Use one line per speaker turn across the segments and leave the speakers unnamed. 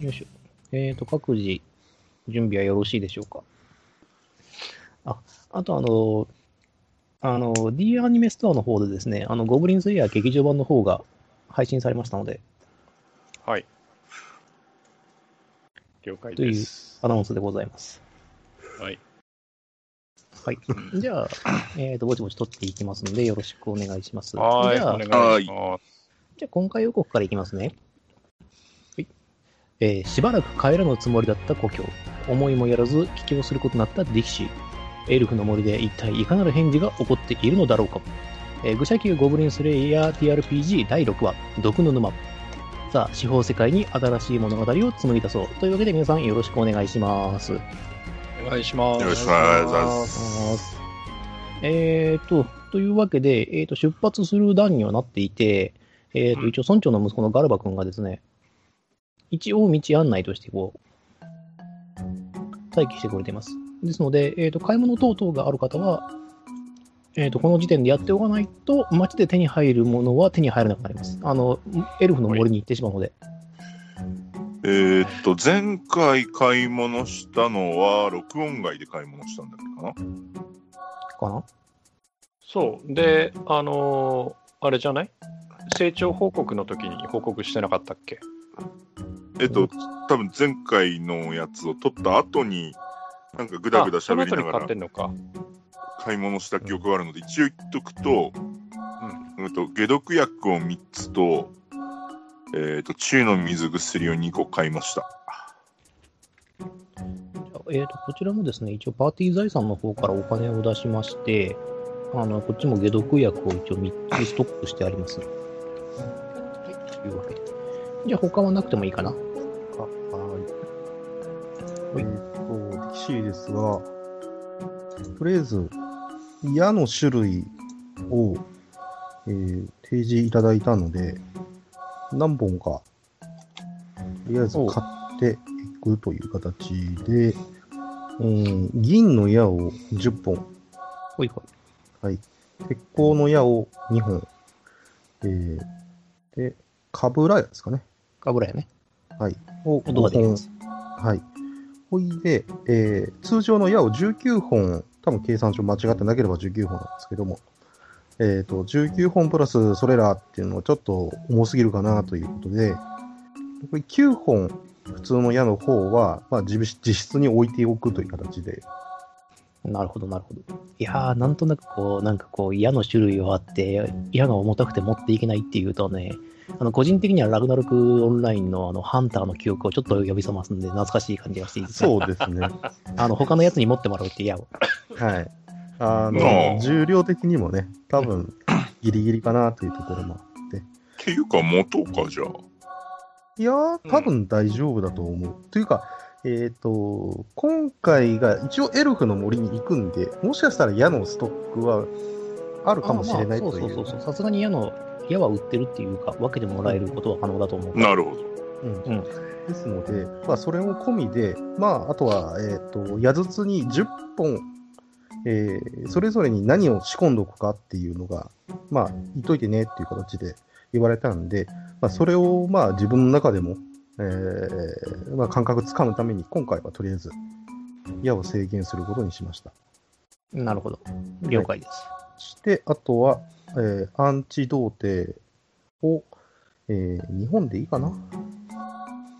よいしょ。えっ、と、各自、準備はよろしいでしょうか。あ、あとあの、あの、D アニメストアの方でですね、あの、ゴブリンスイヤー劇場版の方が配信されましたので、
はい。了解です。
アナウンスでございます。
はい。
はい。じゃあ、えっ、と、ぼちぼち撮っていきますので、よろしくお願いします。
はい。
じゃあ、
お願いしま
じゃあ今回予告からいきますね。はい。えーしばらく帰らぬつもりだった故郷。思いもやらず帰郷することになった力士。エルフの森で一体いかなる変事が起こっているのだろうか。えー愚者級ゴブリンスレイヤー TRPG 第6話、毒の沼。さあ、四方世界に新しい物語を紡ぎ出そう。というわけで皆さんよろしくお願いします。は
す。お願いします。
よろしくお願いしま
ーすえーと、というわけで、えーと、出発する段にはなっていて、えーと、
うん
一応村長の息子のガルバ君がですね、一応道案内としてこう、待機してくれています。ですので、えーと、買い物等々がある方は、えーと、この時点でやっておかないと、街で手に入るものは手に入らなくなります。あの、エルフの森に行ってしまうので。
えーっと、前回買い物したのは、録音外で買い物したんだっけか
かな
そう。で、あのーあれじゃない成長報告の時に報告してなかったっけ
なえっと、多分前回のやつを撮った後に、なんかぐだぐだ喋
あ
り
その後
な
に
が
買って
ら
んのか。
買い物した記憶があるので、一応言っとくと、
う
えっと、解毒薬を3つと、えーっと、中の水薬を2個買いました。
えー、とこちらもですね、一応パーティー財産の方からお金を出しまして、あのこっちも解毒薬を一応3つストックしてあります。はい、というわけで。じゃあ他はなくてもいいかな。
あはい。えーっと、力士ですが、とりあえず、矢の種類を、えー提示いただいたので、何本か、とりあえず
おう
買っていくという形で、うん、銀の矢を10本、
ほいほい。
鉄鋼の矢を2本、えーで、かぶら矢ですかね。
かぶらやね。
はい。を
音ができ
五
ま
本
す。
はい。ほいで、えー通常の矢を19本、多分計算上間違ってなければ19本なんですけども、えっ、と、19本プラスそれらっていうのはちょっと重すぎるかなということで、これ9本、普通の矢の方は、まあ、自実質に置いておくという形で、
なるほど、なるほど。いやー、なんとなくこう、なんかこう、矢の種類はあって、矢が重たくて持っていけないっていうとね、あの個人的にはラグナルクオンラインのあのハンターの記憶をちょっと呼び覚ますんで、懐かしい感じがしていいですね
そうですね。
あの他のやつに持ってもらうっていう矢を。
はい。あ
なあ
の、重量的にもね、多分、ギリギリかなというところもあって、
っていうか、持とうか、じゃあ。
いやー、多分大丈夫だと思う。というか、えっ、と、今回が一応エルフの森に行くんで、もしかしたら矢のストックはあるかもしれない
あまあ
とい
そうそう
う。
そうそうさすがに矢の矢は売ってるっていうか分けてもらえることは可能だと思う、
なるほど。
うん
うん
ですので、まあ、それも込みで、まあ、あとは、えっ、と、矢筒に10本、えーそれぞれに何を仕込んどくかっていうのが、まあ、言っといてねっていう形で言われたんで、まあ、それを、まあ、自分の中でも、えーまあ、感覚つかむために、今回はとりあえず、矢を制限することにしました。
なるほど了解です、
して、あとは、えーアンチ童貞を、えー日本でいいかなを、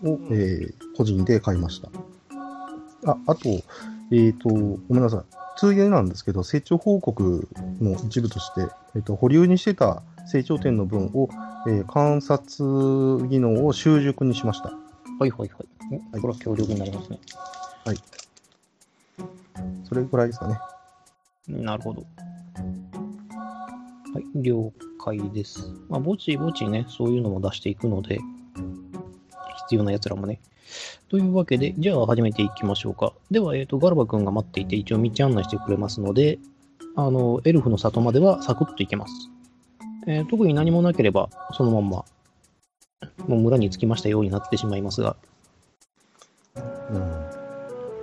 えー個人で買いました。あ、あと、えっ、と、ごめんなさい。通言なんですけど、成長報告の一部として、えっ、と、保留にしてた成長点の分を、えー観察技能を習熟にしました。
ほいほいほいおこれは強力になりますね
それぐらいですかね。
なるほどはい了解ですまあぼちぼちねそういうのも出していくので必要なやつらもねというわけでじゃあ始めていきましょうかでは、えー、とガルバ君が待っていて一応道案内してくれますのであのエルフの里まではサクッと行けます、えー特に何もなければそのまんまもう村に着きましたようになってしまいますが
うん。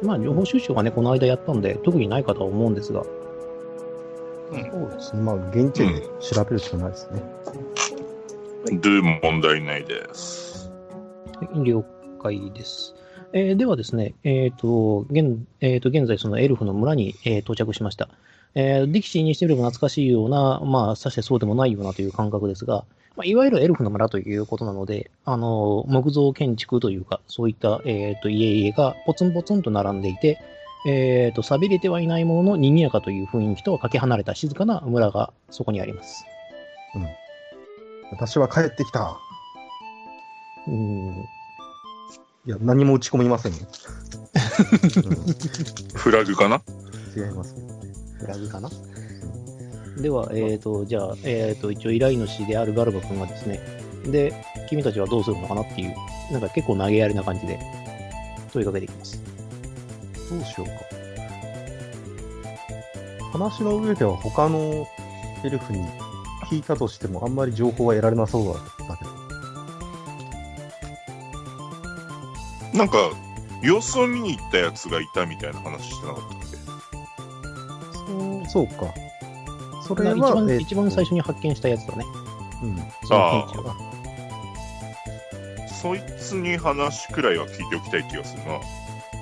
まあ、情報収集はね、この間やったんで、特にないかとは思うんですが、
そうですね。まあ、現地で調べるしかないですね。
で、問題ないです。
了解です。えーではですね、えっ、と、現、えーと、現在そのエルフの村に、えー到着しました。えーディキシーにしてみれば懐かしいような、まあ、さしてそうでもないようなという感覚ですが、まあ、いわゆるエルフの村ということなので、あの、木造建築というか、そういった、えっ、と、家々がポツンポツンと並んでいて、えっ、と、錆びれてはいないものの賑やかという雰囲気とはかけ離れた静かな村がそこにあります。
私は帰ってきた。
うん、
いや、何も打ち込みませ んよ。
フラグかな
うん違いますけどね。
フラグかなでは、えっ、と、じゃあ、えっ、と、一応依頼主であるガルバ君がですね、で、君たちはどうするのかなっていう、なんか結構投げやりな感じで問いかけていきます。
どうしようか。話の上では他のエルフに聞いたとしてもあんまり情報は得られなそうだけど。
なんか、様子を見に行ったやつがいたみたいな話してなかったっけ
そうか。そ
こ
れ
れ
は
一番、
えっと
一番最初に発見したやつだね。
うん。
その研究が。
そいつに話くらいは聞いておきたい気がするな。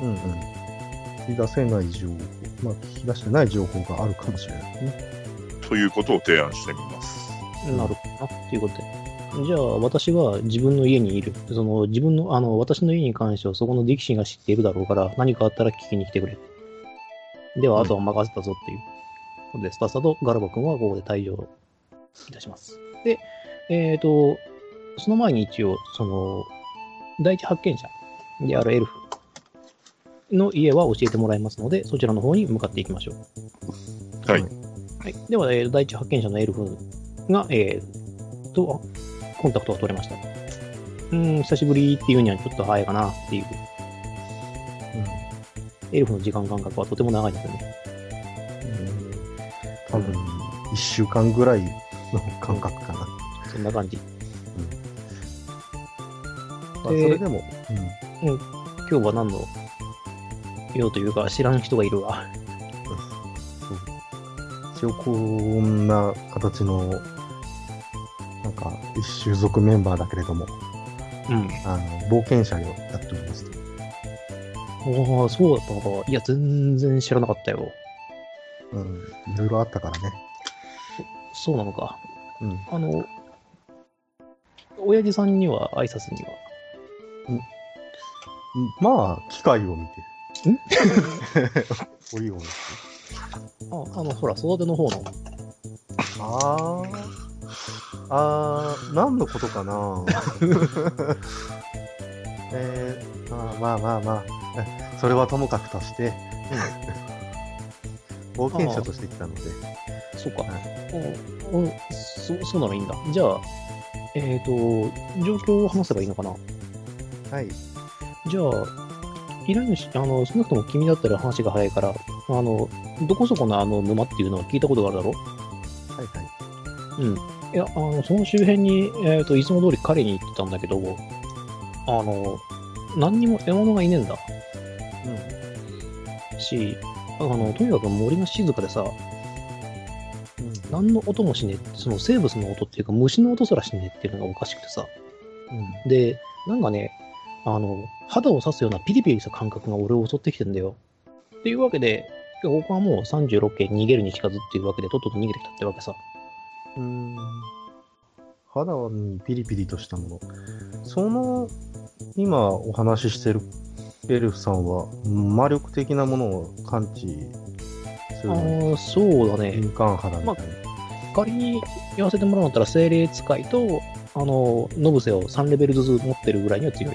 うんうん。聞き出せない情報、まあ聞き出してない情報があるかもしれないね。
ということを提案してみます。
なるほどな、ということで。じゃあ、私は自分の家にいる。その、自分の、あの、私の家に関しては、そこのディキシーが知っているだろうから、何かあったら聞きに来てくれ。では、あとは任せたぞっていう。ことで、スタスタとガルバ君はここで退場いたします。で、えっ、と、その前に一応、その、第一発見者であるエルフの家は教えてもらいますので、そちらの方に向かっていきましょう。
はい。
はい、では、えー第一発見者のエルフが、えー、と、あコンタクトが取れました。うーん、久しぶりっていうにはちょっと早いかなっていう、エルフの時間感覚はとても長いんですよね。
うん。多分、一週間ぐらいの感覚かな。
そんな感じ。
まあ、それでも、
今日は何の用というか知らん人がいるわ。
うん。一応こんな形の、なんか、一種族メンバーだけれども、
うん。
あの、冒険者をやっておりますと。
ああ、そうだったのか。いや、全然知らなかったよ。
うん。いろいろあったからね。
そうなのか。
うん。
あの、親父さんには挨拶には。
まあ、機械を見て。
ん
おいおい。
あ、あの、ほら、育ての方の。
ああ。ああ、何のことかな えー、まあまあまあまあ。それはともかくとして、冒険者として来たので。
そうか
は。
おおそそうならいいんだ。じゃあ、えっ、と、状況を話せばいいのかな。
はい。
じゃあ、依頼主、あの、少なくとも君だったら話が早いから、あの、どこそこのあの沼っていうのは聞いたことがあるだろ
はいはい。
うん。いや、あの、その周辺に、えっ、と、いつも通り彼に行ってたんだけど、あの、何にも獲物がいねえんだ。
うん。
し、あの、とにかく森が静かでさ、
うん。
何の音もしねえ、その生物の音っていうか虫の音すらしねえっていうのがおかしくてさ、で、なんかね、あの、肌を刺すようなピリピリした感覚が俺を襲ってきてんだよ。っていうわけで、ここはもう36件逃げるに近づっていうわけで、とっとと逃げてきたってわけさ。
うん。肌にピリピリとしたもの。その、今お話ししてるエルフさんは、魔力的なものを感知するのに
ああ、そうだね。
敏感肌みたいな。
仮に言わせてもらうんだったら、精霊使いと、あの、ノブセを3レベルずつ持ってるぐらいには強い。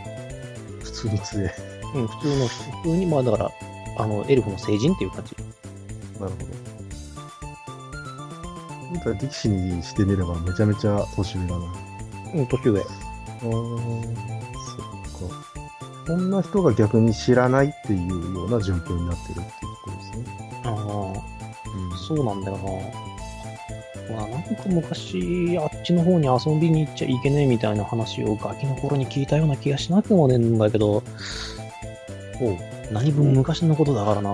普通に強い。
うん、普通の、普通に、まあだから、あの、エルフの成人っていう感じ。
なるほど。本当は力士にしてみればめちゃめちゃ年上だな。
うん、年上。
うん、そっか。こんな人が逆に知らないっていうような状況になってるっていうことですね。
ああ、そうなんだよな。まあ、なんか昔、あっちの方に遊びに行っちゃいけねえみたいな話をガキの頃に聞いたような気がしなくもねえんだけど、おう何分昔のことだからな。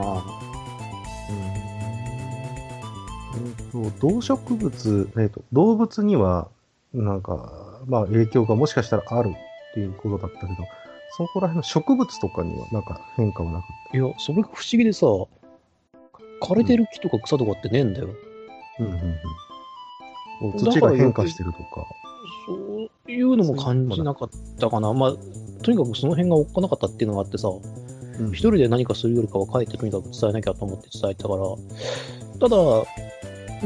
うん。えっと、動植物、えっと、動物には、なんか、まあ影響がもしかしたらあるっていうことだったけど、そこら辺の植物とかにはなんか変化はなかっ
いや、それが不思議でさ、枯れてる木とか草とかってねえんだよ。
た。うんうんうん、土が変化してるとか。
そういうのも感じなかったかな。まあ、とにかくその辺がおっかなかったっていうのがあってさ、
うん
一人で何かするよりかは帰ってとにかく伝えなきゃと思って伝えたから、ただ、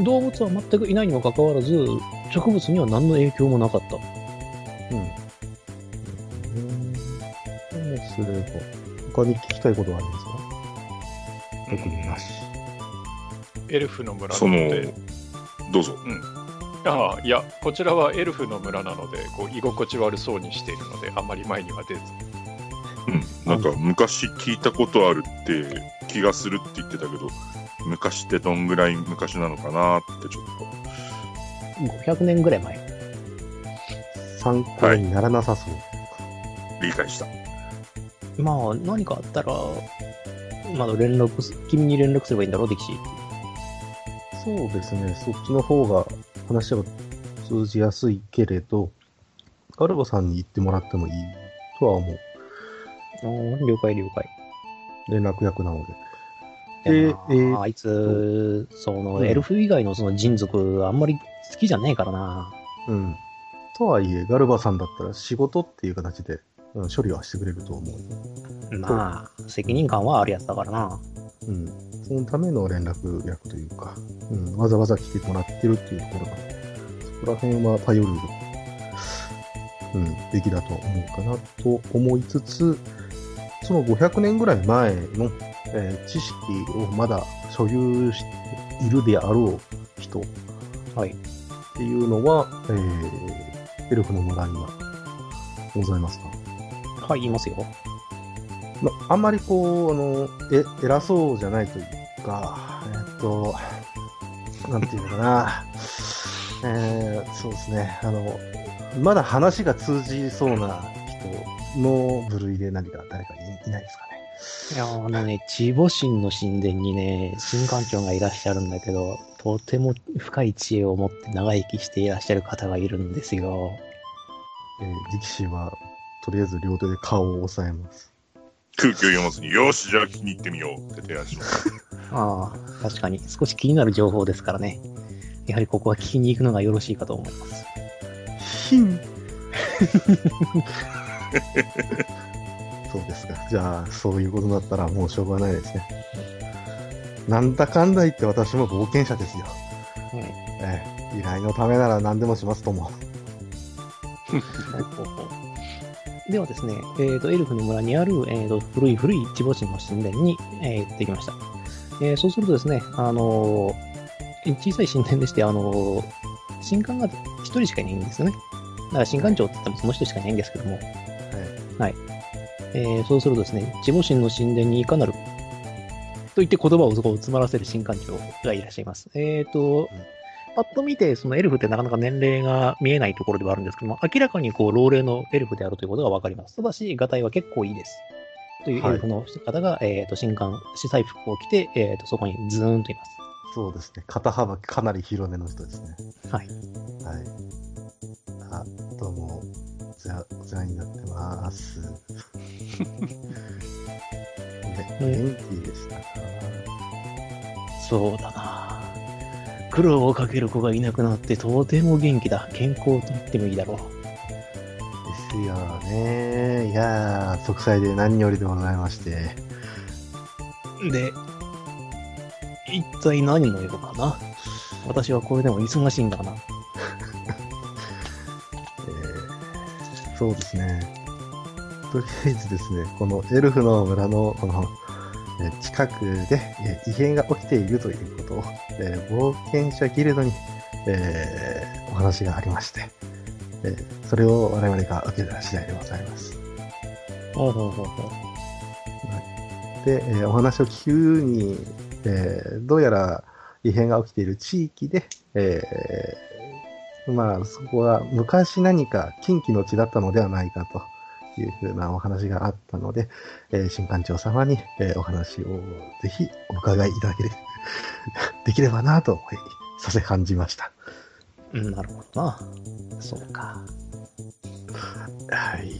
動物は全くいないにもかかわらず、植物には何の影響もなかった。
うん。ともすれば、他に聞きたいことはありますか特になし。
エルフの村な
そ
の
の
で、
どうぞ。
ああいや、こちらはエルフの村なので、こう居心地悪そうにしているので、あんまり前には出ず。
うん、なんか昔聞いたことあるって気がするって言ってたけど、昔ってどんぐらい昔なのかなってちょっ
500年ぐらい前。
参考にならなさそう。
と理解した。
まあ、何かあったら、まあ、連絡す、君に連絡すればいいんだろう、デキシー。
そうですね、そっちの方が話が通じやすいけれど、ガルボさんに言ってもらってもいいとは思う。
あー了解了解。
連絡役なので。
で
で、
え
えー
あいつ、その、
うん
エルフ以外のその人族、あんまり好きじゃねえからな。
うん。とはいえ、ガルバさんだったら仕事っていう形で、うん、処理はしてくれると思う。
まあ、責任感はあるやつだからな。
うん。そのための連絡役というか、うん、わざわざ来てもらってるっていうところが、そこら辺は頼る、うん、べきだと思うかなと思いつつ、その500年ぐらい前の、えー知識をまだ所有しているであろう人
はい。
っていうのは、えーエルフの村にはございますか
はい、言いますよ。
まあんまりこう、あの、え、偉そうじゃないというか、えっと、なんていうのかな、えーそうですね、あの、まだ話が通じそうな人の部類で何か誰かいいないです
い
かね。
や、あのね、地母神の神殿にね、新館長がいらっしゃるんだけど、とても深い知恵を持って長生きしていらっしゃる方がいるんですよ。
えー、力士は、とりあえず両手で顔を押さえます。
空気を読まずに、よし、じゃあ気に入ってみようって提案します。
ああ、確かに。少し気になる情報ですからね。やはりここは聞きに行くのがよろしいかと思います。
ヒンそうですか。じゃあ、そういうことだったらもうしょうがないですね。なんだかんだ言って私も冒険者ですよ。
うん
ええ、依頼のためなら何でもしますとも。
ではですね、えー、とエルフの村にある、えー、と古い古い地母神の神殿に、えー行ってきました、えーそうするとですね、あのー小さい神殿でして、あのー神官が一人しかいないんですよねだから神官長って言ってもその人しかいないんですけども、はいえーそうするとですね地母神の神殿にいかなると言って言葉をそこを詰まらせる神官長がいらっしゃいますえっ、と、パッと見て、そのエルフってなかなか年齢が見えないところではあるんですけども、明らかにこう、老齢のエルフであるということがわかります。ただし、がたいは結構いいです。というエルフの方が、えっ、と、新刊、司祭服を着て、えっ、と、そこにズーンといま
そうですね。肩幅かなり広めの人ですね。
す。はい。
はい。あ、どうも、お世話お世話になって ます。ね、元気でしたか
そうだな苦労をかける子がいなくなって、とても元気だ。健康と言ってもいいだろう。
ですよね。いやー、息災で何よりでございまして。
で、一体何の用かな私はこれでも忙しいんだかな。
えーそうですね。とりあえずですね、このエルフの村のこの、えー近くで、えー異変が起きているということを、えー冒険者ギルドに、えーお話がありまして、えーそれを我々が受けた次第でございます。
ほうほうほうほう。
で、えーお話を聞くに、えーどうやら異変が起きている地域で、えーまあ、そこは昔何か近畿の地だったのではないかというふうなお話があったので、えー新館長様に、えーお話をぜひお伺いいただけれ できればなと思い、させ感じました。
うんなるほどな。そうか。
はい。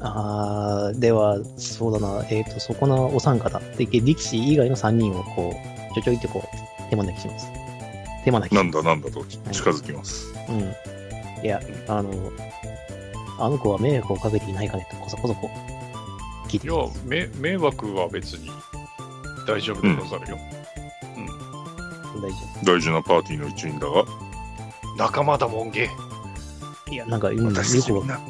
あーでは、そうだな、えっ、と、そこのお三方、で、力士以外の3人をこう、ちょちょいってこう、手招きします。手招きし
な
ます。
んだなんだと近づきます。
うん。いや、あの、あの子は迷惑をかけていないかねと、こそこそこ、聞いて
い
き
や
ます。
め、迷惑は別に大丈夫でござるよ。
大丈
大事なパーティーの一員だが、
仲間だもんげ。
夫。いや、なんか、うん、よく
私たちみ
わ
んな、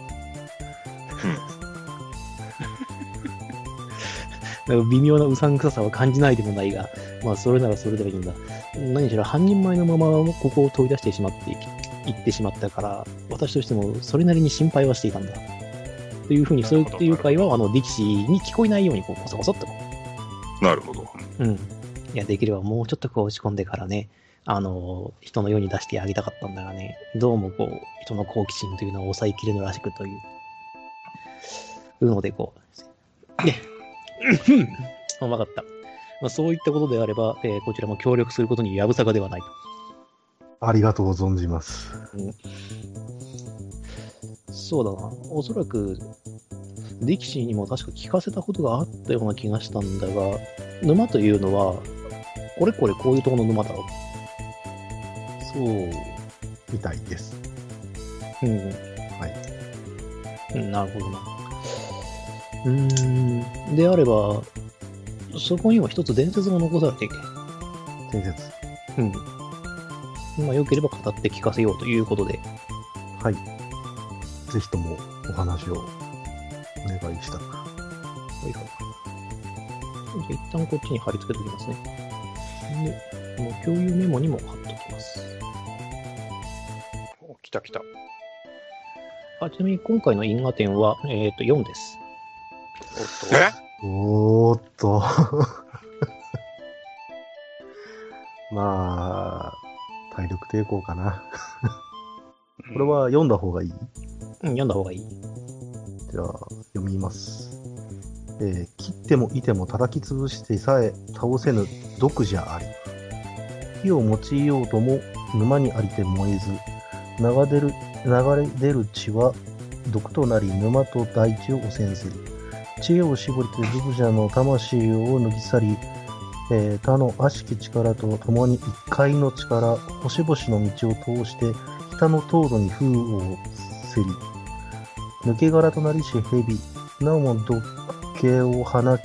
なんか微妙なうさんくささは感じないでもないが、まあ、それならそれでいいんだ。何しろ、半人前のままここを飛び出してしまっていき、行ってしまったから、私としてもそれなりに心配はしていたんだ。というふうに、そうい
なるほど
っていう会話を、あの、力士に聞こえないように、こう、こそこそっと。
なるほど。
うん。いや、できればもうちょっとこう、落ち込んでからね、あの、人の世に出してあげたかったんだがね、どうもこう、人の好奇心というのを抑えきれぬらしくという。うのでこう。で、 うんわかった。まあ、そういったことであれば、えーこちらも協力することにやぶさかではない
ありがとう存じます。
と。そうだな。おそらく、ディキシーにも確か聞かせたことがあったような気がしたんだが、沼というのは、これこれこういうところの沼だろう。
そう、みたいです。
うん。
はい。
うんなるほどな。うーん。であれば、そこには一つ伝説が残されていて、
伝説。
うん。まあ、良ければ語って聞かせようということで、
はい。ぜひともお話をお願いしたく。
はいはい。じゃあ一旦こっちに貼り付けておきますね。で、この共有メモにも貼っときます。
お来た来た。
あちなみに今回の因果点は、えっ、と、4です。
おっと
え
おーっと。 まあ、体力抵抗かな。これ、は読んだ方がいい
うん、読んだ方がいい。
じゃあ、読みます。えー切ってもいても叩き潰してさえ倒せぬ毒じゃあり。火を用いようとも沼にありて燃えず、流れる流れ出る血は毒となり沼と大地を汚染する。知恵を絞りて毒蛇の魂を抜き去り、えー他の悪しき力と共に一回の力、星々の道を通して北の凍土に封をせり、抜け殻となりし蛇なおも毒気を放ち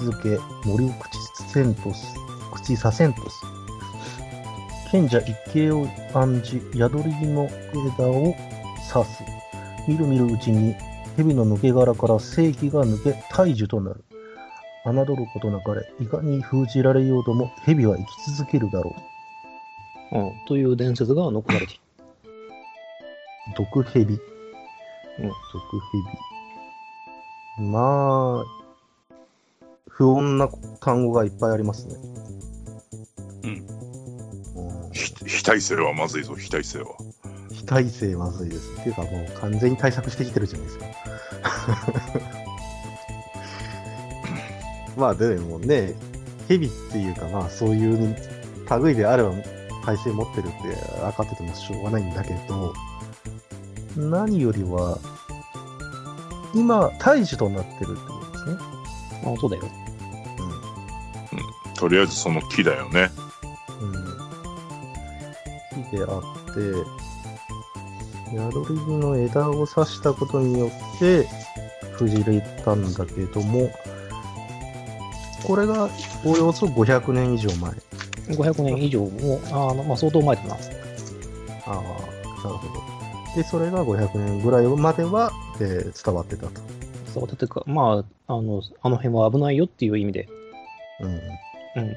続け森を口せんとす口させんとす賢者一計を案じ宿り木の枝を刺すみるみるうちに蛇の抜け殻から正気が抜け大樹となる侮ることなかれいかに封じられようとも蛇は生き続けるだろう
うん、という伝説が残されている。
毒蛇。
うん
毒蛇。まあ、不穏な単語がいっぱいありますね。
うん
うん。
ひ非対性はまずいぞ、非対性は。
非耐性まずいです。っていうかもう完全に対策してきてるじゃないですか。 まあでもね、蛇っていうかまあそういう類であれば耐性持ってるって分かっててもしょうがないんだけど、何よりは、今、大樹となってるってことですね。
あ、そうだよ。
とりあえずその木だよね。
うん木であって、宿り木の枝を刺したことによって、藤れたんだけども、これがおよそ500年以上前。
500年以上も、あの、まあ、相当前だな。
ああ、なるほど。で、それが500年ぐらいまでは、えー伝わってたと。
そうだってか、まあ、あの、あの辺は危ないよっていう意味で。
うん。
うん。
で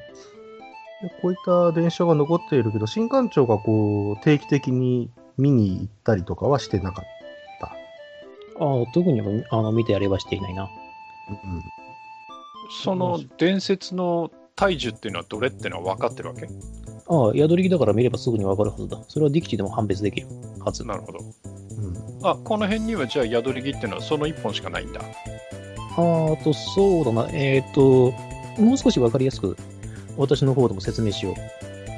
こういった伝承が残っているけど、新館長がこう、定期的に見に行ったりとかはしてなかっ
ああ、特に、あの、見てやればしていないな。
た。うん。
その伝説の大樹っていうのはどれってのは分かってるわけ
ああ、宿り木だから見ればすぐにわかるはずだ。それはディキシーでも判別できるはず。
なるほど。
うん
あ、この辺にはじゃあ宿り木っていうのはその1本しかないんだ。
ああと、そうだな。えっ、と、もう少しわかりやすく、私の方でも説明しよう。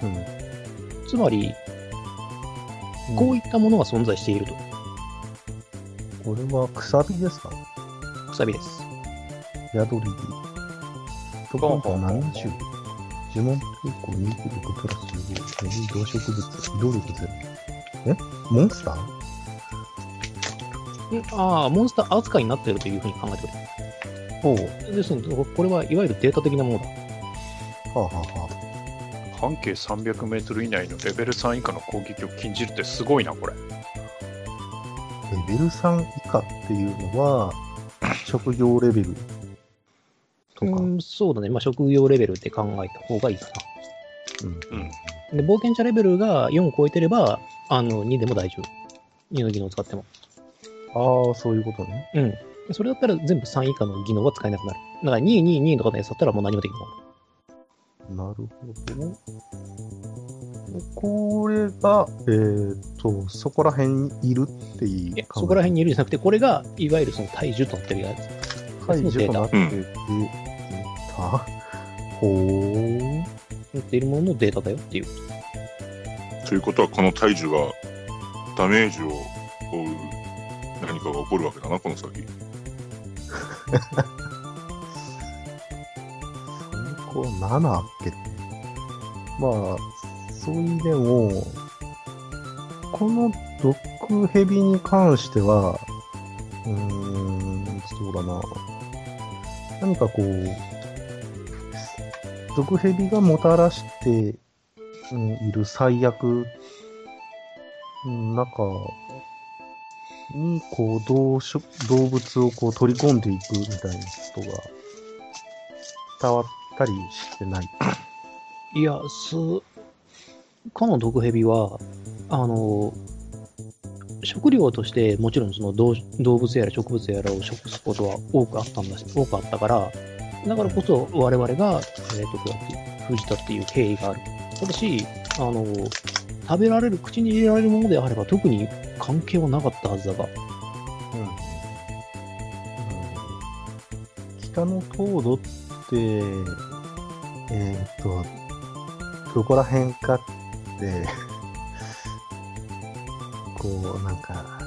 う
つまり、
ん、
こうい
い
ったものが存在していると。
これはくさびですか
くさびです。
宿り木。
ほ
とポ
う
ン
ほうほう
は70。呪文以降26プラス15。無人動植物。移動力ゼロ。えモンスター
んああ、モンスター扱いになっているというふうに考えてお
おう。
ります。ですので、これはいわゆるデータ的なものだ。
はあ、はあはあ、
半径300メートル以内のレベル3以下の攻撃を禁じるってすごいな、これ。
レベル3以下っていうのは、職業レベルとか。
うん、そうだね。まあ、職業レベルって考えた方がいいか
うん
うん
な。で、冒険者レベルが4を超えてれば、あの、2でも大丈夫。2の技能を使っても。
ああ、そういうことね。
うん。でそれだったら全部3以下の技能は使えなくなる。だから2、2、2とかのやつだったらもう何もできない。
なるほど。これが、えーっと、そこら辺にいるっていう
いやそこら辺
に
にいるじゃなくて、これが、いわゆるその体重となってるやつ。
解除となって
う
て
ん
データ、ほ
持っているもののデータだよっていう。
ということは、この体重がダメージを負う何かが起こるわけだな、この先。
う、こう7あっけどまあ、そういう意味でも、この毒ヘビに関しては、うーん、そうだな。何かこう、毒ヘビがもたらして、うん、いる最悪、うん、中に、こう、動植動物をこう取り込んでいくみたいなことが伝わったりしてない。
いや、す、かの毒蛇は、あの、食料としてもちろんその動動物やら植物やらを食すことは多くあったんだし、多くあったから、だからこそ我々が、えーと、こうやって封じたっていう経緯がある。ただし、あの、食べられる、口に入れられるものであれば特に関係はなかったはずだが、
うん北の凍土って、えーっと、どこら辺かって、 こう、なんか、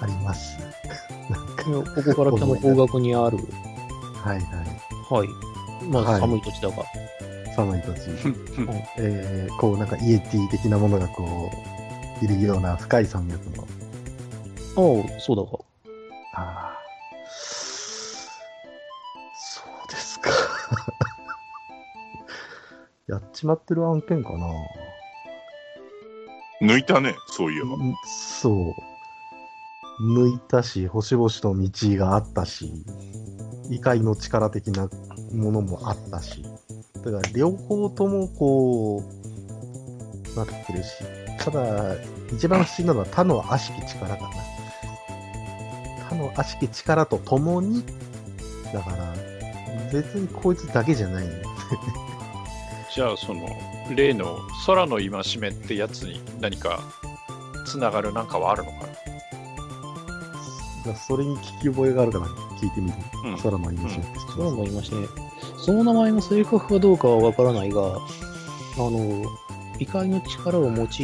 あります。なんか、
ここから北の方角にある、
はいはい。
はい、ま
は
あ
い
寒い土地だが、
寒い 土地。えー、こう、なんか、イエティ的なものがこう、いるような深い山脈の。
ああ、そうだが。
ああ。そうですか。 やっちまってる案件かな。
抜いたね、そういえば。
んそう。抜いたし、星々の道があったし、異界の力的なものもあったし。だから両方ともこう、なってるし。ただ、一番不思議なのは他の悪しき力かな。他の悪しき力と共に、だから、別にこいつだけじゃない。
じゃあ、その、例の空の戒めってやつに何かつながるなんかはあるのかな
だそれに聞き覚えがあるから聞いてみる。
うん
空の印象って知って
そう
ます
もいまして、その名前の正確かどうかはわからないが、あの、異界の力を用いて、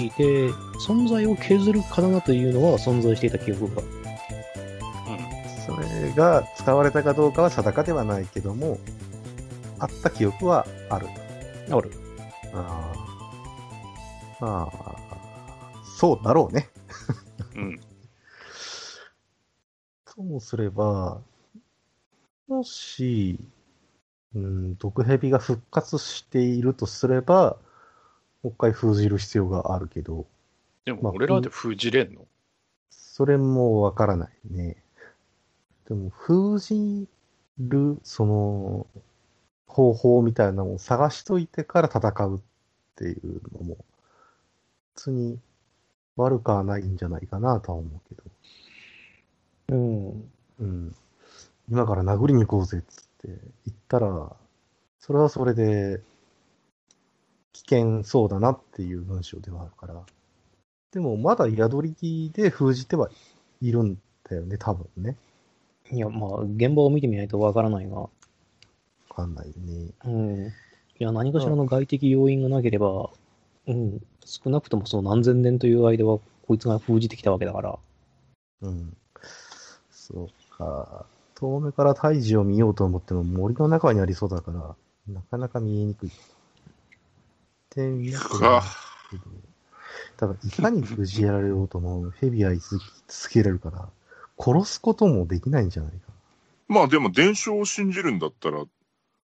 存在を削る刀というのは存在していた記憶が。
それが使われたかどうかは定かではないけども、あった記憶はあると。
ある。
ああ。まあ、そうだろうね。
うん。
ともすれば、もし、うん、毒蛇が復活しているとすれば、もう一回封じる必要があるけど、
で
ま
も
あ
俺らで封じれんの、
それもわからないね。でも、封じる、その、方法みたいなのを探しといてから戦うっていうのも、普通に悪くはないんじゃないかなとは思うけ
う
ど。
ん。
うん。今から殴りに行こうぜっつって言ったら、それはそれで、危険そうだなっていう文章ではあるから。でも、まだ宿り木で封じてはいるんだよね、多分ね。
いや、まあ、現場を見てみないとわからないが、
わかんないね。
うん。いや、何かしらの外的要因がなければ、うん、少なくともその何千年という間は、こいつが封じてきたわけだから、
うん。そうか。遠目から胎児を見ようと思っても森の中にありそうだから、なかなか見えにくい。って見なくはないけど、ただ、いかに無事やられようとも、ヘビは居続けられるから、殺すこともできないんじゃないか。
まあでも伝承を信じるんだったら、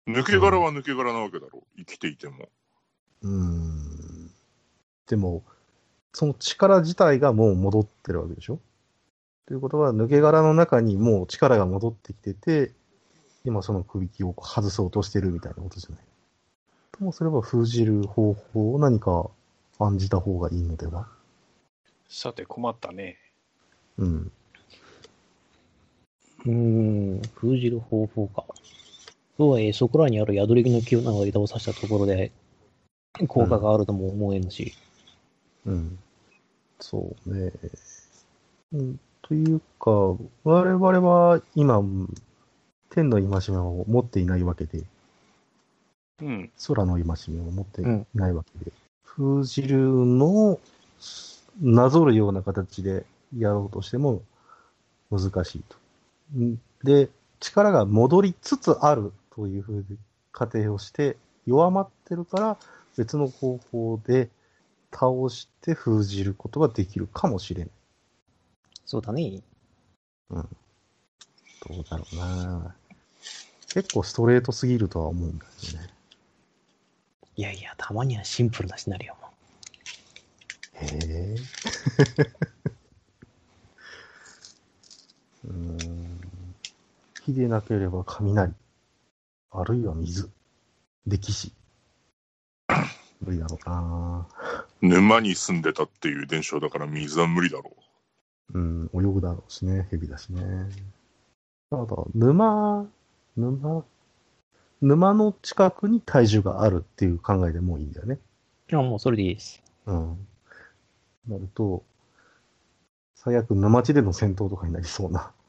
抜け殻は抜け殻なわけだろう。生きていても。
うーん。でも、その力自体がもう戻ってるわけでしょということは、抜け殻の中にもう力が戻ってきてて、今その首輝を外そうとしてるみたいなことじゃない。ともすれば封じる方法を何か案じた方がいいのでは
さて困ったね。
うん。
うーん、封じる方法か。とはいえ、そこらにある宿り木の木を長い枝を刺したところで、効果があるとも思えんし、
うん。そうね。うん、というか、我々は今、天の戒めを持っていないわけで、
うん。
空の戒めを持ってい
うん
ないわけで、封じるのをなぞるような形でやろうとしても難しいと。んで、力が戻りつつあるというふうに仮定をして、弱まってるから別の方法で倒して封じることができるかもしれない。
そうだね。
どうだろうな結構ストレートすぎるとは思うんだけどね。
いやいや、たまにはシンプルなシナリオも。
へえ。うーん。火でなければ雷。あるいは水。歴史。無理だろうな
沼に住んでたっていう伝承だから水は無理だろ
うん、泳ぐだろうしね、蛇だしね。ただ、沼、沼、沼の近くに体重があるっていう考えでもういいんだよね。
いや、もうそれでいいです。
うん。なると、最悪沼地での戦闘とかになりそうな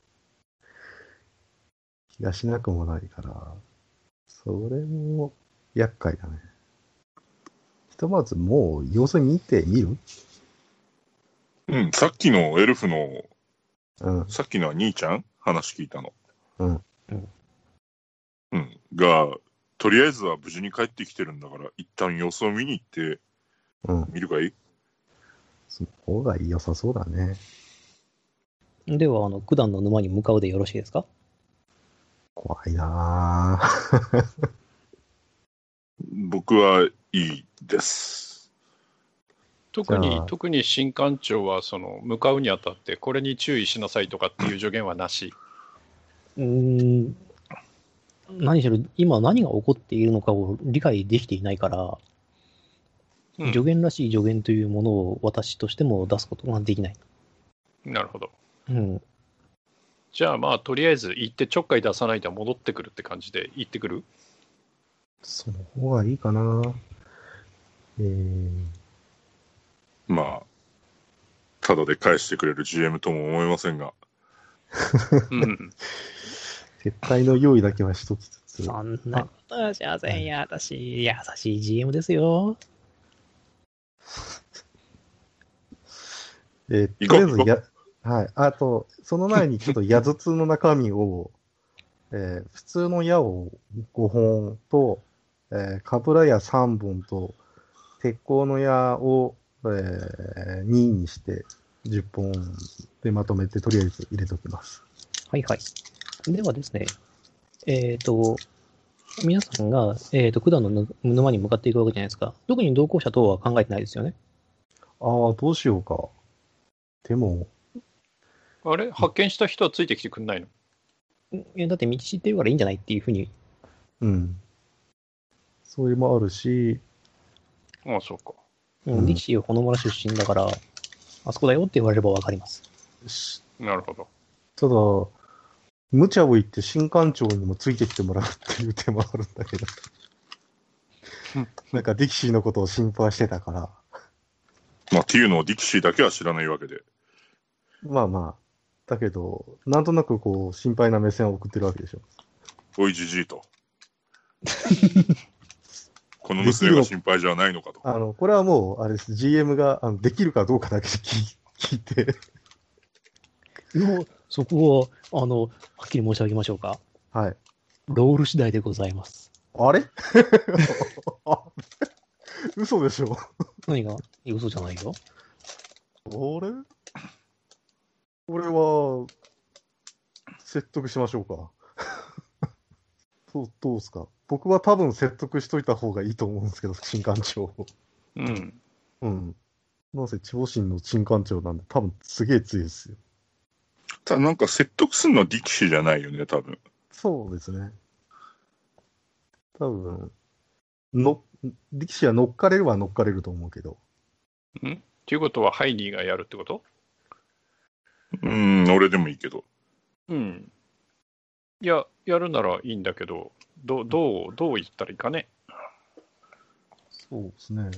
気がしなくもないから、それも厄介だね。ひとまずもう様子見てみる
う。うん、さっきのエルフの、
うん。
さっきのは兄ちゃん話聞いたの。
うん
うん。
うん。が、とりあえずは無事に帰ってきてるんだから、一旦様子を見に行って
うん。
みるかい
その方が良さそうだね。
では、あの、九段の沼に向かうでよろしいですか
怖いなぁ。
僕はいいです。
特
じ
に
ゃあ
特に新館長はその向かうにあたってこれに注意しなさいとかっていう助言はなし。
うーん、何しろ、今何が起こっているのかを理解できていないから、
うん
助言らしい助言というものを私としても出すことができない。
なるほど。
うん。
じゃあまあとりあえず行ってちょっかい出さないと戻ってくるって感じで行ってくる
その方がいいかなえー、
まあ、ただで返してくれる GM とも思えませんが、
うん。
撤退の用意だけはしときつつ。
そんなことはしませんよ、私。優しい GM ですよ。
えー
行
と
こう
りあえずや、はい。あと、その前にちょっと矢筒の中身を、 えー普通の矢を5本と、えー、かぶら矢3本と、鉄鋼の矢を、え2にして、10本でまとめて、とりあえず入れときます。
はいはい。ではですね、えっ、と、皆さんが、えっ、と、九段のぬ沼に向かっていくわけじゃないですか。特に同行者等は考えてないですよね。
ああ、どうしようか。でも、
あれ発見した人はついてきてくんないの
えだって道知ってるからいいんじゃないっていうふうに、
うん。それもあるし、
ああそうか。
う、
うんん
力士はこの村出身だから、あそこだよって言われればわかります。
した
なるほど。
ただ、無茶を言って新館長にもついてきてもらうっていう手もあるんだけど
うん。
なんか、ディキシーのことを心配してたから、
まあ、っていうのをディキシーだけは知らないわけで、
まあまあ、だけど、なんとなくこう、心配な目線を送ってるわけでしょ。
おいじじ いと。この娘が心配じゃないのかと。
あの、これはもう、あれです、GM があのできるかどうかだけで聞い聞いて、
もう、そこは、あの、はっきり申し上げましょうか。
はい。
ロール次第でございます。
あれ あ嘘でしょ
何がいや嘘じゃないよ。
あれこれは、説得しましょうか。 そう、どうですか僕は多分説得しといた方がいいと思うんですけど、新館長。
うん。
うん。なんせ、地方神の新館長なんで、多分すげえ強いですよ。
ただなんか説得するのは力士じゃないよね、多分。
そうですね。多分、の、力士は乗っかれるは乗っかれると思うけど。
ということは、ハイニーがやるってこと
うん、俺でもいいけど。
うん。いや、やるならいいんだけど、どうどう、どう言ったらいいかね。
そうですね。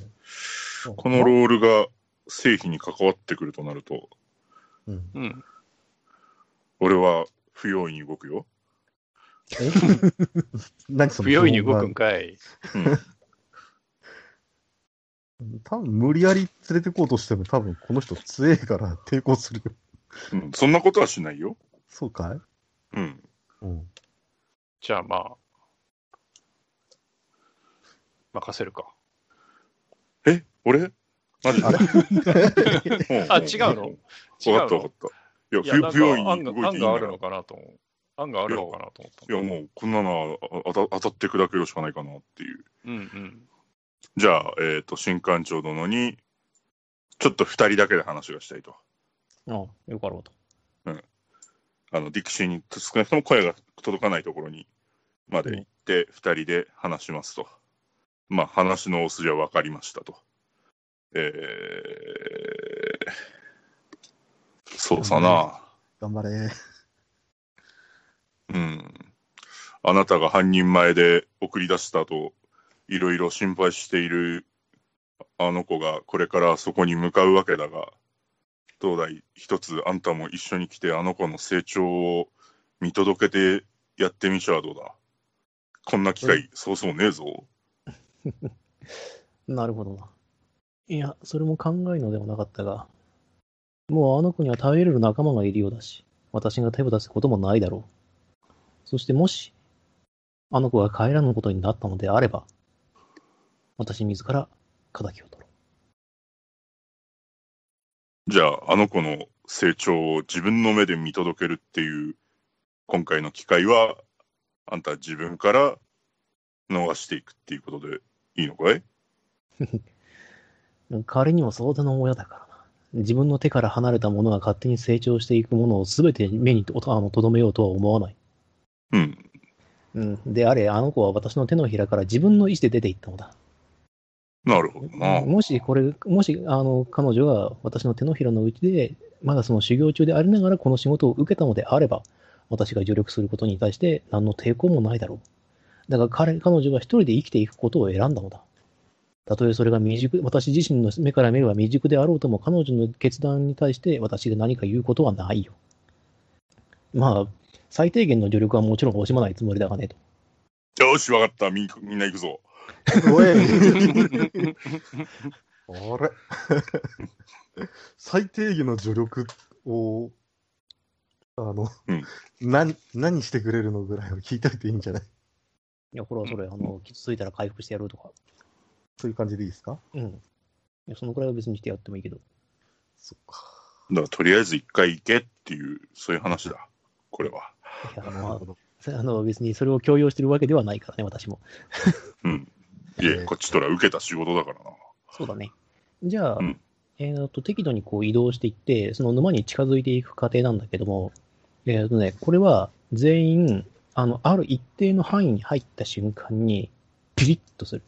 このロールが正否に関わってくるとなると、
うん。
うん。
俺は不用意に動くよ。
え 何その
不用意に動くんかい。
多分無理やり連れてこうとしても多分この人強えから抵抗するよ。
うん、そんなことはしないよ。
そうかい
うん。
うん。
じゃあまあ、任せるか。
え、俺マジで
あれ
あ、違うの違う
分かった分か
の
った。い
い
や、
や、なん
不用意
か
に
案
動
が
いていい
案が
んだ
あるの
よ。
かなと思う。案があるのかなと思った。
いや、もうこんなのはあた当たって砕けるしかないかなっていう。
うんうん。
じゃあ、えっ、と、新館長殿に、ちょっと二人だけで話がしたいと。
ああよかろうと。
あの、ディクシーに少なくとも声が届かないところにまで行って、二人で話しますと。まあ、話の大筋は分かりましたと。えー、そうさな。
頑張れ。
うん。あなたが半人前で送り出した後、いろいろ心配しているあの子がこれからそこに向かうわけだが、どうだい一つあんたも一緒に来てあの子の成長を見届けてやってみちゃはどうだこんな機
う
会そうそうねえぞ。
なるほどな。いや、それも考えるのではなかったが、もうあの子には耐えれる仲間がいるようだし、私が手を出すこともないだろう。そしてもし、あの子が帰らぬことになったのであれば、私自ら仇を取ろ。
じゃああの子の成長を自分の目で見届けるっていう今回の機会はあんた自分から逃していくっていうことでいいのかいう
仮にも相手の親だからな。自分の手から離れたものが勝手に成長していくものを全て目にとあのとどめようとは思わない。
うん。
うん。であれ、あの子は私の手のひらから自分の意思で出ていったのだ。
なるほどな。
もしこれ、もしあの彼女が私の手のひらのうちで、まだその修行中でありながらこの仕事を受けたのであれば、私が助力することに対して何の抵抗もないだろう。だから彼彼女が一人で生きていくことを選んだのだ。たとえそれが未熟、私自身の目から見れば未熟であろうとも、彼女の決断に対して私が何か言うことはないよ。まあ、最低限の助力はもちろん惜しまないつもりだがねと。
よし、わかった。みんみんな行くぞ。
お いあれ最低限の助力を、あの、
うん
何、何してくれるのぐらいを聞いといていいんじゃない
いや、これはそれ、あの、傷ついたら回復してやろうとか。
そういう感じでいいですか
うん。いや、そのくらいは別にしてやってもいいけど。
そっか。
だから、とりあえず一回行けっていう、そういう話だ。これは。
いや、
なる
ま
ほど。
あ、あの別にそれを強要してるわけではないからね、私も。
うん。いや
え、ー
こっちとら受けた仕事だからな。
そうだね。じゃあ、
うん
えーと、適度にこう移動していって、その沼に近づいていく過程なんだけども、えーとね、これは全員、あの、ある一定の範囲に入った瞬間に、ピリッとする。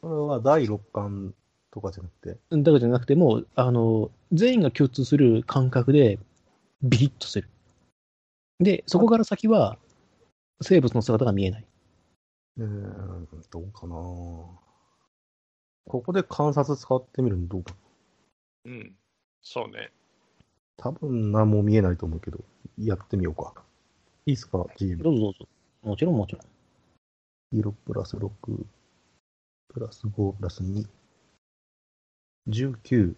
それは第六感とかじゃなくて、
だからじゃなくてもう、あの、全員が共通する感覚で、ビリッとする。で、そこから先は、生物の姿が見えない。
うーん、どうかなここで観察使ってみるのどうか。
うん。そうね。
多分何も見えないと思うけど、やってみようか。いいですか、GM。
どうぞどうぞ。もちろんもちろん。
16プラス6、プラス5、プラス2。19。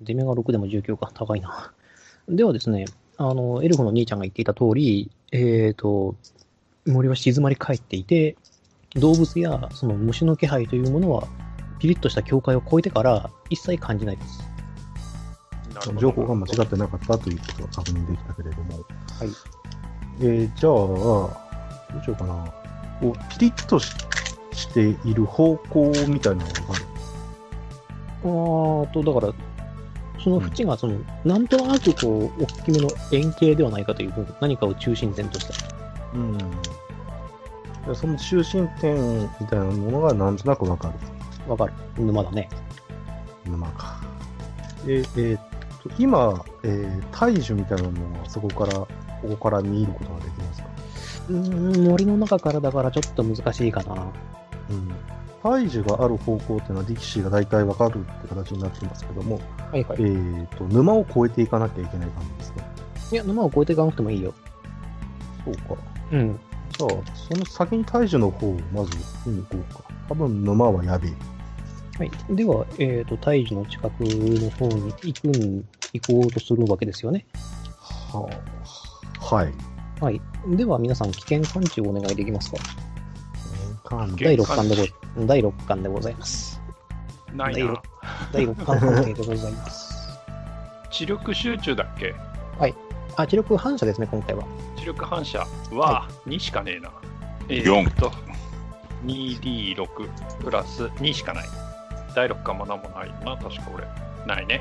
デメが6でも19か、高いな。ではですね、あの、エルフの兄ちゃんが言っていた通り、えっ、と、森は静まり返っていて、動物やその虫の気配というものは、ピリッとした境界を越えてから一切感じないです。
なるほど
情報が間違ってなかったということが確認できたけれども。
はい。
えーじゃあ、どうしようかな。こうピリッとししている方向みたいなのがわかる。
あーと、だから、その縁がその、なんとなくこう、大きめの円形ではないかというふうに、何かを中心点とした。
うん。その中心点みたいなものがなんとなくわかる。
わかる。沼だね。
沼か。で、えーっと、今、えー、大樹みたいなものはそこから、ここから見ることができますか
うーん、森の中からだからちょっと難しいかな。
うん。大樹がある方向っていうのは、力士が大体わかるって形になってますけども、
はいは
え。ーっと、沼を越えていかなきゃいけない感じですね。
いや、沼を越えていかなくてもいいよ。
そうか。
うん。
じゃあ、その先に大樹の方をまず見に行こうか。多分沼はやべえ。
はい。では、えっ、と、胎児の近くの方に行くん、行こうとするわけですよね。
はあ。はい。
はい。では、皆さん、危険感知をお願いできますか
危険
第
感
6
知
巻でご、第六巻でござい ます。
ないな。
第6巻判定でございます。
知力集中だっけ
圧力反射ですね、今回は。
知力反射は2しかねえな。え
四
ーっと、2D6 プラス2しかない。第6巻も何もないな、確か俺。ないね。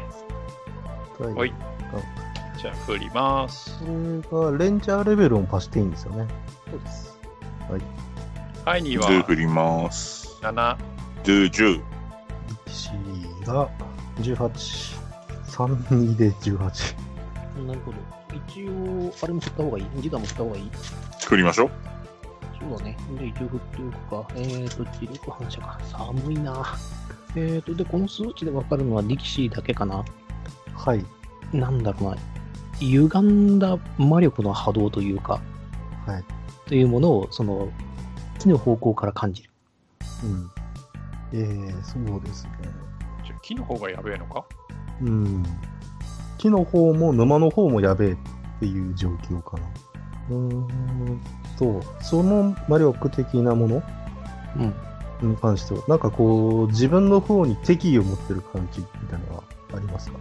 はい。じゃあ振ります。
これがレンジャーレベルを足していいんですよね。
そうです。
はい、に
ド
は
ゥ振ります。
7。
ドゥ10。
力士が18。32で18。
なるほど。一応、あれも振った方がいい自我も振った方がいい
振りましょう。
そうだね。で、一応振っておくか。えー、と、磁力反射か。寒いな。えーと、で、この数値でわかるのは力士だけかな。
はい。
なんだろうな。歪んだ魔力の波動というか、
はい。
というものを、その、木の方向から感じる。
うん。えー、そうですね。
じゃあ木の方がやべえのか
うん。木の方も沼の方もやべえっていう状況かな。うーんと、その魔力的なもの
うん。
に関しては、なんかこう、自分の方に敵意を持ってる感じみたいなのはありますか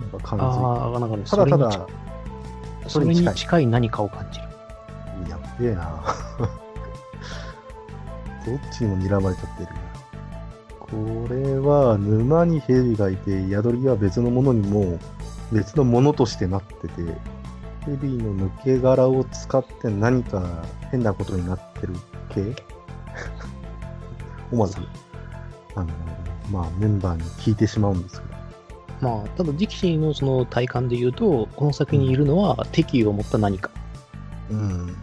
なんか感
ああ、なんかね、
じ。ただた
それ
だ
に、近それに近い何かを感じる。
やっべえな どっちにも睨まれちゃってるこれは沼に蛇がいて宿りは別のものにも別のものとしてなってて蛇の抜け殻を使って何か変なことになってる系 思わずあのまあメンバーに聞いてしまうんですけど
まあ、ただ、力士のその体感で言うと、この先にいるのは敵意を持った何か。
うん。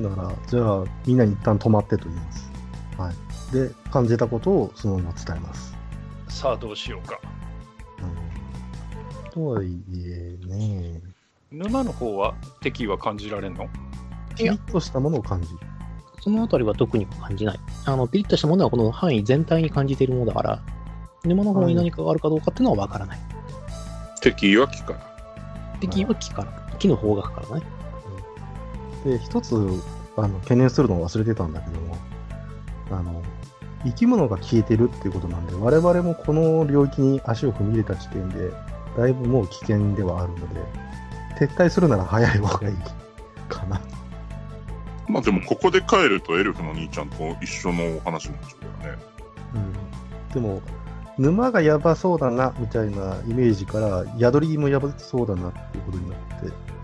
だから、じゃあ、みんなに一旦止まってと言います。はい。で、感じたことをそのまま伝えます。
さあどうしようか。
うん。とはいえね、
沼の方は敵は感じられんの
キリッとしたものを感じる。
そのあたりは特に感じない。あの、ピリッとしたものはこの範囲全体に感じているものだから、沼の方に何かがあるかどうかっていうのはわからない。
敵は木から。
敵は木から、木の方角からね。
で、一つ、あの、懸念するのを忘れてたんだけども、あの、生き物が消えてるっていうことなんで、我々もこの領域に足を踏み入れた時点で、だいぶもう危険ではあるので、撤退するなら早い方がいいかな。
まあでもここで帰るとエルフの兄ちゃんと一緒のお話になっちゃうからね。
うんでも沼がやばそうだなみたいなイメージから宿りもやばそうだなっていうことになっ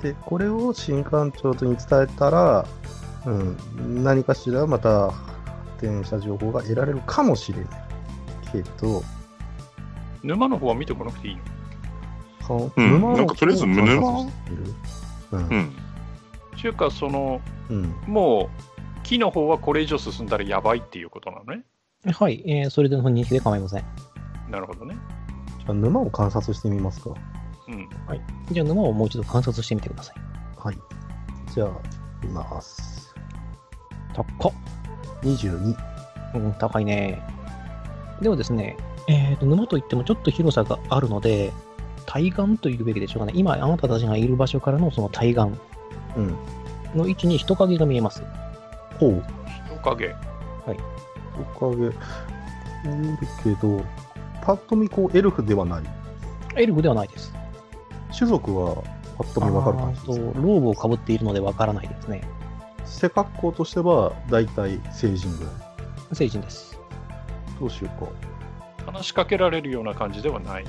てでこれを新館長とに伝えたら、うん、何かしらまた発展した情報が得られるかもしれないけど
沼の方は見てこなくていいの
か
うん
を
なんかとりあえず沼
観察してるうん
うん。
ちゅうか、その、
うん
もう木の方はこれ以上進んだらやばいっていうことなのね。
はい、えーそれでの認識で構いません。
なるほどね。
じゃあ沼を観察してみますか
うん。
じゃあ沼をもう一度観察してみてください。
はいじゃあいます
高っ。
22
うん、高いね。ではですね、えーと沼といってもちょっと広さがあるので、対岸というべきでしょうかね。今、あなたたちがいる場所からのその対岸
うん。
の位置に人影が見えます。
ほう。
人影。
トカゲ、見えるけど、パッと見こうエルフではない。
エルフではないです。
種族はパッと見わかる感じ
あ
で
ーとローブをかぶっているのでわからないですね。
す。背格好としては大体成人ぐらい。
成人です。
どうしようか。
話しかけられるような感じではない。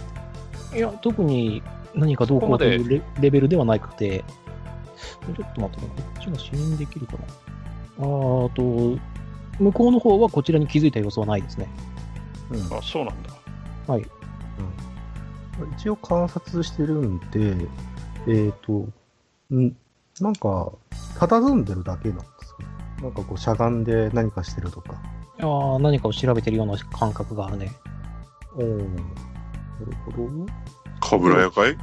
いや、特に何かどうこうというレレベルではなくて、ちょっと待ってね、こっちが視認できるかな。あーあと、向こうの方はこちらに気づいた様子はないですね。
うん。
あ、そうなんだ。
一応観察してるんで、えっ、と、んなんか、佇んでるだけなんですよ。なんかこう、しゃがんで何かしてるとか。
あー何かを調べてるような感覚があるね。
おお。なるほど。
かぶらやかい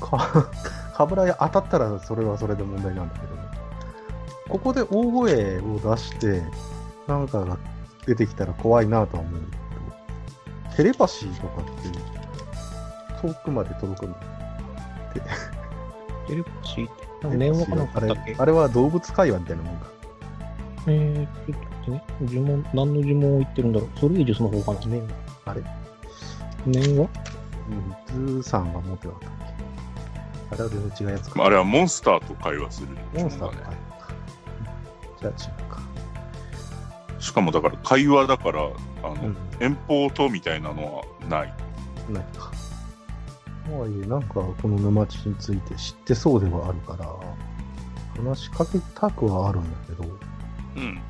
か、 かぶらや当たったらそれはそれで問題なんだけどね。ここで大声を出して、なんかが出てきたら怖いなとは思うけど、テレパシーとかって、遠くまで届くの。
テレパシーって、なんか電話かなんか
あ
あっ
れ
たっけ
あれは動物会話みたいなもんか。
えー、ちょっと待ってね、呪文、何の呪文を言ってるんだろう。ソルエジュスの方かな。
ね、あれ。
念は
うん、ズーさんが持ってなかったっけあれは全然違うやつか。
あれはモンスターと会話する。
モンスターか。じゃあ違うか。
しかもだから会話だから、あの、
うん。
遠方とみたいなのはない。
ないか。とはいえ、なんかこの沼地について知ってそうではあるから、話しかけたくはあるんだけど、
うん。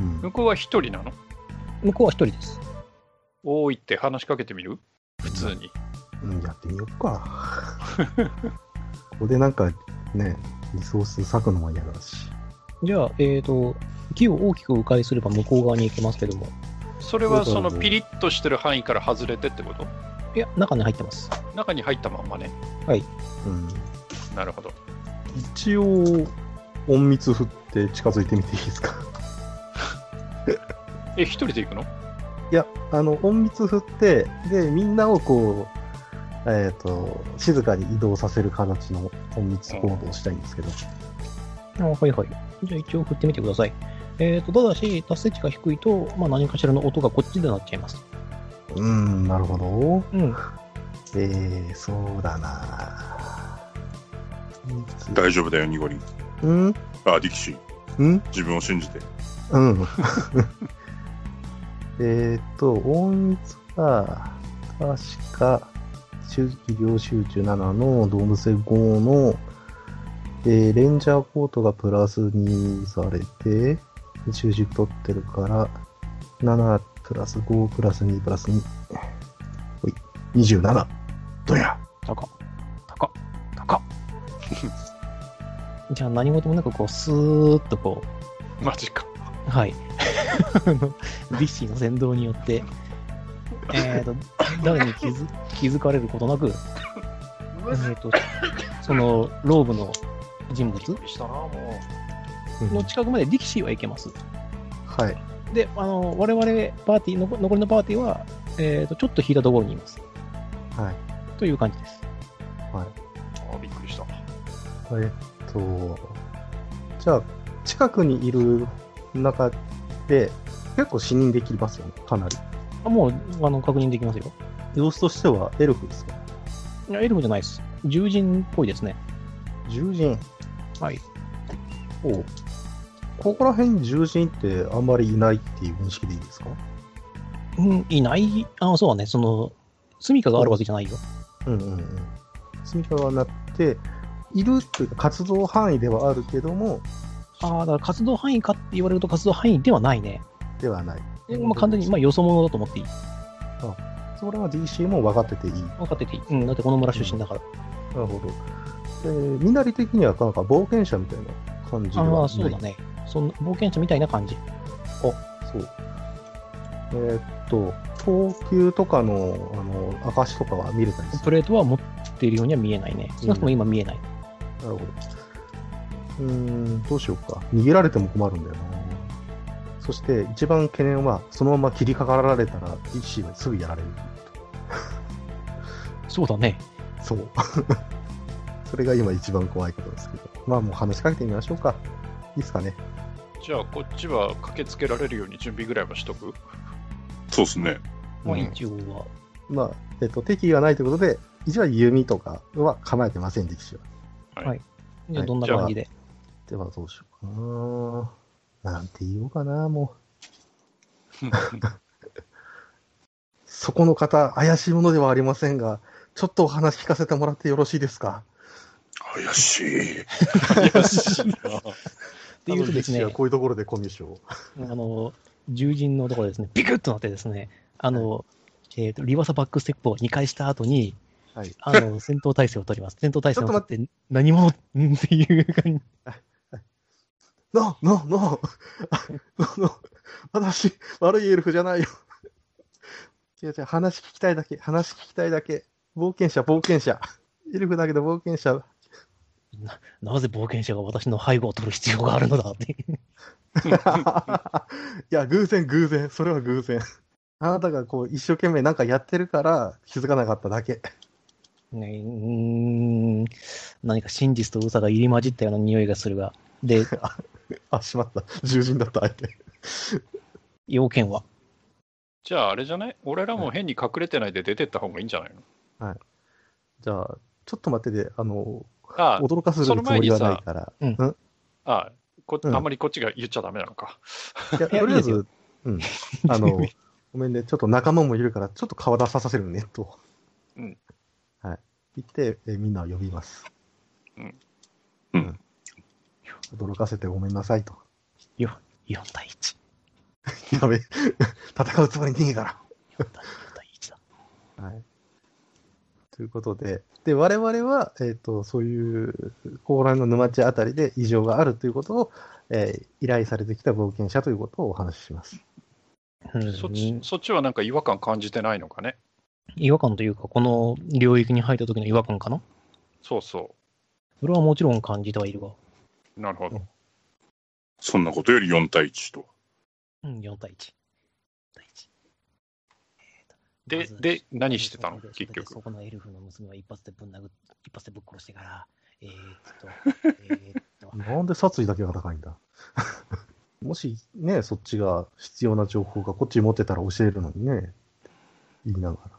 うん。
向こうは一人なの
向こうは一人です。
多いって話しかけてみる普通に。
うん、やってみようか。 ここでなんかね、リソース割くのも嫌だし。
じゃあ、えーと、木を大きく迂回すれば向こう側に行けますけども、
それはそ
そうだ
の
ね
ピリッとしてる範囲から外れてってこと
いや、中に入ってます。
中に入ったまんまね。
うん。
なるほど。
一応、隠密振って近づいてみていいですか。
え、一人で行くの
いや、あの、隠密振って、で、みんなをこう、えっ、と、静かに移動させる形の隠密行動をしたいんですけど。
あはいはい。じゃあ一応振ってみてください。えーと、ただし、達成値が低いと、まあ、何かしらの音がこっちでなっちゃいます。
うーん、なるほど。
うん。
えー、そうだな
大丈夫だよ、ニゴリン。
うん
あ、ディキシー。
うん
自分を信じて。
うん。えーっと、音密が、確か、周期領集中7の動物性5の、えーレンジャーコートがプラス2されて、中軸取ってるから、7プラス5プラス2プラス2。ほい、27。どや
高。高。高。じゃあ何事もなくこう、スーッとこ
マジか。
う、はい。 あのビッシーの先導によって、えーと、誰に気づ気づかれることなく、えーと、その、ローブの人物
したな、も
の近くまで力士は行けます。
はい。
で、あの、我々パーティー、残残りのパーティーは、えーと、ちょっと引いたところにいます。
はい。
という感じです。
う。あ、びっくりした。
えっと、じゃあ、近くにいる中で、結構死認できますよね、かなり。
あもうあの確認できますよ。
様子としてはエルフですよ。
いやエルフじゃないです。獣人っぽいですね。
獣人。
はい。
おうここら辺に獣人ってあんまりいないっていう認識でいいですか
うん、いない。あ、そうだね。その、住処があるわけじゃないよ。
うんうんうん。住みかはなって、いるというか活動範囲ではあるけども、
ああ、だから活動範囲かって言われると活動範囲ではないね。
ではない。
えまあ、完全に、まあ、よそ者だと思っていい。
それは DC も分かってていい。
分かってていい。うん、だってこの村出身だから。
なるほど。で、身なり的にはなんか冒険者みたいな感じではない
ああ、そうだね。そんな冒険者みたいな感じ。
そう。えーっと、投球とかのあの証とかは見れたりす
プ
る。
レートは持っているようには見えないね。少なくとも今見えない。
なるほど。うーん、どうしようか。逃げられても困るんだよな。そして、一番懸念は、そのまま切りかかられたら、一シーはすぐやられる。
そうだね。
そう。 それが今一番怖いことですけど。まあもう話しかけてみましょうか。いいですかね。
じゃあ、こっちは駆けつけられるように準備ぐらいはしと く
そうですね。
まあ
うん
一応は。
まあ、えっと、敵意がないということで、一応は弓とかは構えてません、力士は。
じゃあ
はい
どんな感じで。
ではどうしようかな。なんて言おうかな、もう。そこの方、怪しいものではありませんが、ちょっとお話聞かせてもらってよろしいですか。
怪しい。
怪しい
っ
な。
ていうとですね
多分力士はこういうところでコミュ障。
あの、獣人のところですね、ビクッとなってですね、あの、えっ、と、リバーサバックステップを2回した後に、
はい。
あの、 戦闘態勢を取ります。戦闘態勢を取っ
ち
て、何者 んっていう感じ。
ノー、ノー、 ノー。ノー、ノー。私、悪いエルフじゃないよ。違う違う、話聞きたいだけ、話聞きたいだけ。冒険者、冒険者。エルフだけど冒険者。
なぜ冒険者が私の背後を取る必要があるのだって。
いや、偶然、偶然。それは偶然。あなたがこう、一生懸命なんかやってるから、気づかなかっただけ。
ねうーん、何か真実と嘘が入り混じったような匂いがするが。 で、
あ、しまった。獣人だった、相手。
要件は。
じゃあ、あれじゃない俺らも変に隠れてないで出てった方がいいんじゃないの
じゃあ、ちょっと待ってて、あの、
あ
驚かせるつもりはないから。
その前に
うん。
あ、あこ
うん
あんまりこっちが言っちゃダメなのか。
いや、
いや
とりあえ
いい
ず、うん。あの、ごめんね、ちょっと仲間もいるから、ちょっと顔出させるね、と。
うん。
はい。言って、えみんなを呼びます。
うん。
うん。驚かせてごめんなさいと。
4対1。
やべえ、戦うつもりねえか
4対1だ。
ら。はい。ということで、で、我々は、えっ、と、そういう、高麗の沼地あたりで異常があるということを、えー依頼されてきた冒険者ということをお話しします。
うん
そっちそっちはなんか違和感感じてないのかね。
違和感というか、この領域に入った時の違和感かな
そうそ
それはもちろん感じてはいるが。
う。なるほど。
そんなことより4対1と。
うん、4対1。4対1
で
まず
で何してたの
そこで
結局
そこのエルフの娘は一発でぶん殴っ一発でぶっ殺してから、え ー、っと、えーっと、
なんで殺意だけが高いんだ もしね、そっちが必要な情報がこっちに持ってたら教えるのにね、言いながら。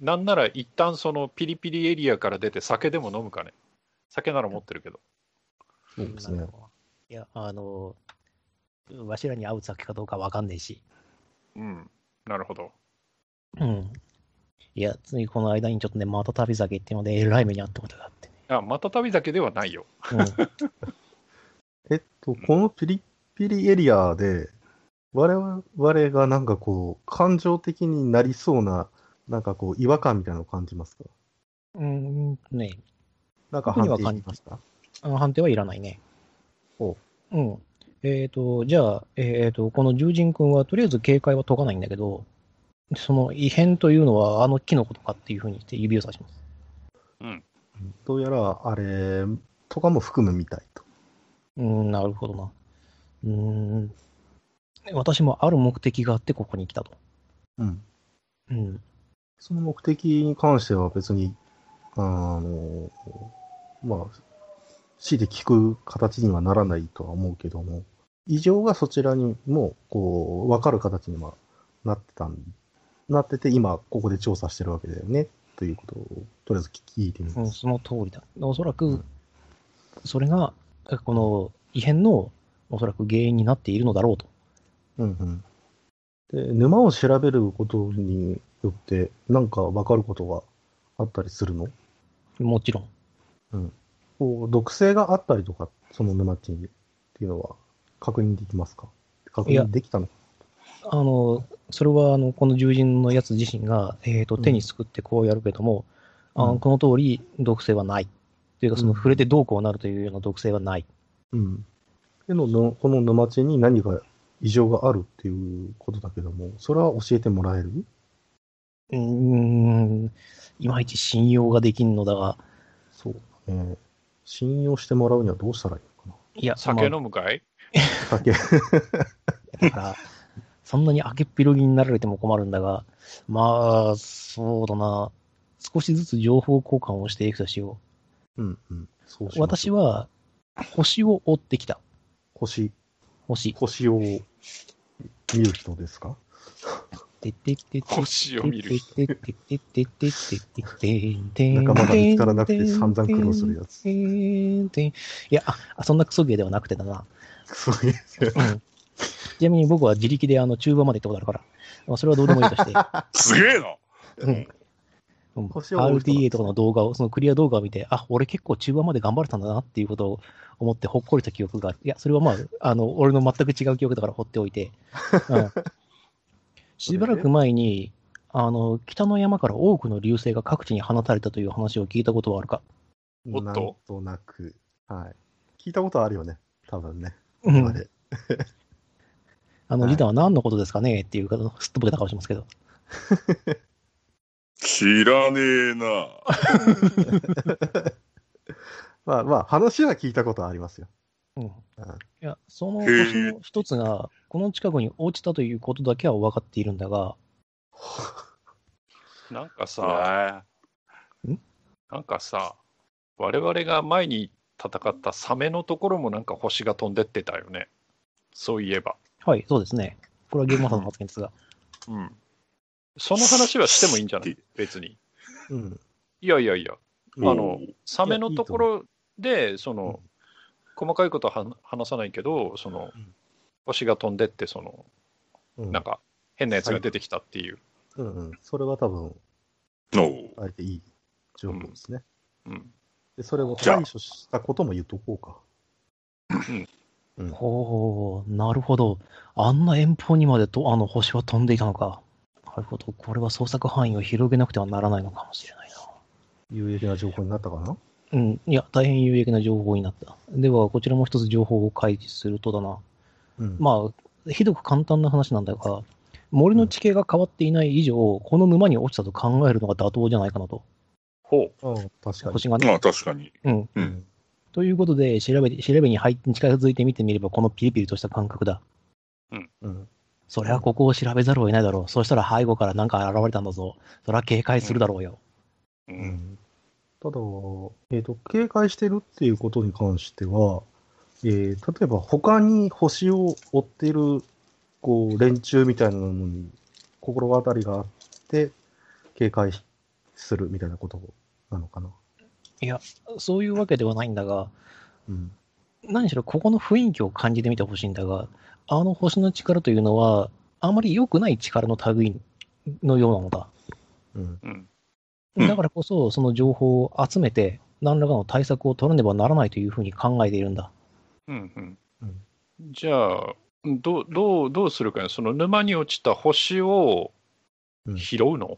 なんなら一旦そのピリピリエリアから出て酒でも飲むかね。酒なら持ってるけど。
そうですね
なんかいや、あの、わしらに合う酒かどうかわかんねえし、
うん。なるほど。
うん。いや、ついこの間にちょっとね、また旅酒っていうので、えらい目にあったことがあってね。
あ、また旅酒ではないよ。
うん、
えっと、このピリピリエリアで、我々がなんかこう、感情的になりそうな、なんかこう、違和感みたいなのを感じますか
うん、ね
なんか
特
判
には感
定感
じ
じますか
あの判定はいらないね。
ほ
うん。えっ、と、じゃあ、えっ、と、この獣人君はとりあえず警戒は解かないんだけど、その異変というのはあの木のことかっていうふうにして指を指します。
どうやら、あれとかも含むみたいと。
うん、なるほどな。うーん。私もある目的があってここに来たと。
うん。
うん。
その目的に関しては別に、あの、まあ、強いて聞く形にはならないとは思うけども、異常がそちらにも、こう、わかる形にはなってたん、なってて、今、ここで調査してるわけだよね、ということを、とりあえず聞いてみ
う
ま
ん、
す。
その通りだ。おそらく、
うん
それが、この異変の、おそらく原因になっているのだろうと。
うんうん。で、沼を調べることによって、なんかわかることがあったりするの
もちろん。
こう、毒性があったりとか、その沼地にっていうのは確認できますか確認できたの
あの、それは、あの、この獣人のやつ自身が、えーと、
うん
手にすくってこうやるけども、あ
うん
のこの通り、毒性はない。というか、そうの、
ん
触れてどうこうなるというような毒性はない。
うん。でのの、この沼地に何か異常があるっていうことだけども、それは教えてもらえる
うーん、いまいち信用ができんのだが、
そうだね。信用してもらうにはどうしたらいいのか
いや、
酒飲むかい、
な 酒。
まあだから、そんなに明けっぴろぎになられても困るんだが、まあ、そうだな。少しずつ情報交換をしていくとしよ
うんうん。そうし
う。
ま
私は、星を追ってきた。
星、
星。
星を見る人ですか
てってってって
星を見る人。
てってってってってってってって
仲間が見つからなくて散々苦労するやつ。
てんてんいや、あそんなクソゲーではなくてだな。
そうですね。
ちなみに僕は自力であの中盤まで行ったことあるから、まあ、それはどうでもいいとして、
すげえな
うん
星を追う人
RTA とかの動画を、そのクリア動画を見て、あ、俺結構中盤まで頑張れたんだなっていうことを思ってほっこりした記憶がある。いや、それはまあ、あの、俺の全く違う記憶だから放っておい て。うん、しばらく前に、あの、北の山から多くの流星が各地に放たれたという話を聞いたことはあるか。
おっと
なんとなく。はい。聞いたことあるよね。多分ね。
う
あ
ん、
れ。
あの、
はい
リターは何のことですかねっていうか、すっとぼけた顔してますけど。
知らねえな。
まあまあ、話は聞いたことありますよ。
うんいや、その
へえ
星の一つが、この近くに落ちたということだけは分かっているんだが、
なんかさ、
さあ。
なんかさ、我々が前に戦ったサメのところもなんか星が飛んでってたよね。そういえば。
はい、そうですね。これはゲームマスターの発言ですが。
うん。その話はしてもいいんじゃない別に。
うん。
いやいやいや、
うん
あの、サメのところで、その、細かいことは話話さないけど、その
うん、
星が飛んでって、その、
うん
なんか、変なやつが出てきたっていう。
うんうん。それは多分、
の
あえていい情報ですね。
うん。
で、それを
じゃあ
対処したことも言っとこうか。
ほう、なるほど。あんな遠方にまでとあの星は飛んでいたのか。なるほど。これは捜索範囲を広げなくてはならないのかもしれないな。
有益な情報になったかな
うん、いや、大変有益な情報になった。では、こちらも一つ情報を開示するとだな。
うん。
まあ、ひどく簡単な話なんだが、森の地形が変わっていない以上、この沼に落ちたと考えるのが妥当じゃないかなと。
ほう。
うん、確かに。
星がね。
まあ確かに。
うん。
うん
ということで、調べて、調べに入って近づいてみてみれば、このピリピリとした感覚だ。
うん。
そりゃここを調べざるを得ないだろう。そしたら背後からなんか現れたんだぞ。そりゃ警戒するだろうよ。
う。
うんんただ、えっ、と、警戒してるっていうことに関しては、えー、例えば他に星を追ってる、こう、連中みたいなのに心当たりがあって、警戒するみたいなことなのかな。
そういうわけではないんだが、
うん。
何しろここの雰囲気を感じてみてほしいんだが、あの星の力というのは、あまり良くない力の類のようなのだ。
うん。
うん。
うん
だからこそ、その情報を集めて、何らかの対策を取らねばならないというふうに考えているんだ。
うん。う
うんん。
じゃあ、どう、どう、どうするかね。その沼に落ちた星を
うん
拾うの、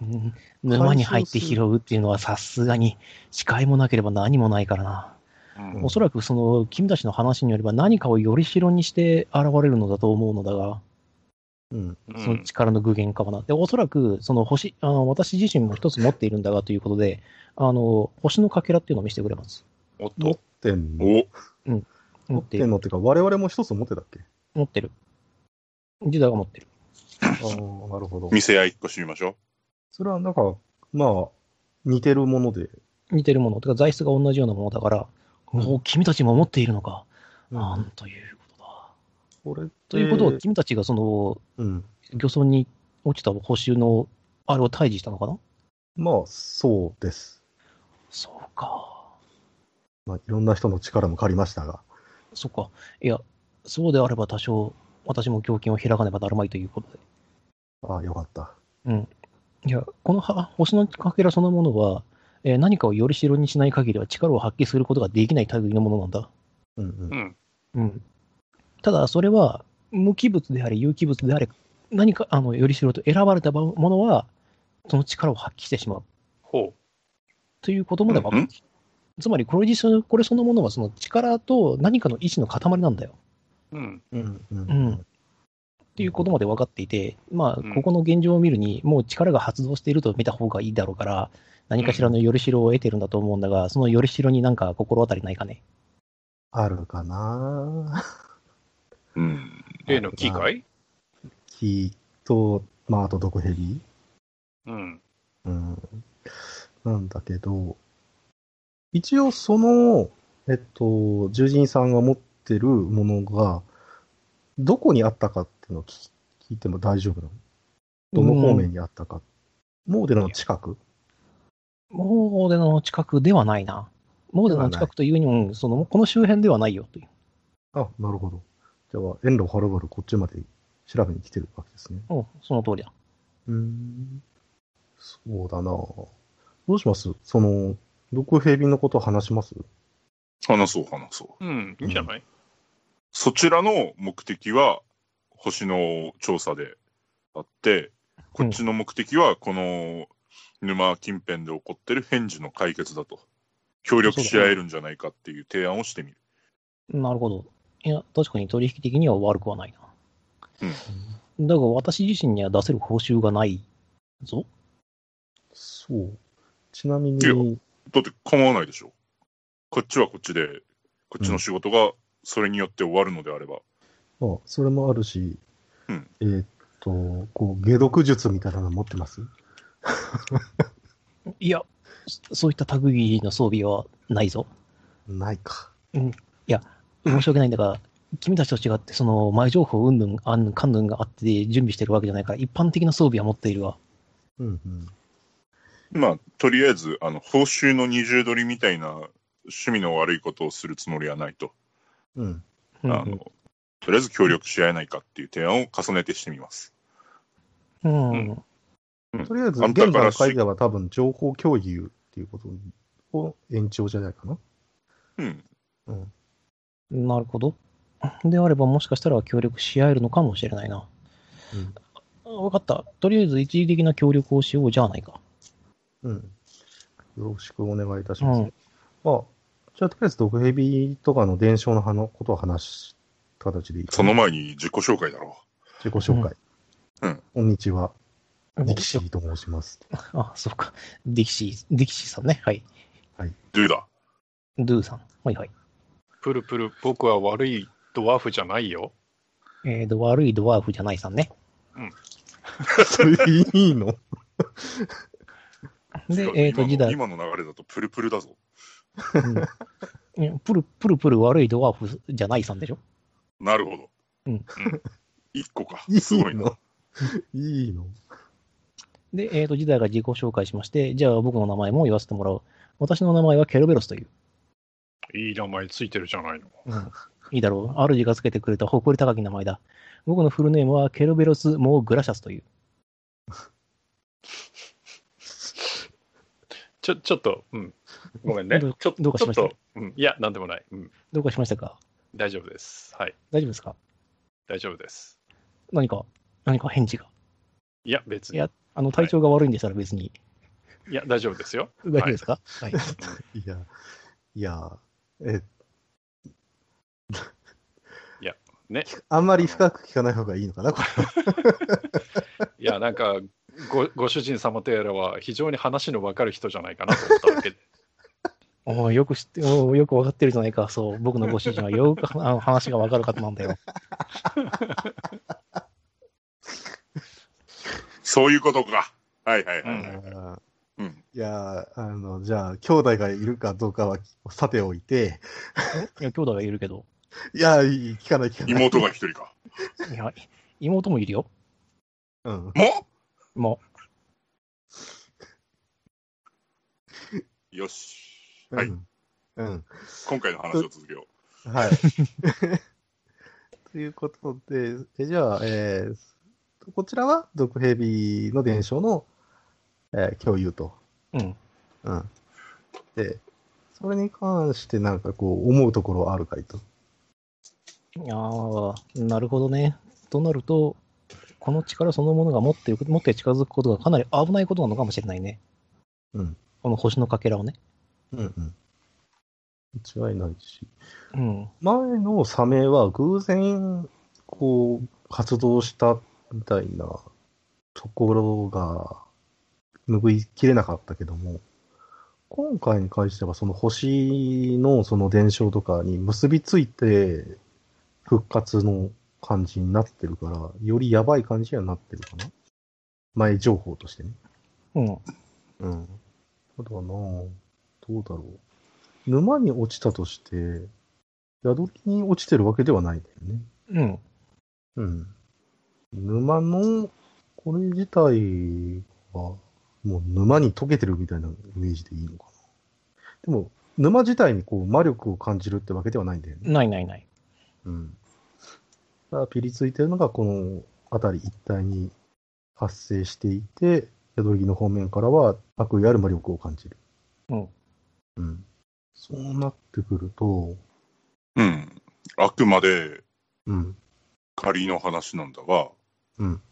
うん沼に入って拾うっていうのはさすがに、視界もなければ何もないからな。
うん
ん
おそらくその君たちの話によれば何かをより代にして現れるのだと思うのだが、
うん。
うん
その力の具現化はな。で、おそらくその星、あの私自身も一つ持っているんだがということで、あの、星のかけらっていうのを見せてくれます。
おっ
持っ
と、
てんの
お、
持
持
っ
ってて
いる。
んのっていうか、我々も一つ持ってたっけ
持ってる。ジダが持ってる。
ああ、なるほど。
店屋一個知りましょ
それはなんか、まあ、似てるもので。
似てるもの。てか材質が同じようなものだから、おお、君たちも持っているのか。なんということだ。
これ
ということは、君たちがその、
うん。
漁村に落ちた星の、あれを退治したのかな
まあ、そうです。
そうか。
まあ、いろんな人の力も借りましたが。
そっか。いや、そうであれば多少、私も胸筋を開かねばなるまいということで。
ああ、よかった。
いや、このは星のかけらそのものは、えー何かをより代にしない限りは力を発揮することができない類のものなんだ。
うんう。
うんん。
うん。ただ、それは、無機物であれ、有機物であれ、何か、あの、より代と選ばれたものは、その力を発揮してしまう。
ほ
ということまでわかる
うん
つまり、これ自身、これそのものは、その力と何かの意志の塊なんだよ。
う。うん。
うんうん
う
うんん。
っていうことまで分かっていて、ま
うん
あ、ここの現状を見るに、もう力が発動していると見た方がいいだろうから、何かしらのよりしろを得てるんだと思うんだが、そのよりしろになんか心当たりないかね。
あるかな
う。うん。
例の機械
きっと、まあ、あと、毒蛇
うん。
うん。なんだけど、一応その、えっと、獣人さんが持ってるものが、どこにあったかっていうのを聞聞いても大丈夫なのどの方面にあったか。モーデルの近く
モーデの近くではないな。モーデの近くというにも、その、この周辺ではないよという。
あ、なるほど。じゃあ、遠路はるばるこっちまで調べに来てるわけですね。
うん、その通りだ。
うーん。そうだなぁどうしますその、毒蛇のこと話します
話そう話そう。
うん、いいんじゃない、
そちらの目的は星の調査であって、こっちの目的はこの沼近辺で起こってる返事の解決だと。協力し合えるんじゃないかっていう提案をしてみる。
なるほど。いや、確かに取引的には悪くはないな。だが、私自身には出せる報酬がないぞ。
そう。ちなみ
いや
に、
だって構わないでしょ。こっちはこっちで、こっちの仕事がそれによって終わるのであれば。
まあ、それもあるし、
うん
えーっと、こう、解毒術みたいなの持ってます
いや、そそういった類の装備はないぞ。
ないか。
申し訳ないんだが、君たちと違って、その、前情報うんぬん、あんぬん、かんぬんがあって準備してるわけじゃないから、一般的な装備は持っているわ。
うんうん。
まあ、とりあえず、あの、報酬の二重取りみたいな趣味の悪いことをするつもりはないと。
うん。
う
あ
ん
の、とりあえず協力し合えないかっていう提案を重ねてしてみます。
うん。
うん
とりあえず、
あんたか
現在
ら
の
し
会議は多分情報共有っていうことを延長じゃないかな。
うん。
う
う
ん。
んなるほど。であれば、もしかしたら協力し合えるのかもしれないな。
うん
わかった。とりあえず一時的な協力をしようじゃないか。
うん。よろしくお願いいたし
う
ます。
ん。
まあ、じゃあとりあえず毒蛇とかの伝承の話のことを話した形でいい
その前に自己紹介だろ
自己紹介。
うん
こんにちは。デキシーと申します。
あ、そうか。ディキシー、ディキシーさんね。はい。
う。ドゥだ。
ドゥさん。はいはい。
プルプル、僕は悪いドワーフじゃないよ。
えーと、悪いドワーフじゃないさんね。
それでいいの
で
違う、
えーと、時
今
代、
の今の流れだとプルプルだぞ。
うんいやプル、プルプル悪いドワーフじゃないさんでしょ
なるほど。
うん
一個か
い。い
すごいな
の。いいの
で、えーと、時代が自己紹介しまして、じゃあ僕の名前も言わせてもらう。私の名前はケルベロスという。
いい名前ついてるじゃないの。
いいだろう。主がつけてくれた誇り高き名前だ。僕のフルネームはケルベロス・モー・グラシャスという。
ちょ、ちょっと、うん。ごめんね。ち
ど
ょ
う
ちょっと、
どうかしました
うん。いや、なんでもない。うん。
どうかしましたか
大丈夫です。はい。
大丈夫ですか
大丈夫です。
何か、何か返事が。
いや、別に。
い
い
や
や、
あの、体調が悪いんでしたら別に。
大丈夫ですよ。
大丈夫ですかはい。
いや、いや、 え、
ね。
あんまり深く聞かない方がいいのかな、これ。
いや、なんか、ご、ご主人様とやらは非常に話の分かる人じゃないかなと思った わけで。
おーよく知って、おーよくわかってるじゃないか。そう、僕のご主人はよくあの話がわかる方なんだよ。
そういうことか。はいはいは
う
い
ん
はい。
あー
うん。
いや、あの、じゃあ、兄弟がいるかどうかはさておいて、
いや、兄弟がいるけど。
いや、いい聞かない、聞かない。
妹が一人か。
いや、妹もいるよ。
うん。
も
も
うよし。
う
はい。
ん。うん。
今回の話を続けよ
はい。 ということで、えじゃあ、えーこちらは毒蛇の伝承の、えー共有と。
う。うん。
うん。で、それに関してなんかこう思うところはあるかいと。
ああ、なるほどね。となると、この力そのものが持っていく、持って近づくことがかなり危ないことなのかもしれないね。
うん。
この星のかけらをね。
うんうん。間違いないし。
うん。
前のサメは偶然、こう、活動したみたいなところが、拭いきれなかったけども、今回に関しては、その星のその伝承とかに結びついて、復活の感じになってるから、よりやばい感じにはなってるかな。前情報としてね。
うん。
うん。ただなぁ、どうだろう。沼に落ちたとして、宿りに落ちてるわけではないんだよね。
うん。
うん。沼の、これ自体は、もう沼に溶けてるみたいなイメージでいいのかな。でも、沼自体にこう魔力を感じるってわけではないんだよね。
ないないない。
うん。ただピリついてるのがこの辺り一帯に発生していて、宿り木の方面からは悪意ある魔力を感じる。
うん。
うん。そうなってくると、
うん。あくまで
うん。
仮の話なんだが、
うん。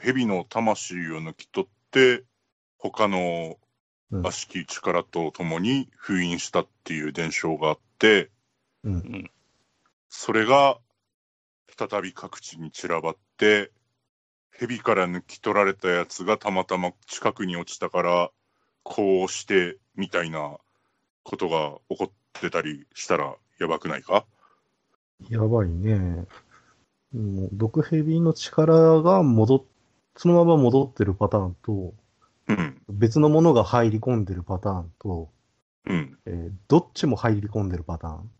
蛇の魂を抜き取って、他の
うん
悪しき力と共に封印したっていう伝承があって、
うん。
それが再び各地に散らばって、蛇から抜き取られたやつがたまたま近くに落ちたから、こうしてみたいなことが起こってたりしたらやばくないか
やばいね。もう毒蛇の力が戻っ、そのまま戻ってるパターンと、
うん。
別のものが入り込んでるパターンと、
うん。
えーどっちも入り込んでるパターン。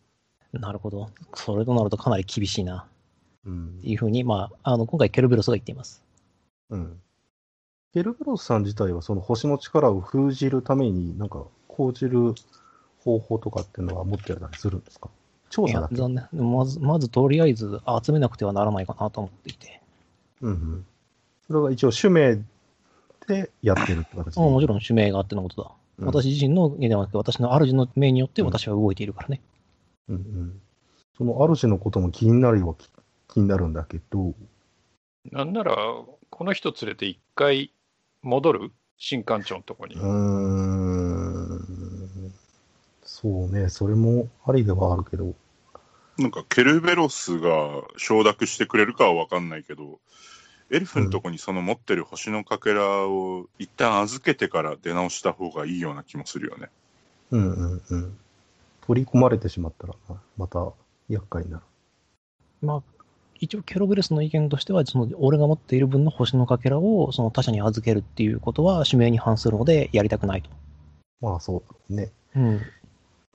なるほど。それとなるとかなり厳しいな。
うん
っていうふうに、まあ、あの、今回ケルベロスが言っています。
うん。ケルブロスさん自体はその星の力を封じるために、なんか、講じる方法とかっていうのは持ってたりするんですか調
い
査だ
や、
け。
残念。まず、まずとりあえず集めなくてはならないかなと思っていて。
うんうん。それが一応、主名でやってるって形で
うん、もちろん、指名があってのことだ。
うん
私自身の家ではなくて、私の主の命によって私は動いているからね。
うんうん。その主のことも気になるよは気気になるんだけど、
なんなら、この人連れて一回戻る新館長のとこに
う。ーん。そうね、それもありではあるけど、
なんかケルベロスが承諾してくれるかは分かんないけど、エルフのとこにその持ってる星のかけらを一旦預けてから出直した方がいいような気もするよね。
うんうんうん。取り込まれてしまったらな、また厄介になる。
まあ、一応、ケロベレスの意見としては、その、俺が持っている分の星のかけらを、その他者に預けるっていうことは、指名に反するので、やりたくないと。
まあそうだろうね。
うん。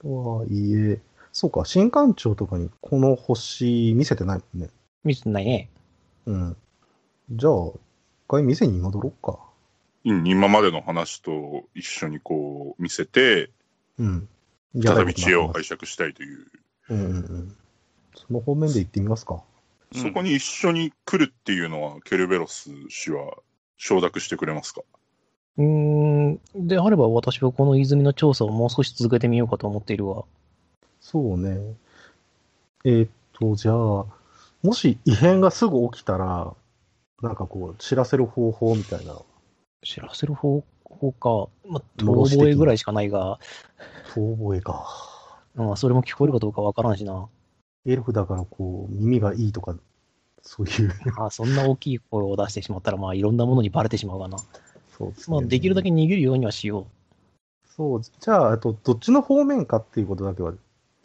とはいえ、そうか、新館長とかにこの星見せてないもんね。
見せてないね。
うん。じゃあ、一回店に戻ろっか。
うん今までの話と一緒にこう見せて、
うん。やば
再
い
び
こと
知恵
に
を
なって
拝借したいという、
ますうんうんうん。その方面で行ってみますか。
うん
そこに一緒に来るっていうのはケルベロス氏は承諾してくれますか
うーん。であれば、私はこの泉の調査をもう少し続けてみようかと思っているわ。
そうね。えーっと、じゃあ、もし異変がすぐ起きたら、なんかこう、知らせる方法みたいな、
知らせる方法か、まあ、
戻
遠
してき
吠
て
えぐらいしかないが、
遠吠えか。
まあ、それも聞こえるかどうかわからんしな。
エルフだからこう、耳がいいとか、そう いう。
まあ、そんな大きい声を出してしまったら、まあ、いろんなものにバレてしまうがな。
そうです
まあ、できるだけ逃げるようにはしよ
そう、じゃあ、あと、どっちの方面かっていうことだけは、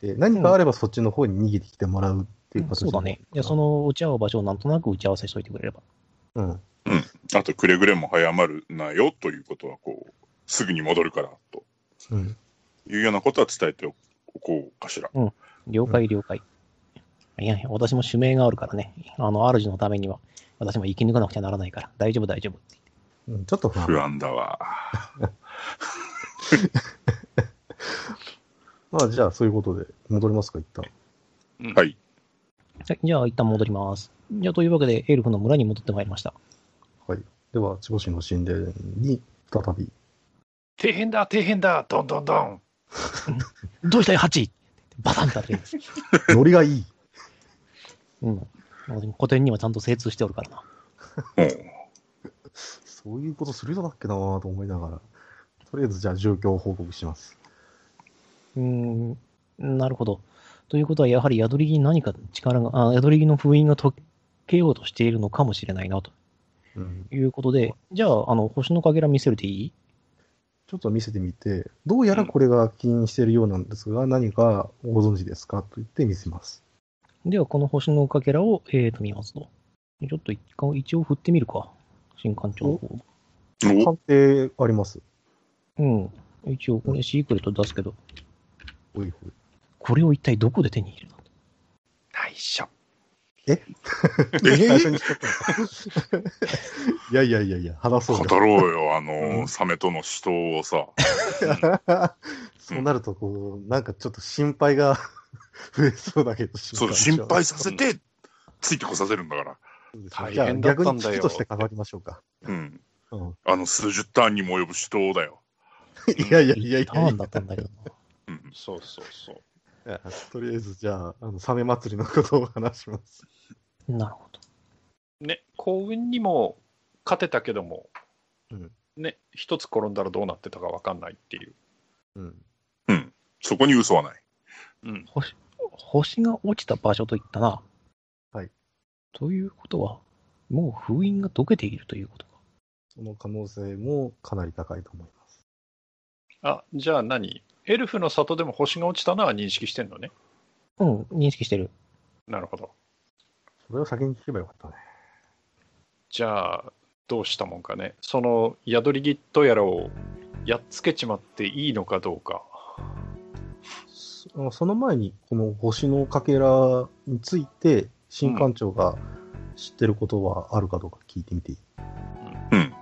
え何かあればそっちの方に逃げてきてもらうっ
う。
ていう形
そうだね。いや、そ
の、
の打ち合う場所をなんとなく打ち合わせしといてくれれば。
うん。
あとくれぐれも早まるなよということはこう、すぐに戻るからと
うん。
いうようなことは伝えておこうかしら。
了解、了解。いやいや、私も指名があるからね。あの、主のためには、私も生き抜かなくちゃならないから、大丈夫、大丈夫。
うんちょっと不安。
不安だわ。
まあ、じゃあ、そういうことで、戻りますか、一旦。
うん
はい
はい、じゃあ、一旦戻ります。じゃあ、というわけで、エルフの村に戻ってまいりました。
では、千葉市の神殿に、再び。
底辺だ、底辺だ、どんどんどん。
どうしたい、ハチバタンと当たります。
ノリがいい。
うん。古典にはちゃんと精通しておるからな。
うん
そういうことする人だっけなぁと思いながら、とりあえずじゃあ状況を報告します。
うーん、なるほど。ということは、やはり宿り木に何か力が、あ宿り木の封印が解けようとしているのかもしれないな、と
うん、
いうことで、じゃあ、あの、星のかけら見せるでいい
ちょっと見せてみて、どうやらこれが起因しているようなんですが、何かご存知ですかと言って見せます。
では、この星のかけらを、えーと、見ますと。ちょっと一回、一応振ってみるか。新館長の方。
お
鑑定あります。
うん。一応、これシークレット出すけど、
ほいほい。
これを一体どこで手に入れたの
内緒。
え
最初にしちゃったのいやいやいやいや、話そう
語
よ。
ろうよ、あのー
うん
サメとの死闘をさ。
そうなると、こう、なんかちょっと心配が 増えそうだけど、
そう、心配させて、ついてこさせるんだから。
大
じゃあ
変だったん
逆
だよ
に危機として語りましょうか。
うん。
うん、
あの、数十ターンにも及ぶ死闘だよ。
いやいやいやい
一タ
や
ー
い
ンだったんだけどな。
うん。
そうそうそう。
や、とりあえずじゃあ、あのサメ祭りのことを話します。
なるほど。
ね、幸運にも勝てたけども、
うん
ね、一つ転んだらどうなってたか分かんないっていう。
うん、
そこに嘘はない。
うん、
星、星が落ちた場所といったな。
はい。
ということは、もう封印が解けているということか。
その可能性もかなり高いと思います。
あじゃあ何エルフの里でも星が落ちたのは認識してんのね。
うん、認識してる。
なるほど。
それを先に聞けばよかったね。
じゃあ、どうしたもんかね。その宿りギットやらをやっつけちまっていいのかどうか。
そあその前に、この星のかけらについて、新館長が知ってることはあるかどうか聞いてみていい、
うん。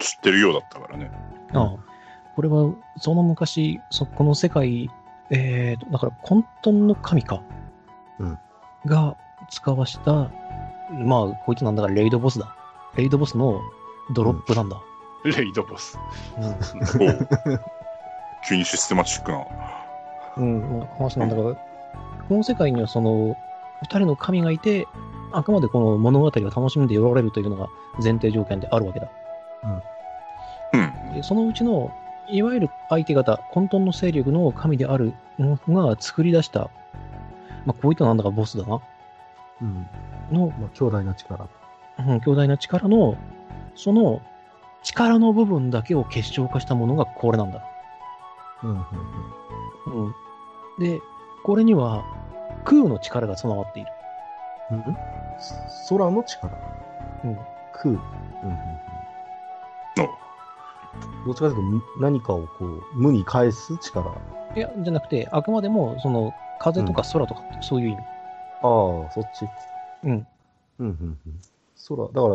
知ってるようだったから ね。
ああこれは、その昔、そこの世界、えーと、だから混沌の神か。
うん
が使わした、まあ、こいつなんだからレイドボスだ。レイドボスのドロップなんだ。
レイドボス。
おう急にシステマチックな。
うん、話なんだから、この世界にはその、二人の神がいて、あくまでこの物語を楽しんでおられるというのが前提条件であるわけだ。
うん。
でそのうちの、いわゆる相手方、混沌の勢力の神であるのが作り出した、まあ、こういったなんだかボスだな、
うん
の、
まあ、強大な力。
うん、強大な力の、その、力の部分だけを結晶化したものがこれなんだ。
うんうん
うん。で、これには、空の力が備わっている。
うんん空の力
うん。
空、うんうんうん、どっちかというとむ何かをこう無に返す力あ
いや、じゃなくて、あくまでも、その、風とか空とか、そういう意味。
あそっち、
うん。
うんうんうん、空だから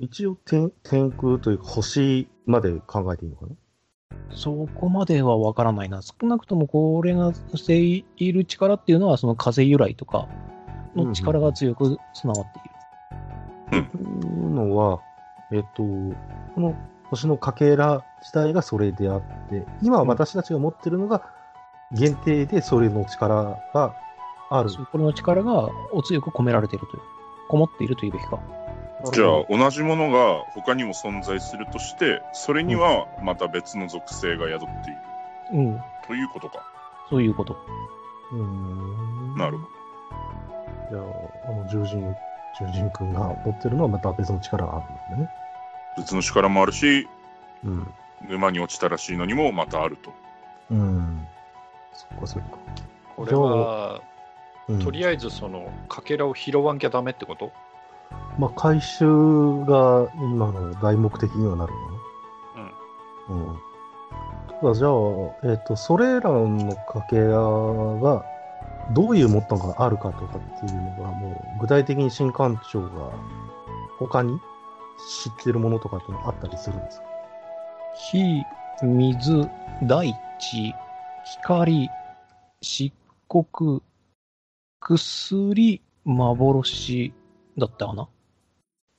一応天天空というか星まで考えていいのかな
そこまではわからないな。少なくとも、これがしている力っていうのは、その風由来とかの力が強く備わっている。
というのはえっとこの星のかけら自体がそれであって今私たちが持ってるのが限定でそれの力がある
そうこれの力が、お強く込められているという。こもっていると言うべきか。
じゃあ、同じものが他にも存在するとして、それにはまた別の属性が宿っている
うん。
ということか。
そういうこと。
うーん
なるほ
じゃあ、あの、獣人、獣人くんが持ってるのはまた別の力があるんだよね。
ど。別の力もあるし、
うん。
沼に落ちたらしいのにもまたあると。
うん。そっかそっか。
これは、
うん、
とりあえずそのかけらを拾わんきゃダメってこと
まあ、回収が今の大目的にはなるのね。うん。うん。ただじゃあ、えっ、と、それらの掛け合いが、どういうもっとがあるかとかっていうのが、もう、具体的に新館長が、他に知ってるものとかってのあったりするんですか
火、水、大地、光、漆黒、薬、幻だったかな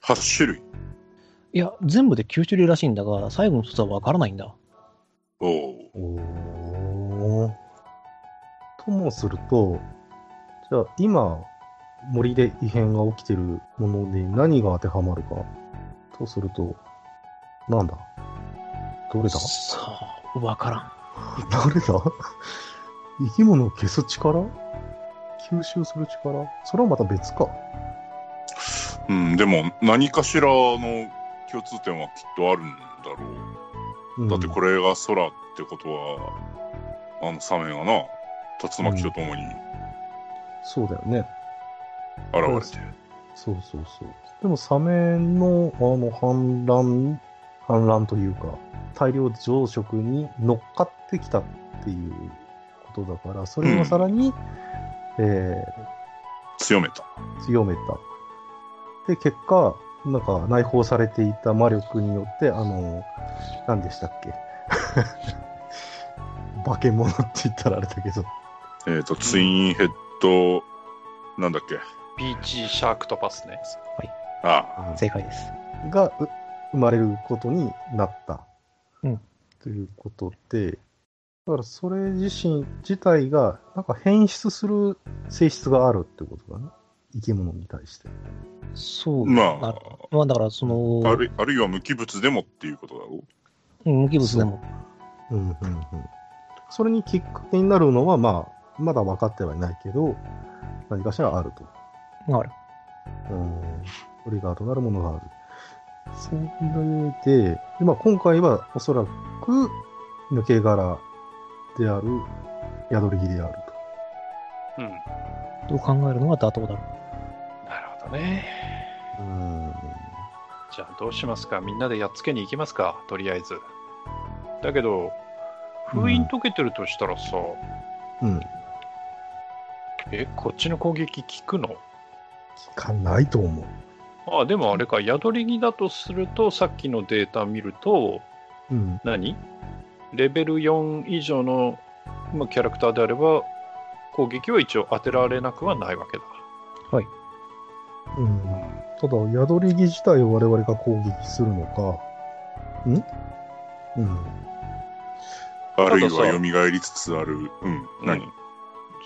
8種類。
いや、全部で9種類らしいんだが、最後の一つはわからないんだ。
おお。
おーともすると、じゃあ今、森で異変が起きてるものに何が当てはまるか。とすると、なんだ どれだ
さあ、わからん。
どれだ生き物を消す力吸収する力それはまた別か。
うん、でも何かしらの共通点はきっとあるんだろう。だってこれが空ってことは、あのサメがな、竜巻とともに
そうだよね。
現れて。
そうそうそう。でもサメのあの反乱、反乱というか、大量上職に乗っかってきたっていうことだから、それをさらに、え
強めた。
ー強めた。で、結果、なんか内包されていた魔力によって、あの、何でしたっけ 化け物って言ったらあれだけど、
えっ、と、ツインヘッド、なんだっけ。
ピーチシャークトパスね。
ああ、
正解です。
がう生まれることになった、
うん
ということでだからそれ自身自体がなんか変質する性質があるってことだね生き物に対して
そう。
ま
あ
あ、
まあ、だから、その、
あるあるいは無機物でもっていうことだろ
うん無機物でも、
うんうんうんそれにきっかけになるのはまあまだ分かってはいないけど何かしらあると
ある。
うんオリガーとなるものがある。それで、まあ、今回はおそらく抜け殻である宿り木である
うん。
と考えるのが妥当だろ
なるほどね。
と。うん。
じゃあどうしますかみんなでやっつけに行きますかとりあえず。だけど、封印解けてるとしたらさ、
うん。
え、こっちの攻撃効くの
聞かないと思
あでもあれか、宿り木だとすると、さっきのデータ見ると、
う。うん。
何レベル4以上の、まあ、キャラクターであれば、攻撃は一応当てられなくはないわけだ。
うん。ただ、宿り木自体を我々が攻撃するのか、んうん。
う。あるい
たださ
は蘇りつつある。うん。何、
うん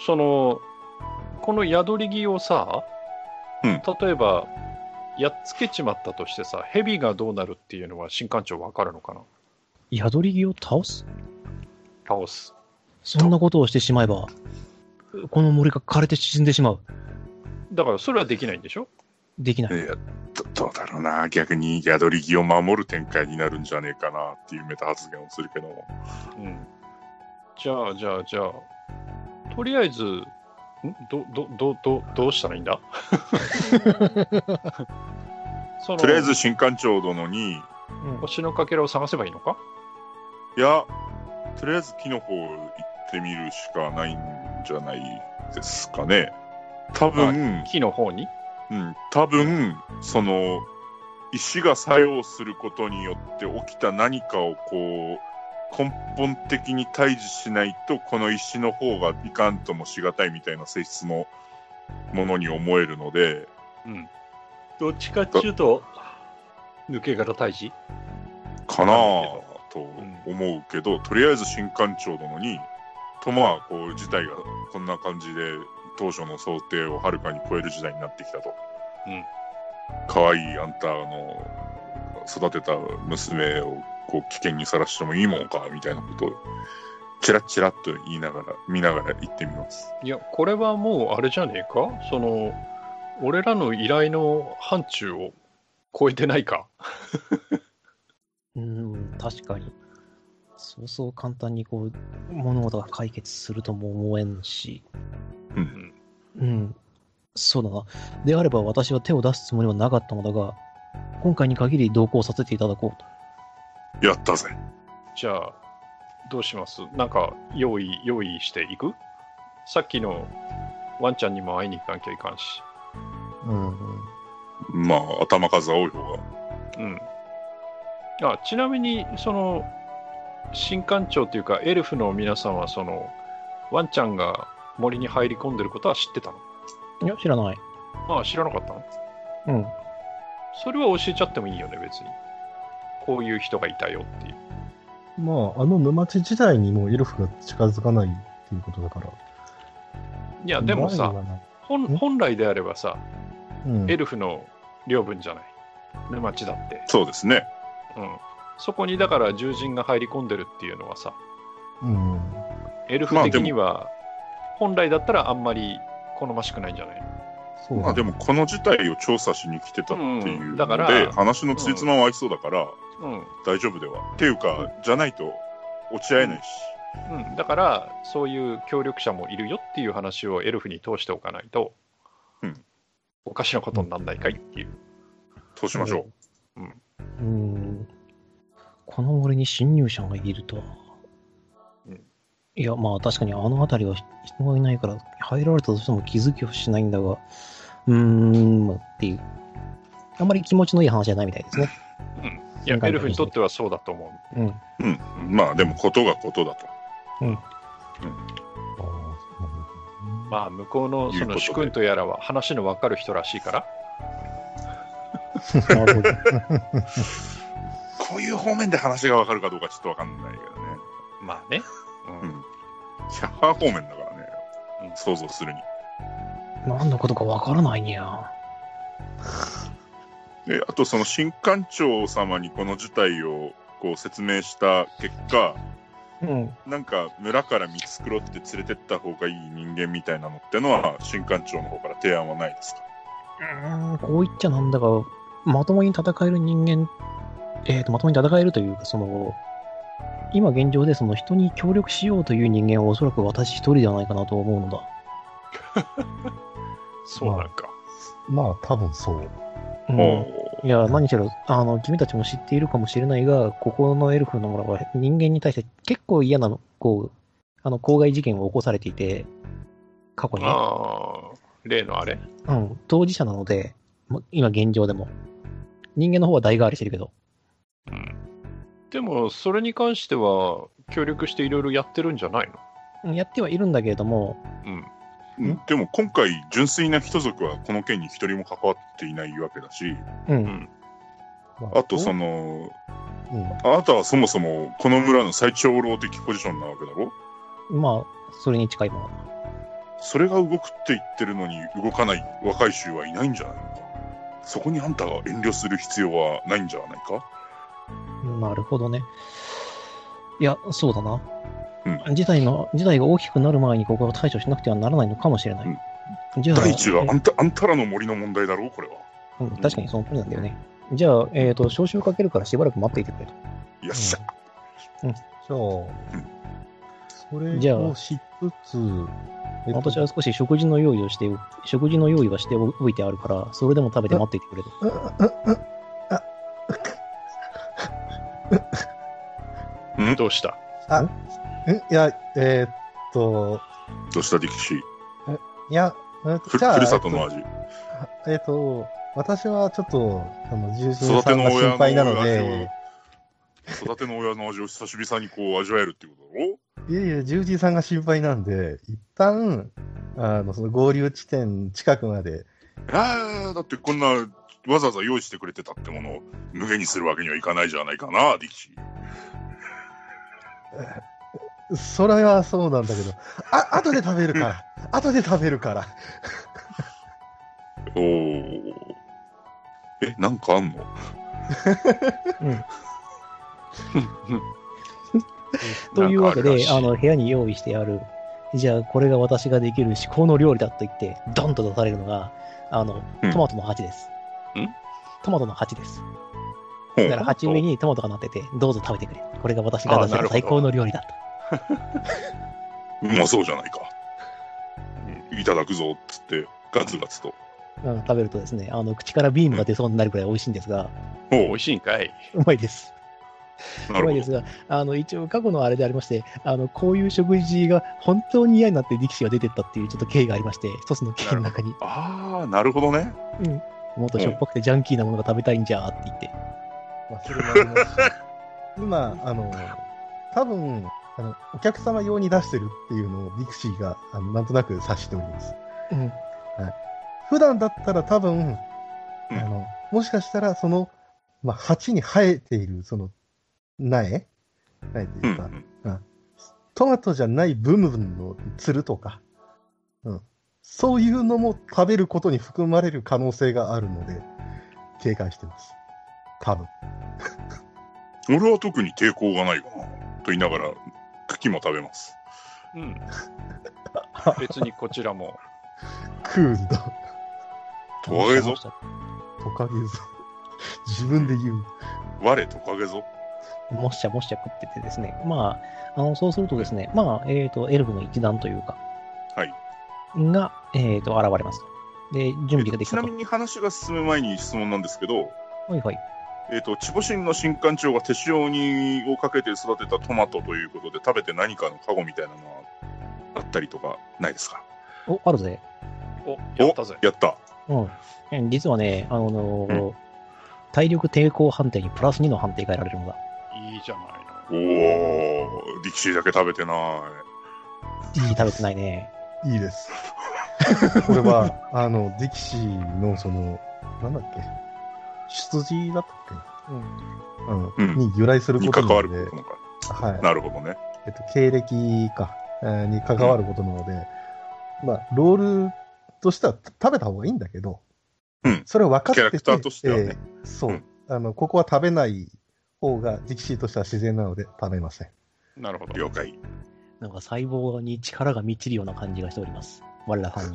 その、この宿り木をさ、
うん
例えば、やっつけちまったとしてさ、ヘビがどうなるっていうのは新館長わかるのかな
う。宿り木を倒す
倒す。
そんなことをしてしまえば、この森が枯れて沈んでしまう。
だからそれはできないんでしょ
できない。
いやど、どうだろうな。逆に宿り木を守る展開になるんじゃねえかなっていうメタ発言をするけども。
うん。じゃあ、じゃあ、じゃあ、とりあえず、んど、ど、ど、ど、どうしたらいいんだ その
とりあえず、新館長殿に、い
うん
星のかけらを探せばいいのか
や、とりあえずキノコを行ってみるしかないんじゃないですかね。多分、
木の方に
うん、多分、その、石が作用することによって起きた何かをこう、根本的に対峙しないと、この石の方がいかんともしがたいみたいな性質のものに思えるので、
うん。どっちかっちゅうと、抜け殻退治
かなぁと
ん
思うけど、とりあえず新館長殿に、とまあ、こう、事態がこんな感じで、当初の想定をはるかに超える時代になってきたと。
うん。
可愛いあんたの育てた娘をこう危険にさらしてもいいもんかみたいなことをチラッチラッと言いながら見ながら言ってみます
いや、これはもうあれじゃねえかその、俺らの依頼の範疇を超えてないか
うん、確かに。そうそう簡単にこう、物事が解決するとも思えんし。
うん
うん。そうだな。であれば私は手を出すつもりはなかったのだが、今回に限り同行させていただこうと。
やったぜ
じゃあ、どうしますなんか、用意、用意していくさっきのワンちゃんにも会いに行かなきゃいかんし。
うん。
まあ頭数は多い方が
うん。あ、ちなみに、その、新館長というか、エルフの皆さんは、その、ワンちゃんが森に入り込んでることは知ってたの
いや、知らない。
ああ、知らなかったの
うん。
それは教えちゃってもいいよね、別に。こういう人がいたよっていう。
まあ、あの沼地時代にもうエルフが近づかないっていうことだから。い
いや、でもさ、、本
ん
本来であればさ、
うん、
エルフの領分じゃない。沼地だって。
そうですね
うん。そこにだから獣人が入り込んでるっていうのはさ、
うん。
エルフ
まあ
的
でも
には、本来だったらあんまり好ましくないんじゃない
そうだ
まあでもこの事態を調査しに来てたっていううんの
だから
で、話のついつまは合いそうだから
うん。
大丈夫では、っていうかじゃないと落ち合えないし、
うん、だからそういう協力者もいるよっていう話をエルフに通しておかないと、
うん
おかしなことになんないかいっていう、
そうしましょ
うん。この森に侵入者がいるとは
うん。
いや、まあ確かにあの辺りは人がいないから、入られたとしても気づきはしないんだが、うーん、っていう。あんまり気持ちのいい話じゃないみたいですね。
いや、エルフにとってはそうだと思う。
うん。
うん。まあでも、ことがことだと。
ああ
まあ、向こうの
いう
そ
こと
の
で
主君とやらは話の分かる人らしいから、
なるほど。
こういう方面で話がわかるかどうかちょっとわかんないけどね。
まあね。う
うんん。キャッハー方面だからね
う。ん
想像するに。
何のことかわからないにゃ。
であとその新館長様にこの事態をこう説明した結果
うん。
なんか村から見繕って連れてった方がいい人間みたいなのってのは新館長の方から提案はないですか
うーん、こう言っちゃなんだが、まともに戦える人間、えー、と、まともに戦えるというか、その、今現状でその人に協力しようという人間はおそらく私一人ではないかなと思うのだ。
そうなんか。
まあ、多分そう。
う
お
ん、
ー
いや、何しろ、あの、君たちも知っているかもしれないが、ここのエルフの村は人間に対して結構嫌なの、こう、あの、公害事件を起こされていて、過去にね。
ああ、例のあれ
うん、当事者なので、ま今現状でも。人間の方は代替わりしてるけど。
でも、それに関しては、協力していろいろやってるんじゃないの
うんやってはいるんだけれども、
うん。
うんでも今回純粋な人族はこの件に一人も関わっていないわけだし
うん。
ま
あとその
うん
あなたはそもそもこの村の最長老的ポジションなわけだろ
まあ、それに近いもの。
それが動くって言ってるのに動かない若い衆はいないんじゃないのかそこにあんたが遠慮する必要はないんじゃないか
なるほどね。いや、そうだな。
う
事態の、事態が大きくなる前にここは対処しなくてはならないのかもしれない。じゃあ、
第一は
え
あんたあんたらの森の問題だろうこれは
うん、確かにその通りなんだよね。じゃあ、えっ、と、招集をかけるからしばらく待っていてくれと。
よっしゃ、
じゃあ、そ
じ
れ
ゃ
を
あ
しつつ、えっと
私は少し食事の用意をして、食事の用意はしておいてあるから、それでも食べて待っていてくれと。
どうした
んいや、えーっと、
どうした力士
いや、えーっ
ふ
と
ふ
じゃあ、
るさとの味
えーっと、私はちょっと、あの、重心
育
さ
て
ん
の
が心配
親
な
の
の
味
で
を、育ての親の味を久しぶりにこう味わえるってことだろ
いやいや、重心さんが心配なんで、一旦、あの、その合流地点近くまで、
あーだってこんなわざわざ用意してくれてたってものを無限にするわけにはいかないじゃないかな力士
それはそうなんだけど、あ、後で食べ るから、後で食べるから。
おーえなんかあんの
うん。 というわけ
なん
で、
か
あ
るらしい
の、部屋に用意してある、じゃあ、これが私ができる至高の料理だと言って、ドンと出されるのが、あの
うん、
トマトの鉢です。
ん
トマトの鉢です。
ほ
だ
う
から鉢上にトマトがなってて、どうぞ食べてくれ。これが私が出せ
あなる
る
ほど
最高の料理だと。
うまそうじゃないか。いただくぞっつって、ガツガツと。
うん、食べるとですね、あの、口からビームが出そうになるくらい美味しいんですが、
美
お
味しいんかい。
うまいです。
うな
うまいで
るほ
すが、あの、一応過去のあれでありまして、あの、こういう食事が本当に嫌になって力士が出てったっていうちょっと経緯がありまして、一つの経緯の中に、
ど。ああ、なるほどね。
もっとしょっぱくてジャンキーなものが食べたいんじゃーって言って。
まあ、それもありますし今、あの、多分、あの、お客様用に出してるっていうのをビクシーが、あの、なんとなく察しております。
うん。
普段だったら多分、
うん
あの、もしかしたら、その、まあ、鉢に生えている、その、苗苗と
う
い
ん
うか、トマトじゃない部分のつるとか、うん。そういうのも食べることに含まれる可能性があるので、警戒してます。多分。
うん。俺は特に抵抗がないかな。と言いながら、茎も食べます。
うん。別にこちらも。
クールだ。
トカゲぞ。
トカゲぞ。自分で言う。
我トカゲぞ。
もっしゃもっしゃ食っててですね、まあ、あのそうするとですね、まあ、えっ、と、エルフの一団というか、
はい。
が、えっ、と、現れますと。で、準備ができ
ち
た
な
と
み。に話が進む前に質問なんですけど、
はいはい。
えっ、と、チボシンの新館長が手塩にをかけて育てたトマトということで、食べて何かのカゴみたいなのはあったりとか、ないですか
お、あるぜ。
お、
お
やったぜ。
やった。
うん。実はね、あのー体力抵抗判定にプラス2の判定が得られるのだ。
いいじゃない
お
の。
ー、ディキシーだけ食べてない。
いい食べてないね。
いいです。 これは、あの、ディキシーの、その、なんだっけ、出自だったっけ、うん
うん
に由来する
に
こと
関
な
わるこ
ので、
となのか。
はい。
なるほどね。
えっと、経歴か、えーに関わることなので、まあ、ロールとしてはた食べた方がいいんだけど、
うん
それを分かってて
キャラクターとしてはね
えーそう、
うん
あの、ここは食べない方が、ディキシーとしては自然なので食べません。
なるほど。
了解。
なんか細胞に力が満ちるような感じがしております。我ら犯人。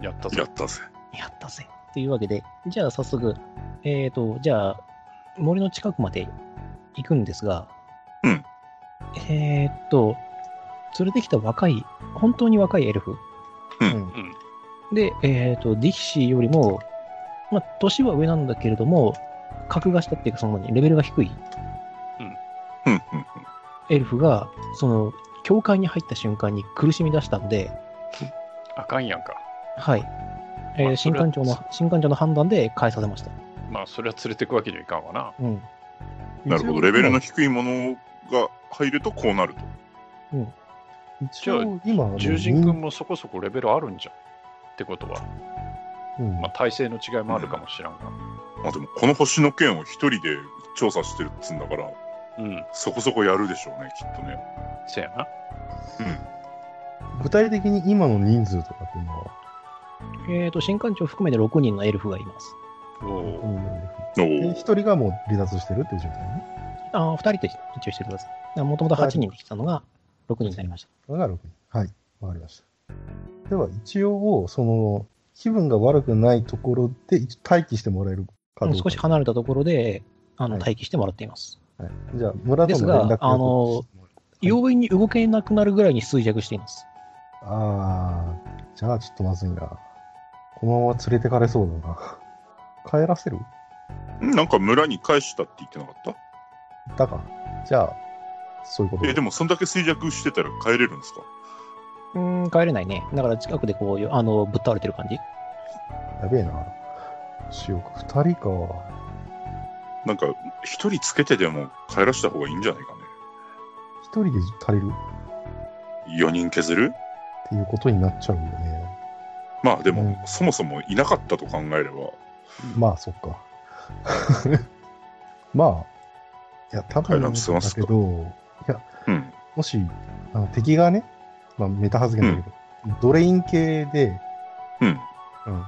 やったぜ
やっ。たぜ。
やったぜ。というわけで、じゃあ早速、えーと、じゃあ、森の近くまで行くんですが、
うん
えーっと、連れてきた若い、本当に若いエルフ。
うん
うん
うん。
で、えーと、ディキシーよりも、まあ、年は上なんだけれども、格が下っていうか、その、レベルが低い
うんうん
エルフが、その、教会に入った瞬間に苦しみ出したんで、
あかんやんか。
はい。えー
まあそ
新
れは
館長の、新館長の判断で返させました。
まあ、それは連れてくわけにはいかんわな。
うん。
なるほど。レベルの低いものが入るとこうなると。
一応、今、あの
獣人君もそこそこレベルあるんじゃん。ってことは、
うん
まあ、体制の違いもあるかもしらんが。
まあでも、この星の件を一人で調査してるっつんだから、
うん、
そこそこやるでしょうね、きっとね。
せやな。
具体的に今の人数とかっていうのは、
えーと、新館長含めて6人のエルフがいます。
お
う
お
ん
お
で
ー
一人がもう離脱してるっていう状態ね。
ああ、2人と一応してください。もともと8人で来てたのが6人になりました。
それが6人。はい。わかりました。では、一応、その、気分が悪くないところで一応待機してもらえるかど
も
う
う少
か。
し離れたところで、あの、
はい
待機してもらっています。
はい、じゃあ、村との連絡
ですがあの
い
容易に動けなくなるぐらいに衰弱しています。
あー、じゃあちょっとまずいな。このまま連れてかれそうだな。帰らせる
うんなんか村に返したって言ってなかっ
だか。じゃあ、そういうこと
たえ、で
も、
もそんだけ衰弱してたら帰れるんですか
うーん、帰れないね。だから近くでこういう、あの、ぶっ倒れてる感じ。
やべえな。しようか。二人か。
なんか、一人つけてでも帰らした方がいいんじゃないかね。
一人で足りる
4人削る
っていうことになっちゃうよね。
まあでも、
うん
そもそもいなかったと考えれば、
まあ、そっか。 まあ、いや、多分
帰
な
ら
ん
んすま
だ
す
け
か
ど、
うん。
もし、あの敵がね、まあ、メタ発言だけど、ドレイン系で、
うん。
うん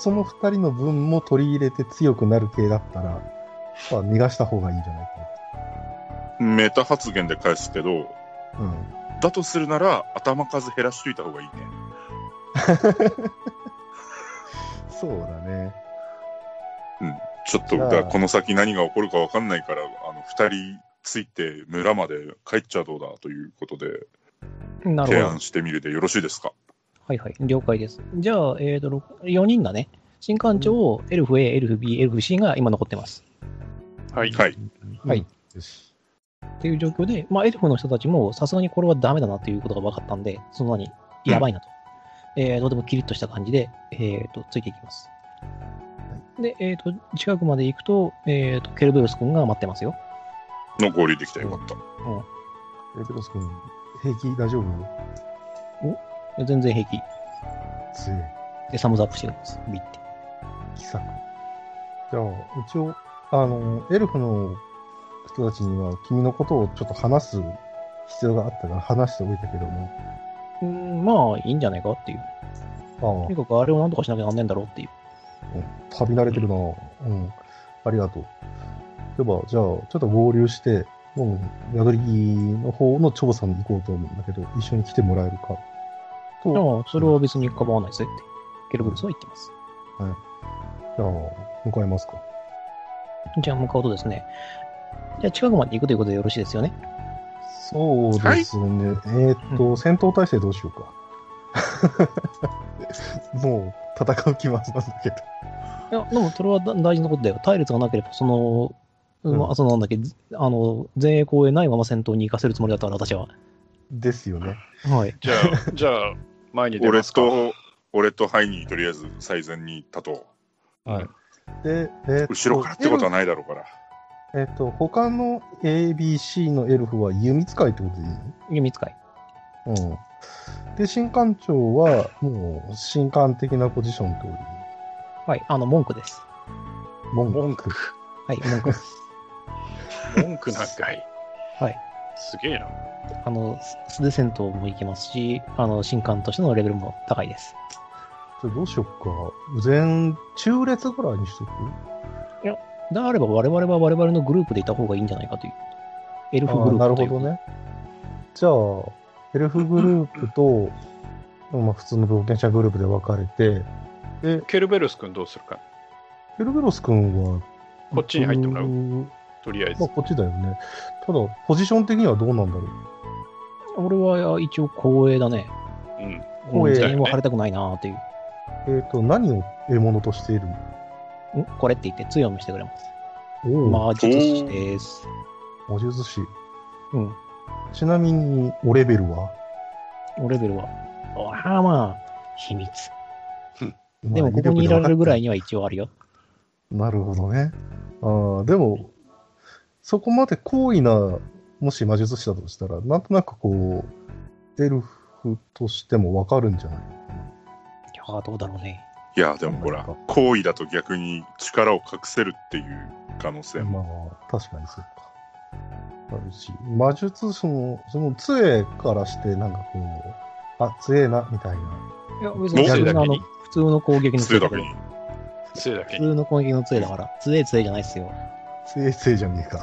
その二人の分も取り入れて強くなる系だったら、まあ、逃がした方がいいんじゃない
メタ発言で返すけど、
かな。うん。
だとするなら頭数減らしといた方がいいね。
そうだね。
ちょっと
じゃあ
だこの先何が起こるか分かんないから、あの、二人ついて村まで帰っちゃどうだということで、
な
提
るほど
案。してみるでよろしいですか
はいはい。了解です。じゃあ、えーと、4人だね。新館長、エルフ A、エルフ B、エルフ C が今残ってます。
はい。
はい。
はい
うん。よし。
っていう状況で、まあ、エルフの人たちもさすがにこれはダメだなっていうことが分かったんで、そんなにやばいなと。えーとてもキリッとした感じで、えーと、ついていきます。で、えーと、近くまで行くと、えーと、ケルベロス君が待ってますよ。
の合流できたらよかった。
エペロス君、平気大丈夫
全然平気。
強い。
で、サムズアップしてるんです。ビって。
奇策。じゃあ、一応、あの、エルフの人たちには、君のことをちょっと話す必要があったから話しておいたけども、
うーん、まあ、いいんじゃないかっていう。と
あ
にかくあれをなんとかしなきゃなんねえんだろうっていう。
あ、うん旅慣れてるな、うん、ありがとう。では、じゃあ、ちょっと合流して、もう、宿り木の方の調査に行こうと思うんだけど、一緒に来てもらえるか。と、
ああ、それは別に構わないぜって。ケルベロスは言ってます。
じゃあ、向かいますか。
じゃあ、向かうとですね。じゃあ、近くまで行くということでよろしいですよね。
そうですね。えーっと、戦闘態勢どうし ようか。もう、戦う気はなんだけど。
いや、でもそれはだ大事なことだよ。隊列がなければ、その、うんま
う
あ、そのなんだっけ、ずあの、前衛後衛ないまま戦闘に行かせるつもりだったから、私は。
ですよね。
はい。
じゃ あ、じゃあ、前に出
俺
ますか。
と、俺とハイにとりあえず最前に立と
はい。
で、えー
う。後ろからってことはないだろうから。
えっと、他の ABC のエルフは弓使いってことでいい
弓使い。
のうん。で、新艦長は、もう、新艦的なポジションってことでい
はい。あの、文句です。
い文句。
文句。
はい、文句で す。
文句なんかい。
はい。
すげえな。
あの、素手戦闘もいけますし、あの、新刊としてのレベルも高いです。
じゃあどうしよっか。全、中列ぐらいにしとく
であれば、我々は我々のグループでいた方がいいんじゃないかという。エルフグループ
あーなる
と
ほ
いう
どね。じゃあ、エルフグループ と、まあ、普通の冒険者グループで分かれて、で、
ケルベロス君どうするか。
ヘルベロス君は、
こっちに入ってもらう
うん
とりあえず
まあ、。こっちだよね。ただ、ポジション的にはどうなんだろう。
俺は一応光栄だね。
うん。
光栄
全員は晴れたくないなーっていう。
えっ、と、何を獲物としている
んこれって言って通用もしてくれます。
お
魔術師です。
魔術師。
うん。
ちなみに、おレベルは
おレベルは。ああまあ、秘密。でも、
まあ
ここにいられるぐらい
威力で分か
には一応あるよ。
ってなるほどね。ああ、でも、そこまで高位な、もし魔術師だとしたら、なんとなくこう、エルフとしてもわかるんじゃない
いやー、どうだろうね。
いや、でもほら、行為だと逆に力を隠せるっていう可能性も。
まあ、確かにそうか。あるし、魔術師の、その杖からして、なんかこう、あ、杖えな、みたいな。
いや、別
に
普
杖
通
だ
のあ
け
の
に
普通の攻撃の
それ
杖だ
だ
け
け
ど
に。
せいだけ
普
に。
通の攻撃の杖だから、杖杖じゃないっすよ。
杖、杖じゃねえか。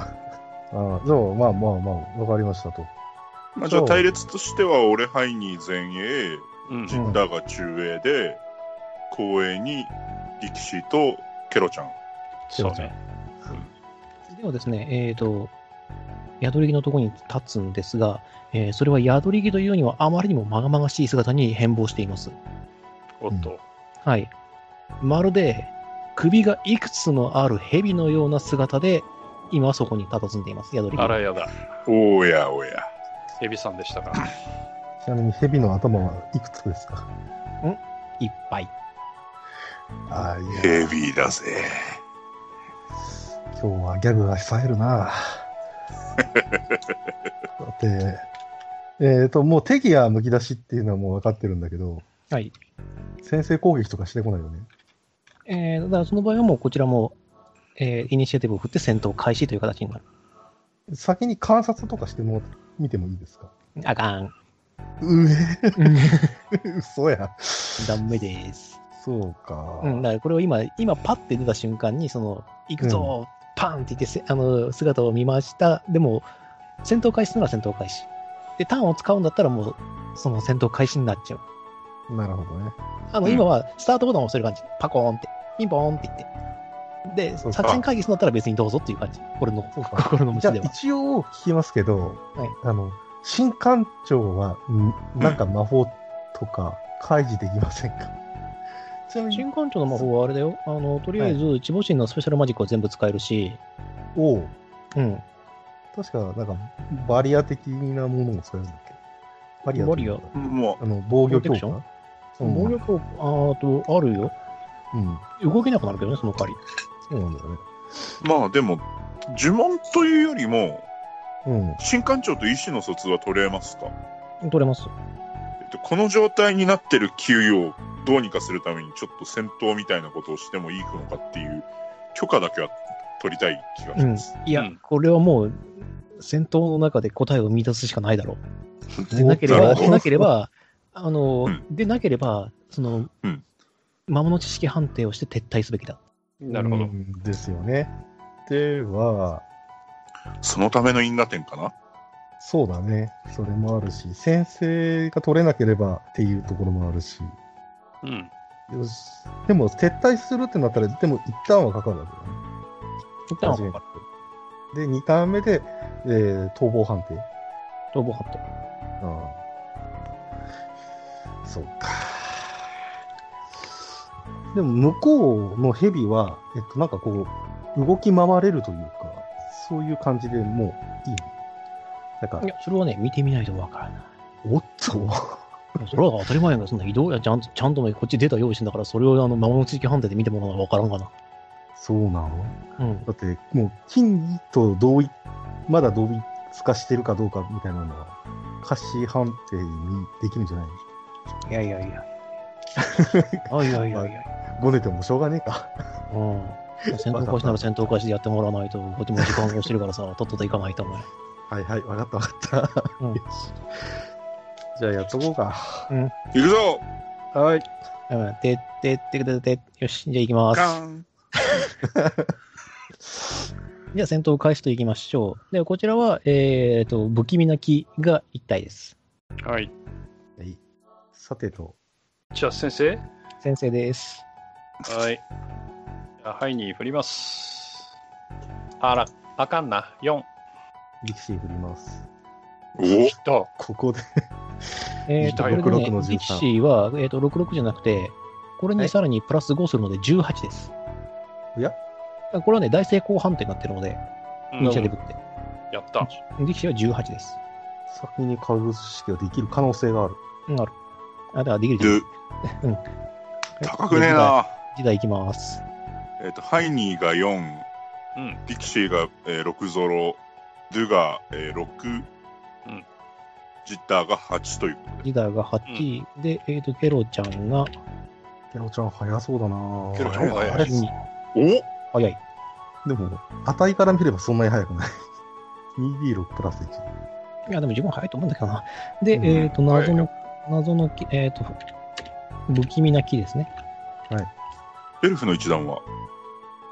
ああ、じゃあ、まあまあまあ、わかりましたと。
まあ、じゃあ
そう
隊列としては、俺ハイに前衛、
うん。
ジンダーが中衛で、後衛に力士とケロちゃん。
そうね。
ではですね、えっ、と、宿り木のところに立つんですが、えーそれは宿り木というにはあまりにもまがまがしい姿に変貌しています。
おっと。
はい。まるで、首がいくつもある蛇のような姿で、今はそこに佇んでいます、宿り木。
あらやだ。
おやおや。
エビさんでしたか。
ちなみに、蛇の頭はいくつですか
いっぱい。
ああ、いや、
ヘビーだぜ。
今日はギャグが冴えるな。だって、えっ、と、もう敵やむき出しっていうのはもうわかってるんだけど、
はい。
先制攻撃とかしてこないよね。
えー、だからその場合はもうこちらも、えーイニシアティブを振って戦闘開始という形になる。
先に観察とかしても見てもいいですか
あか ん。
うえ、嘘や。
ダメです。
そうか。
うん、だからこれを今、今パッて出た瞬間に、その、行くぞ、パンって言ってせあの、姿を見ました。でも、戦闘開始なら戦闘開始。で、ターンを使うんだったらもう、その戦闘開始になっちゃう。
なるほどね。
あの、
うん
今は、スタートボタンを押せる感じ。パコーンって、ピンポーンって言って。で、
そう
作戦会議するんだったら別にどうぞっていう感じ。俺の
そうか
心の持
じゃ
ちで
あ
は。
一応聞きますけど、
はい
あの、新艦長は、んなんか魔法とか開示できませんかちなみに
新、館長の魔法はあれだよ。あの、とりあえず、地母神のスペシャルマジックを全部使えるし、
おう
うん。
確か、なんか、バリア的なものも使えるんだっけバリア
バリア
も
あの、防御
プロテ
強
クション
化うん
能力を、あーと、あるよ。
うん。
動けなくなるけどね、その代わり。
そうなんだよね。
う、まあでも、呪文というよりも、
うん。
新艦長と意思の疎通は取れますか、
取れます。
えっと、この状態になってる給与をどうにかするために、ちょっと戦闘みたいなことをしてもいいのかっていう許可だけは取りたい気がします。
いや、
うん
これはもう、戦闘の中で答えを見出すしかないだろう。でなけれ
な
ば、
る ほ
で
ど
なければ、あの、
うん
でなければ、その、
うん
魔物知識判定をして撤退すべきだ。
なるほ
う
ど。
んですよね。では、
そのための因果点かな
そうだね。それもあるし、先生が取れなければっていうところもあるし。
うん。
よしでも、撤退するってなったら、でも一旦はかかるわけだね。
一旦はここか
初めてで、2ターン目で、えー逃亡判定。
ら逃亡判定。
うん。そうか。でも向こうの蛇は、えっと、なんかこう、動き回れるというか、そういう感じでもういいの。なんか
い、や、それはね、見てみないとわからない。
おっと、
いやそれは当たり前やんか、そんな移動やちゃんと、ちゃんとねこっちデータ用意してんだから、それをあの、魔物知識判定で見てもらうのはわからんかな。
そうなの
うん。
だって、もう、金と同意、まだ同一化してるかどうかみたいなのは、歌詞判定にできるんじゃない
いやいや いや。あいやいやいや。
ごねてもしょうがねえか。
うん。戦闘開始なら戦闘開始でやってもらわないと、こっちも時間をしてる からさ、とっとと行かないと思
はいはい、わかったわかった。
う。うん。
よし。じゃあやっとこうか。
行くぞ
はい。
うんてってってってって、よし、じゃあ行きます。
カーン
じゃあ戦闘開始といきましょう。で、こちらは、えー、と、不気味な木が1体です。
はい。
はいさてと、
じゃあ先生。
先生です。
はい。じゃあハイに振ります。あら、あかんな。4。
力士振ります。
お
きた。
ここで、
えー、と、こ
はい
れで
66
ね
の、13
力士は、えー、と、66じゃなくて、これ
は
に
い
さらにプラス5するので18です。
おや
これはね、大成功判定になってるので、
うん
イニシャティブって。
やった。
力士は18です。
先にカグ式ができる可能性がある。
うん、ある。あ、だからできるじゃん
で、高くねえ。な。
時代いきます。
えっ、と、ハイニーが4、
うん。
ディキシーが、えー6ゾロ、ドゥが、えー6、
うん
ジッターが8ということで。
時代が8、で、えっ、と、ケロちゃんが
ケロちゃん早そうだな
ケロちゃん
早い
は
あれ
い。
12。
お
早い。
でも、値から見ればそんなに早くない。2B6 プラス1。
いや、でも自分は早いと思うんだけどな。で、
うん
えっ、と、
早い
謎
よ
の、謎の木、えっ、と、不気味な木ですね。
エルフの一段は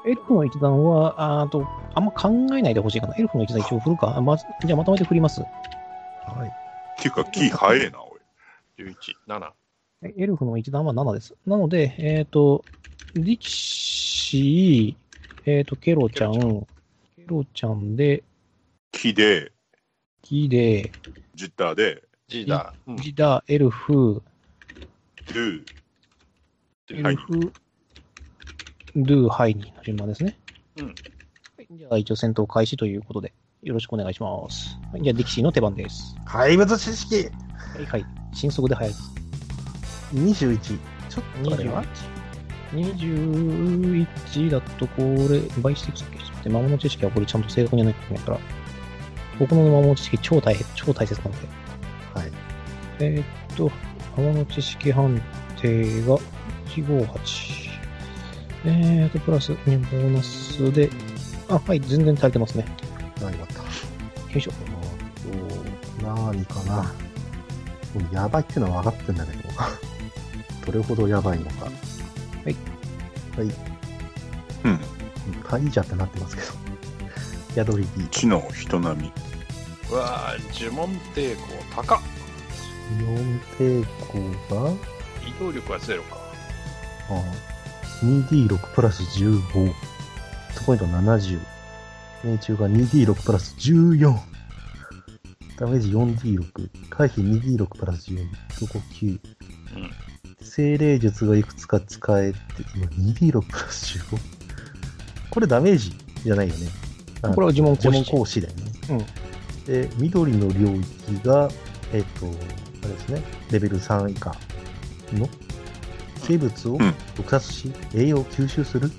エルフの一段は、あーと、あんま考えないでほしいかな。エルフの一段一応振るか。あまず、じゃあまとめて振ります。
はい。
っていうか、キー早えな、おい。
11。7。
えエルフの一段は7です。なので、えっ、と、力士、えっ、と、ケロちゃん、
ケ
ケロちゃんで、
木で、
木で、
ジッターで、
G だ。うん。
ジダ、エルフ、
ドゥ、
エ
は
ル
い
フ、ドゥ、ハイニーの順番ですね。
うん
はい。じゃあ、一応戦闘開始ということで、よろしくお願いします。はい、じゃあ、ディキシーの手番です。
怪物知識
はい、はい。迅速で早い。
!21。ちょっとあれは
21だと、これ、倍してきたっけちょっと待って、魔物知識はこれちゃんと正確にやらないといけないから、僕の魔物知識超大変、超大切なので。
はい。
えーっと、浜の知識判定が158。えーっと、プラス、ね、ボーナスで、あ、はい、全然足りてますね。
はい、よかった。
よいしょ。
おなーにかな。もうやばいってのは分かってんだけど、 どれほどやばいのか。
はい。
はい。
うん、
カイジャってなってますけど。 宿り木。
地の人並み。
うわあ、呪文抵抗高っ。
四抵抗が、
移動力はゼロか。
あ 2D6 プラス15。ヒットポイント70。命中が 2D6 プラス14。ダメージ 4D6。回避 2D6 プラス14。そこ9。
うん。
精霊術がいくつか使えて、今 2D6 プラス15。これダメージじゃないよね。
これは呪文
呪
講
文
師。
講師だよね。で、緑の領域が、えっ、と、あれですね、レベル3以下の生物を
ん
毒殺し、栄養を吸収する。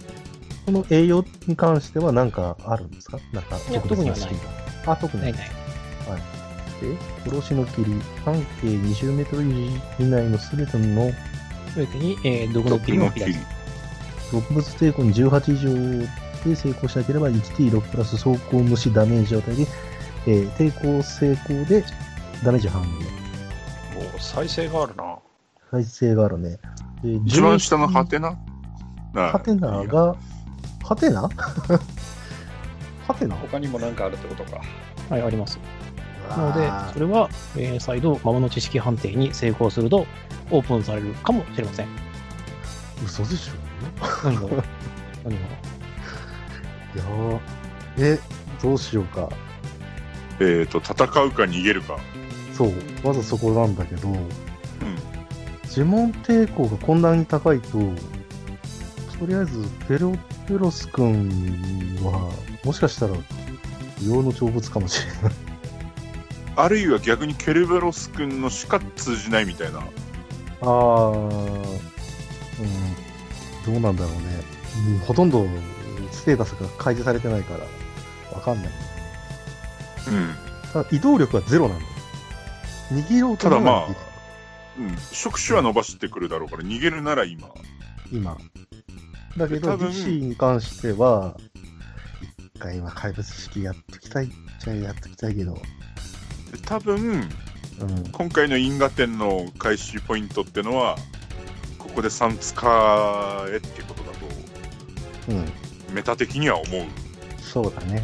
この栄養に関しては何かあるんですかなんか
いや
特別なスキルあ、特
うん。
に
な
ないい。
ない。
で、殺しの霧、半径20メートル以内の全ての
すべてに、えー、毒の
毒
切りを
の
開
木
き。
毒物抵抗に18以上で成功しなければ 1T6 プラス走行無視ダメージを与えて、えー抵抗成功でダメージ半減。
お再生があるな。
再生があるね。で
一番下のハ
ハテ
テナな
ハテナ
いや
が、ハテナ ハテナ
他にも何かあるってことか。
はい、あります。なので、それは、えー再度、魔物知識判定に成功すると、オープンされるかもしれま せん。
嘘でしょ
何が何が
いやーえ、どうしようか。
えっ、と、戦うか逃げるか。
そう、まずそこなんだけど、
うん。
呪文抵抗がこんなに高いと、とりあえず、ペロペロス君は、もしかしたら、硫黄の長物かもしれない。
あるいは逆にケルベロス君のしか通じないみたいな。
あー、うん、どうなんだろうね。うんほとんど、ステータスが開示されてないから、わかんない。ただ移動力はゼロなんだよ。握ろうと思わな
ただま
い
うん。うん。触手は伸ばしてくるだろうから、逃げるなら今。
今。だけど、
多分
DC に関しては、一回今、怪物式やっときたいっちゃやっときたいけど、
で多分、
うん、
今回の因果点の開始ポイントってのは、ここで3使えってことだと、
うん、
メタ的には思う。
そうだね。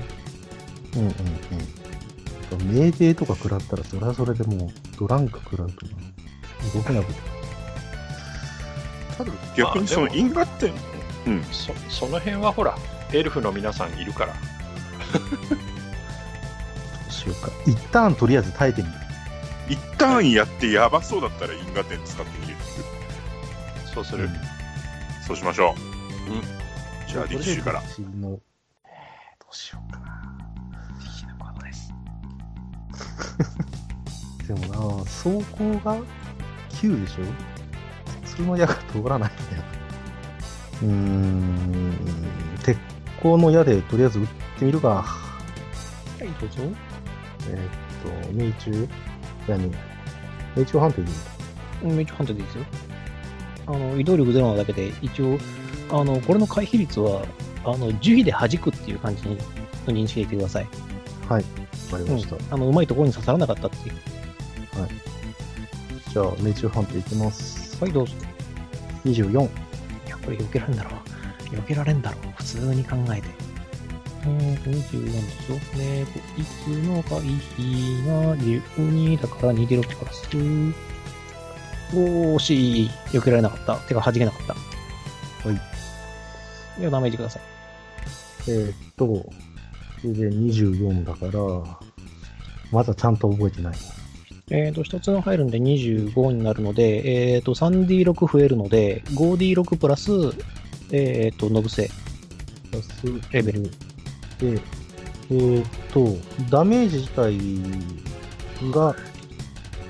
うんうんうん。命令とか食らったら、それはそれでもう、ドランク食らうとか、動けなくて。
ただ逆にその
まあでも
因果点、
そその辺はほらエルフの皆さんいるから
どうしようか。一旦とりあえず耐えてみる。
一旦やってやばそうだったら因果点使って逃げる。
そうす
そ
る、
そうしましょう。
うん
じゃあ、力士から。
私の、どうしようかな。でもな、走行が9でしょ普通の矢が通らないんだよ。うーん、鉄鋼の矢でとりあえず撃ってみるか。
はい、どうぞ。
えーっと、命中何命中判定でいい
うん、一応判定でいいですよ。あの、移動力ゼロなだけで、一応、あの、これの回避率は、あの、樹皮で弾くっていう感じに、の認識でいてください。
わかり
う
ま
ん
した。、
あの、うまいところに刺さらなかったっていう。
じゃあ、命中判定いきます。
はい、どうぞ。
24。
いや、これ避けられんだろう。避けられんだろう。普通に考えて。えーと、24でしょ。えーと、いつの回避が12だから2で6プラス。おー、惜しい。避けられなかった。てか、弾けなかった。
はい。
では、ダメージください。
えーっと、これで24だから、まだちゃんと覚えてない。
えーと、1つが入るんで25になるので、えーと、3D6 増えるので、5D6 プラス、えーと、ノブセ。
プラス
レベル
で、えーっと、ダメージ自体が、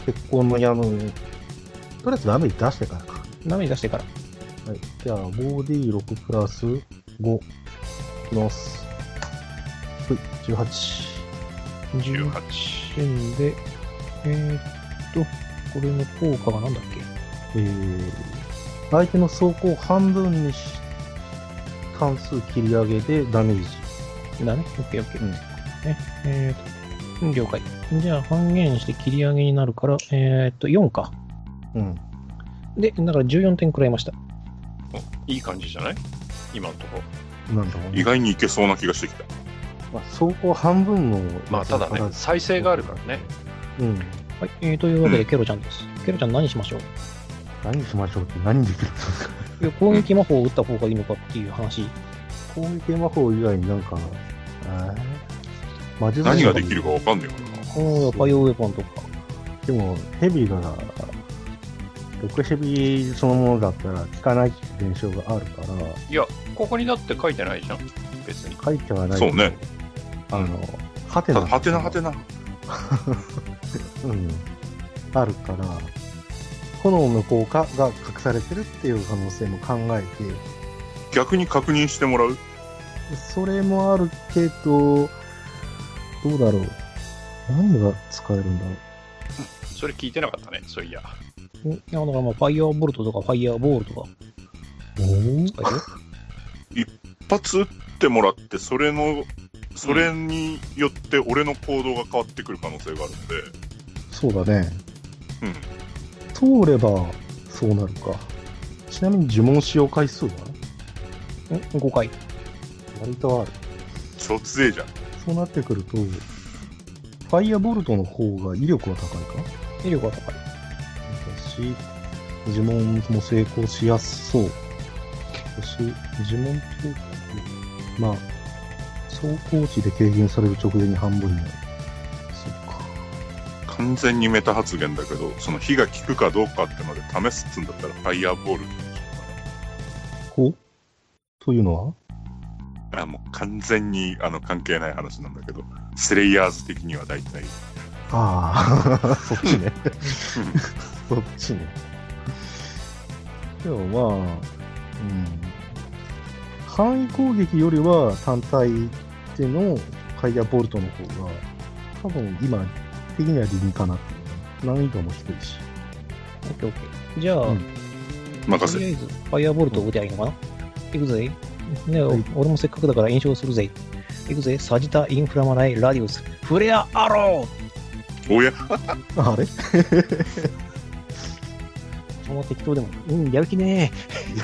結婚の矢の、とりあえずダメージ出してからか。
ダメージ出してから。
はい。じゃあ、5D6 プラス5、いきます。はい、18。
10
18
点で、えーっと、これの効果がなんだっ
えー、相手の走行を半分にし、単数切り上げでダメージ。
けだね。オッケーオッケー。
うん
ね、えーっと、了解。じゃあ、半減して切り上げになるから、えーっと、4か。
うん。
で、だから14点くらいました。
いい感じじゃない今のところ
なんだろう
意
ね。
外にいけそうな気がしてきた。
まあ、走行半分の。
まあただね再生があるからね
うん。
はい、えー、というわけ
う
で、ケロちゃんです。ケロちゃん何しましょう
何しましょうって何できるんですか
いや攻撃魔法を打った方がいいのかっていう話。
攻撃魔法以外になんか、えー、魔術
何ができるかわかんねえからな。
おー、ファイオウェポンとか。
でも、ヘビが、毒ヘビそのものだったら効かないっていう現象があるから、
いやここにだって書いてないじゃん別に
書いてはない。
そうね。
あの、ハテ
た
ナ。
だ、はてなはてな。
うん。あるから、炎の効果が隠されてるっていう可能性も考えて、
逆に確認してもらう。
それもあるけど、どうだろう。何が使えるんだろう。
それ聞いてなかったねそういや
んいやだからまあ、ファイヤーボルトとか、ファイヤーボールとか
おー
使えるよ。
一発撃ってもらって、それの、それによって俺の行動が変わってくる可能性があるので、
そうだね。
うん。
通れば、そうなるか。ちなみに呪文使用回数は
ん ?5 回。
割とある。
超強えじゃん。
そうなってくると、ファイアボルトの方が威力は高いか
威力が高い。
だし、呪文も成功しやすそう。だし、呪文って、まあ、走行値で軽減される直前に半分になる。そっか。
完全にメタ発言だけど、その火が効くかどうかってので試すっつうんだったら、ファイアーボール。
こうというのは
あもう完全にあの関係ない話なんだけど、スレイヤーズ的には大体、
ああ、 そっちね。そっちね。でもまあ、うん。範囲攻撃よりは単体でのカイアボルトの方が、多分今的には理にかなっていうね難易度も低いし。
オッケーオッケー。じゃあ、
うん
と
任せ
りあえず、ファイアボルトを打てばいいのかな、行くぜ。ね、お俺もせっかくだから炎症するぜ。行くぜ。サジタ、インフラマライ、ラディウス、フレアアロ
おや、
あれ
ーもう適当でも、うん、やる気ね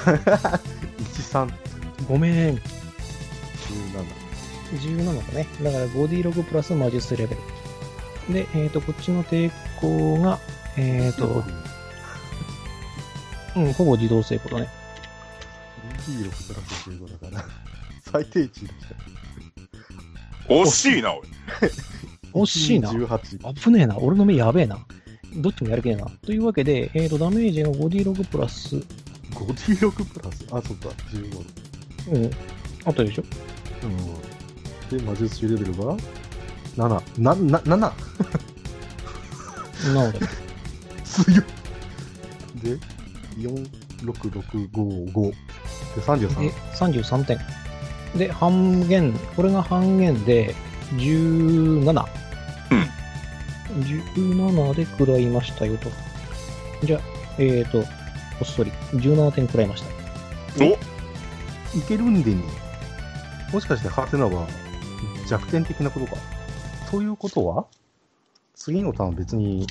?1317
え。ごめん。
だ。
17かね。だから、ボディログプラス魔術レベル。で、えっ、と、こっちの抵抗が、えっ、と、うん、ほぼ自動成功だね。
26プラス15だから、最低値でした。
惜しいな、おい。
惜しいな。
18。
危ねえな、俺の目やべえな。どっちもやる気ねえな。というわけで、えー、とダメージが 5D6 プラス、
56プラス、あ、そっか、15。
うん、あったでしょ
うん。で、魔術師レベルが7。な、な、7!
なので、
強っで、4、6、6、5、5。で、
で
33。
33点。で、半減、これが半減で、17。17で食らいましたよと。じゃあ、えっ、と、こっそり、17点食らいました。
いけるんでに。もしかして、ハテナは弱点的なことか。ということは、次のターン別に、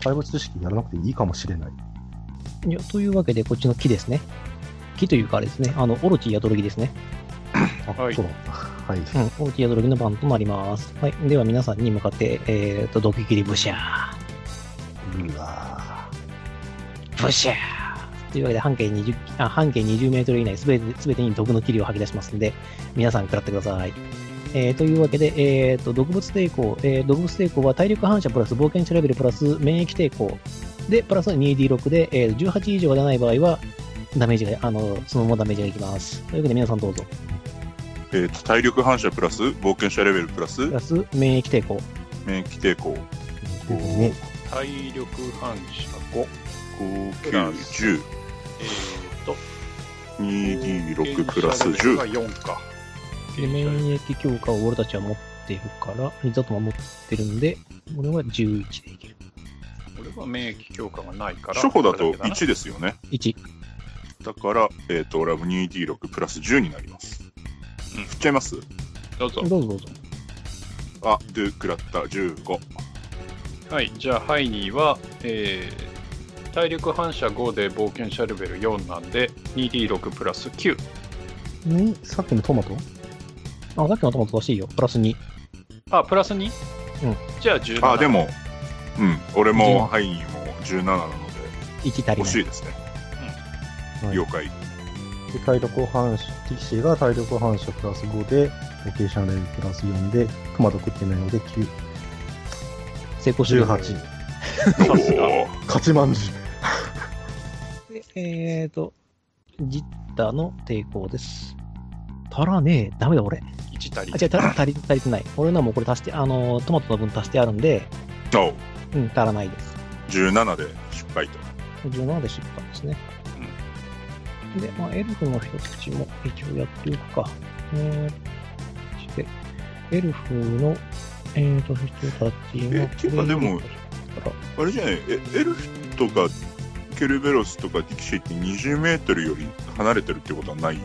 対話知識やらなくていいかもしれない。
いや、というわけで、こっちの木ですね。木というかあれですね、あの、オロチヤドロギですね。
あ、
はい
そうだった。はい。
うん、オーティアドロギの番となります。はい。では皆さんに向かって、えーと、毒斬りブシャー、
うわ
ブシャーというわけで半径20、あ、半径20メートル以内すべて、すべてに毒の霧を吐き出しますんで、皆さん食らってください。えーというわけで、えーと、毒物抵抗、えー毒物抵抗は体力反射プラス冒険者レベルプラス免疫抵抗で、プラス 2D6 で、えー18以上が出ない場合は、ダメージが、あの、そのままダメージがいきます。というわけで皆さんどうぞ。
えーと、体力反射プラス、冒険者レベルプラス
プ、ラス免疫抵抗。
免疫抵抗、
ーでもね、
体力反射5、
5、
プラス
9、
えー、と、
10、2D6 プラス
10
10。
が4か。
で免疫強化を俺たちは持ってるから、リザートも持ってるんで、俺は11でいける。
俺は免疫強化がないから。
初歩だ
これ
と
け
1ですよね。
1。
だから、えっ、と、俺は 2D6 プラス10になります。
うん
振っちゃいます
だなどうぞ。
どうぞどうぞ。
あ、で、食らった、15。
はい、じゃあハイニーは、えー体力反射5で冒険者レベル4なんで 2D6 プラス9
に、さっきのトマト
あ、さっきの頭正しいよ。プラス2。
あプラス
う
2?
ん
じゃあ17
あ、でも、うん、俺も
17
ハイニーも17なの
1足
で、
りな
惜し
い。
いですね。
はい
了解。
で体力を反射、敵士が体力反射プラス5で、ロケーションレベルプラス4で、クマと食ってないので9、
成功してる。
18。
さすが
おー
勝ちまんじゅう。
でえーと、ジッターの抵抗です。足らねえ。ダメだ俺。
1足り
あ、違う、足足り足りてない。俺のはもうこれ足して、あの、トマトの分足してあるんで、
お
うん、足らないです。
17で失敗と。
17で失敗ですね。で、まあ、エルフの一口も一応やっておくか。えー、して、エルフの、えーと、人たちの。
えっていうかでもあれじゃないえエルフとかケルベロスとかディキシーって20メートルより離れてるってことはない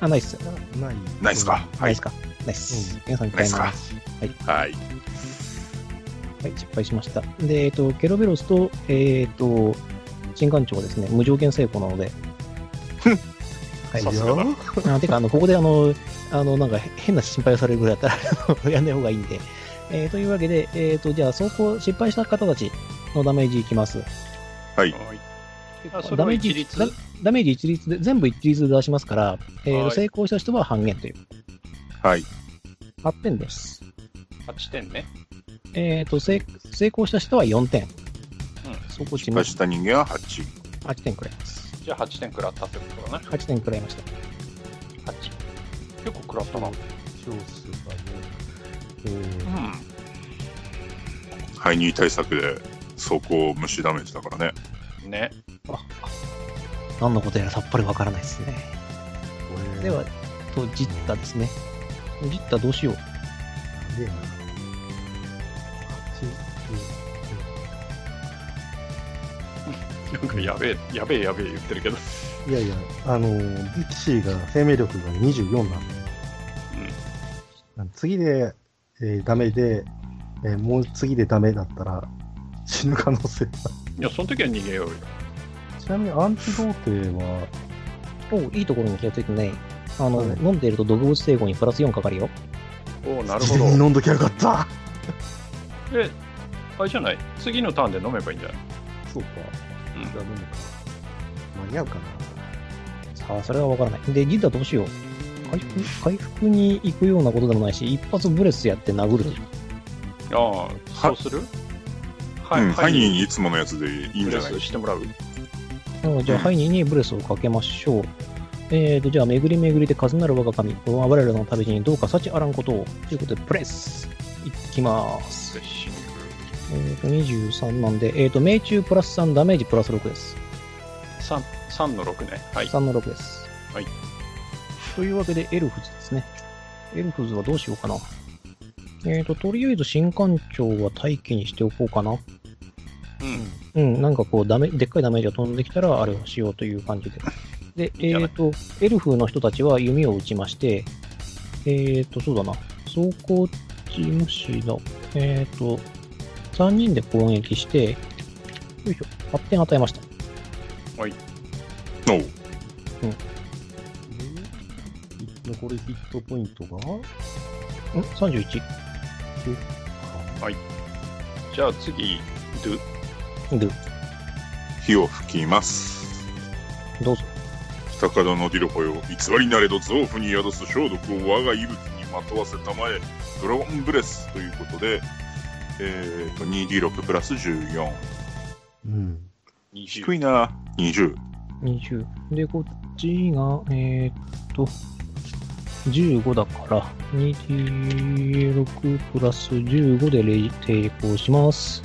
あ、ないっす。
ない。
ないっすか
ないっすか。ないっす。皆さん、
ない
買
っ
い
す
ま
か
す。
はい
はい、失敗しました。で、えっ、と、ケロベロスと、えっ、と、新館長はですね、無条件成功なの で。はい
さすがだ
いや
あてか、あの、ここであの、あの、なんか変な心配をされるぐらいだったら あの、やんない方がいいんで。えーというわけで、えっ、と、じゃあ、走行、失敗した方たちのダメージいきます。
はい
はいあそれ
ダ
は
メー
一
ジ
律
ダ、ダメージ一律で、全部一律で出しますから、えー
はい
成功した人は半減という。
はい
8点です。
8点ね
えっ、と成、成功した人は4点。
うん
走行チー
失
ム
敗した人間は8
8点くらいます。
じゃあ8点食らったってことだね
8点くらいました。 8。
結構食らったな。
少数がね、えー
排入対策で走行虫ダメージだからね。
うん。ね。
何のことやらさっぱりわからないですね。
こ
で
れ
は、と、ジッタですね。ジッタどうしよう。
で、8、
なんかやべえ、やべえやべえ言ってるけど。
いやいや、あの、ディキシーが生命力が24なんで、次で、えーダメで、えーもう次でダメだったら死ぬ可能性が。
いや、その時は逃げようよ。
ちなみにアンチ童貞は、
おういいところに気がついてね。あの、
はい
飲んでいると毒物成分にプラス4かかるよ。
おお、なる
事
ほ
前に
ど。
飲んどきゃよかった。
で、あれじゃない。次のターンで飲めばいいんじゃない
そうか。
うん
ダメか。間に合うかな。
さあ、それはわからない。で、ジッタどうしよう。回復回復に行くようなことでもないし、一発ブレスやって殴るでしょ。
ああ、そうするは
うん、ハイニー
に
にいつものやつでいい
プ
んじ
レ
ゃない
スしてもらう
なのでじゃあ、
うん
ハイニーにブレスをかけましょう。えーと、じゃあ、巡り巡りで風なる我が神、この我らの旅路にどうか幸あらんことを。ということで、ブレスいきます。
で死ぬ
えーと、23なんで、えーと、命中プラス3、ダメージプラス6です。
3, 3の6ね。はい。
3の6です。
はい。
というわけで、エルフズですね。エルフズはどうしようかな。えーと、とりあえず新館長は待機にしておこうかな。
うん。
うん、なんかこうダメ、でっかいダメージが飛んできたら、あれをしようという感じで。で、
い
え
いじゃな
っ、
い
と、エルフの人たちは弓を撃ちまして、えっ、と、そうだな、走行値無視の、えっ、と、3人で攻撃して、よいしょ、8点与えました。
おう
残りヒットポイントが
ん ?31。
じゃあ次、ドゥ。
で、
火を吹きます。
どうぞ。
高田のディロポよ、偽りなれど臓腑に宿す消毒を我が息吹にまとわせたまえ、ドラゴンブレスということで、えっ、ー、と、2D6 プラス14。
うん。
低
20
いな、20。
20。で、こっちが、えーっと、15だから、26プラス15で抵抗します。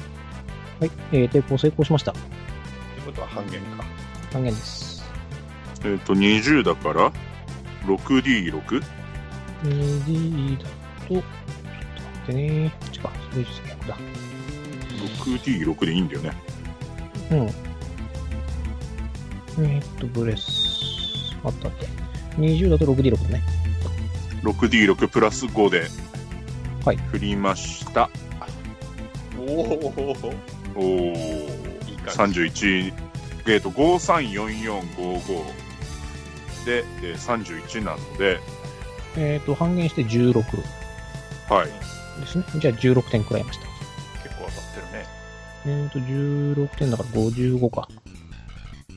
はい、えー、抵抗成功しました。
ってことは半減か。
半減です。
えっ、と、20だから、6D6?
2D だと、ちょっと待ってね。こっちか、それ実逆だ。
6D6 でいいんだよね。
うん。えーっと、ブレス。あったあった。20だと 6D6 だね。
6D6 プラス5で、
はい
振りました。
おお、
おー、
いい感じ。
31、えっ、と、534455で、えー31なので、
えーっと、半減して16
はい。
ですね。じゃあ16点くらいました。
結構当たってるね。
えーと、16点だから55か。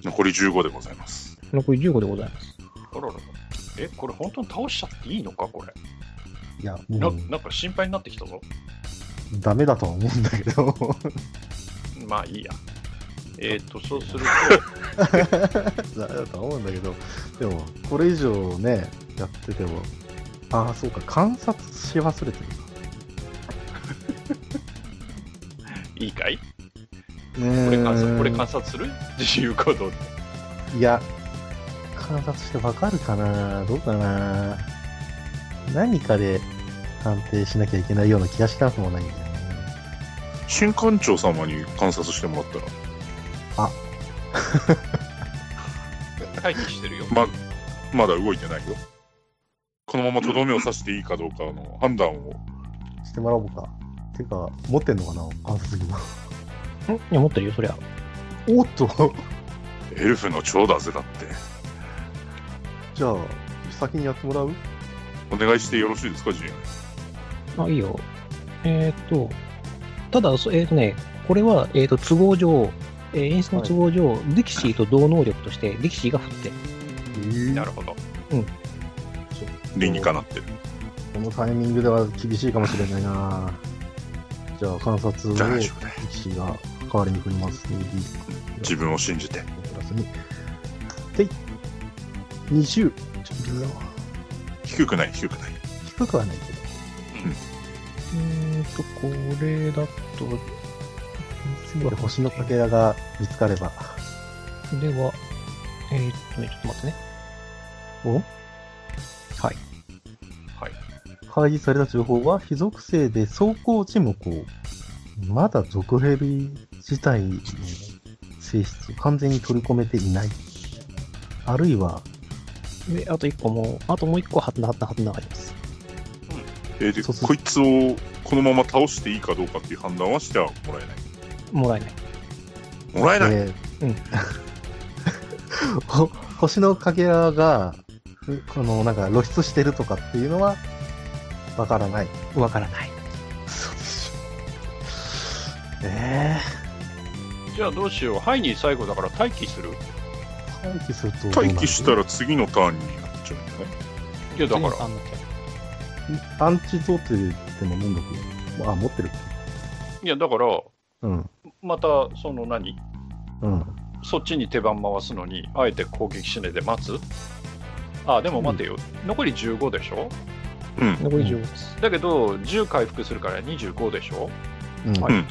残り15でございます。
残り15でございます。
あららら。え、これ本当に倒しちゃっていいのかこれ。
いや、
な
もう、
なんか心配になってきたぞ。
ダメだとは思うんだけど。
まあいいや。えっ、と、そうする
ダメだとは思うんだけど、でも、これ以上ね、やってても、ああ、そうか、観察し忘れてる
と、いいかい
な。ね
これ観察、
え
これ観察する自由行動で。
いや、観察してわかるかなどうかな何かで判定しなきゃいけないような気がしなくもないんだよね。
新館長様に観察してもらったら、
待機してるよ。
ま、まだ動いてないよ。このままとどめを刺していいかどうかの判断を。
してもらおうか。てか、持ってんのかな観察機能。
んいや、持ってるよ、そりゃ。
おっと
エルフの長だぜだって。
じゃあ、先にやってもらう
お願いしてよろしいですか、ジン。
あ、いいよ。えーっと、ただ、そえーっとね、これは、えーっと、都合上、えー演出の都合上、ディキシーと同能力として、ディキシーが振ってる。
なるほど。
理にかなってる。
このタイミングでは厳しいかもしれないなじゃあ、観察を
大丈夫だよ。
力士が代わりに振ります。2D
自分を信じて。
プラス2。で、20。ちょっと微妙。
低くない、低くない。
低くはないけど。うーんと、これだと、これ星のかけらが見つかれば。
では、えーっとね、ちょっと待ってね。
お
はい。
開示された情報は、非属性で走行値もこう、まだ属ヘビ自体の性質を完全に取り込めていない。あるいは、
で、あと1個もう、あともう1個ハテナハテナハテナがあります。
えーで
そうそう
こいつをこのまま倒していいかどうかっていう判断はしてはもらえない。
もらえない。
もらえない、
えー
うん
ほ星のかけらが、うこの、なんか露出してるとかっていうのは、わからない。
わからない。
そうでしょ。え
じゃあどうしよう。ハイに最後だから待機する。
ー、待機するとどうなる
待機したら次のターンになっちゃうんだね。
いや、だから、
あの
アンチゾーテでも飲んどく。あ、持ってる。
いや、だから、
うん。
また、その何
うん。
そっちに手番回すのに、あえて攻撃しないで待つあ、でも待てよ。残り15でしょ
うん。
残り15です。
だけど、10回復するから25でしょ
うん、
はい
うん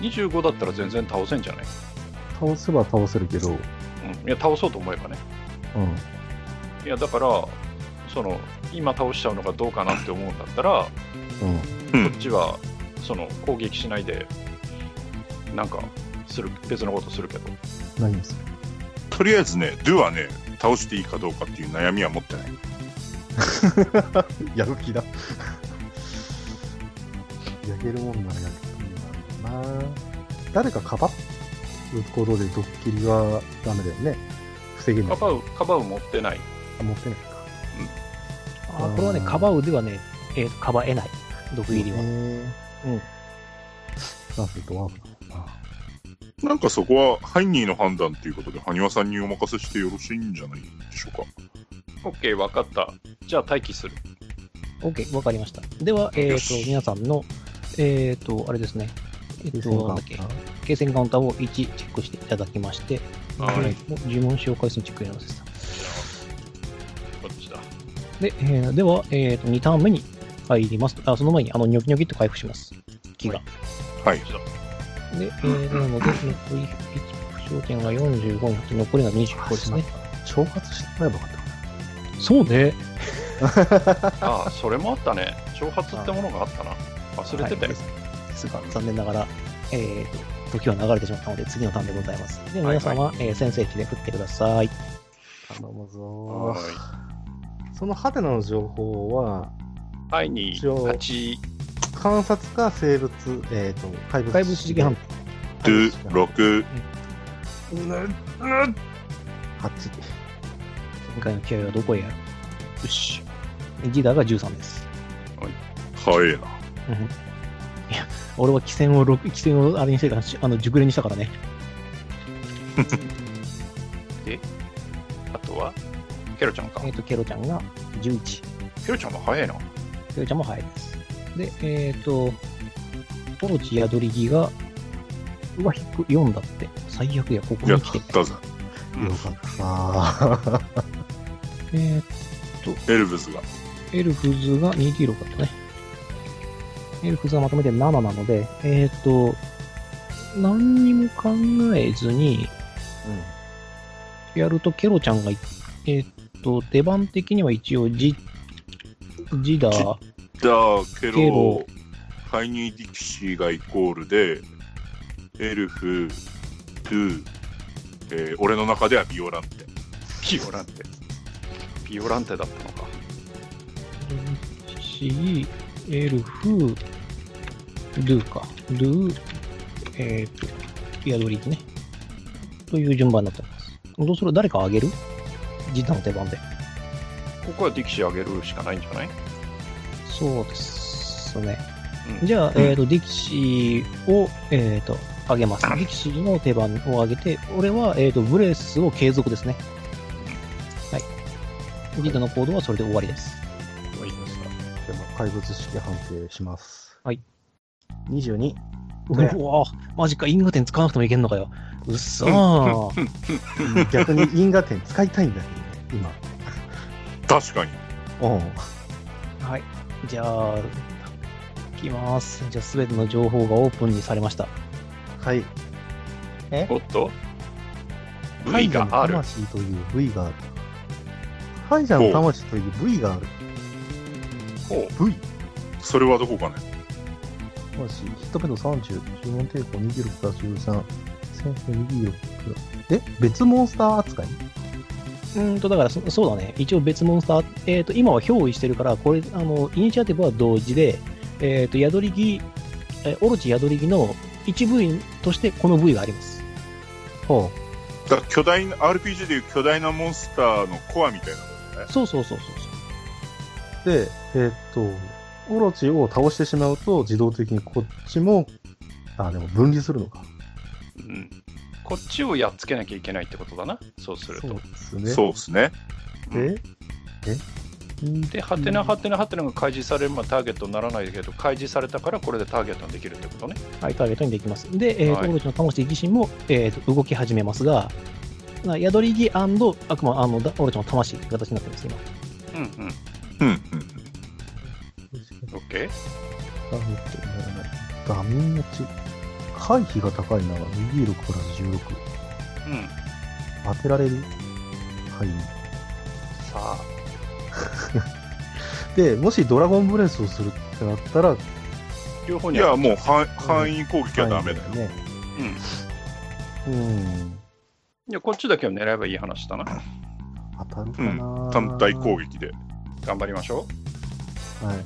25だったら全然倒せんじゃない、
倒せば倒せるけど、うん。
うん、いや、倒そうと思えばね。いや、だから、その、今倒しちゃうのがどうかなって思うんだったら、
うん。
うん
こっちはその攻撃しないで、なんかする別のことするけど、
何でする
とりあえずね、ドゥはね、倒していいかどうかっていう悩みは持ってない。
やる気だ。やけるもんならやる気だな誰かかばうことでドッキリはダメだよね。防げない。
カバウカバウ持ってない、
あ持ってないか。
あこれはね、
うん
かばうではね、えーとかばえない。毒入りは。
え
うん。
ー、なんするとワープだな。
なんかそこは、ハイニーの判断ということで、埴輪さんにお任せしてよろしいんじゃないでしょうか。
OK、分かった、じゃあ待機する、
OK、わかりました。では、えっ、
よ
と
し、
皆さんの、えっ、と、あれですね。えっ、
で
と、
そう
なんだっけ。計線カウンターを1チェックしていただきまして、
はい
えーと呪文使用回数のチェックやります
こっちだ。
で、えーでは、えーと、2ターン目に入ります。あ、その前に、あの、ニョキニョキっと回復します。気が。
はい。
で、えーなので、残り1焦点が45になって、残りが25ですね。
挑発してもらえばよかっ
そうね。
ああ、それもあったね、挑発ってものがあったな、忘れてたよ
はい。ですが、残念ながら、えーと、時は流れてしまったので、次のターンでございます。で、
はい
皆さんは、えー先制値で振ってください。
た。頼むぞ
は
ー。そのハテナの情報は、
いはいに
一応
8、
観察か生物、えっ、と、怪物。
怪物刺激判定。
ドゥ、6、
八。
今回の気合はどこへやるよし。ギダーが13です。
早えな。
俺は汽船を6、汽船をあれにしてたし、あの、熟練にしたからね。
あとは、ケロちゃんか
えっ、。と、ケロちゃんが11。
ケロちゃんも早いな。
ケロちゃんも早いです。で、えっ、と、ポロチヤドリギが、うわ、引く4だって。最悪や、ここ
や
に
っ
来て。
たぜ。
よかったなー。
えっ、
エルブスが。
エルフズが 2D6 だったね。エルフズがまとめて7なので、えっ、と、何にも考えずに、やるとケロちゃんがい、えーっと、出番的には一応ジ、ジダー、
じゃあ、ケ
ケ
ロ
ロ、
ハイニー・ディキシーがイコールで、エルフ、ドゥ、えー俺の中ではビオランテ。
ビオランテ。ビオランテだったのか。
シー、エルフ、ドゥか。ドゥ、えーっと、ヤドリキね。という順番になってます。どうする誰かあげるジダーの出番で。
ここはディキシーあげるしかないんじゃない
そうですね。
うん
じゃあ、
うん
えっ、と、ディキシーを、えっ、と、あげます。ディキシーの手番をあげて、俺は、えっ、と、ブレスを継続ですね。はい。ギタの行動はそれで終わりです。
わかりました。でも、怪物式判定します。
はい。
22。
う
ね
わマジか、因果点使わなくてもいけんのかよ。うっそー。
逆に因果点使いたいんだけどね、今。
確かに。
おうん。はい。じゃあ、いきます。じゃあ、すべての情報がオープンにされました。
はい。
おっと ?V がある。
ハイジャの魂という部位がある。ハイジャの魂という部位がある。
ほう
V?
それはどこかね
もし、ヒットペド30、注文抵抗26から13、戦闘26え別モンスター扱い
うんと、だからそ、そうだね。一応別モンスター、えっ、と、今は憑依してるから、これ、あの、イニシアティブは同時で、えっ、と、宿り木、えーオロチ宿り木の一部位として、この部位があります。
ほ
だから巨大な RPG でいう巨大なモンスターのコアみたいなことね
そうそうそうそう
う。で、えーっと、オロチを倒してしまうと、自動的にこっちも、あ、でも分離するのか。
うん。こっちをやっつけなきゃいけないってことだな。そうすると。
そうです
そ
ね。
うですね
で、えん
で、ハテナハテナハテナが開示されるまあターゲットにならないけど、開示されたからこれでターゲットにできるってことね。。
はい、ターゲットにできます。で、えっ、と、
はい
オロチの魂自身も、えっ、と、動き始めますが、な宿り木悪魔、あの、だオロチの魂って形になってます、今。
うんうん。
うんうん
オッケー
ダメージとならない。ダメージ。回避が高いなら26プラス16。
うん。
当てられるはい。
さあ、
で、もしドラゴンブレスをするってなったら、
両方
うん
に
いやもう
う。
範範囲攻撃はダメだよ、
範囲ね。
うん。
うん。
いや、こっちだけを狙えばいい話だな。
当たるかな、
単体攻
撃。
撃で
頑張りましょ
はい。
う。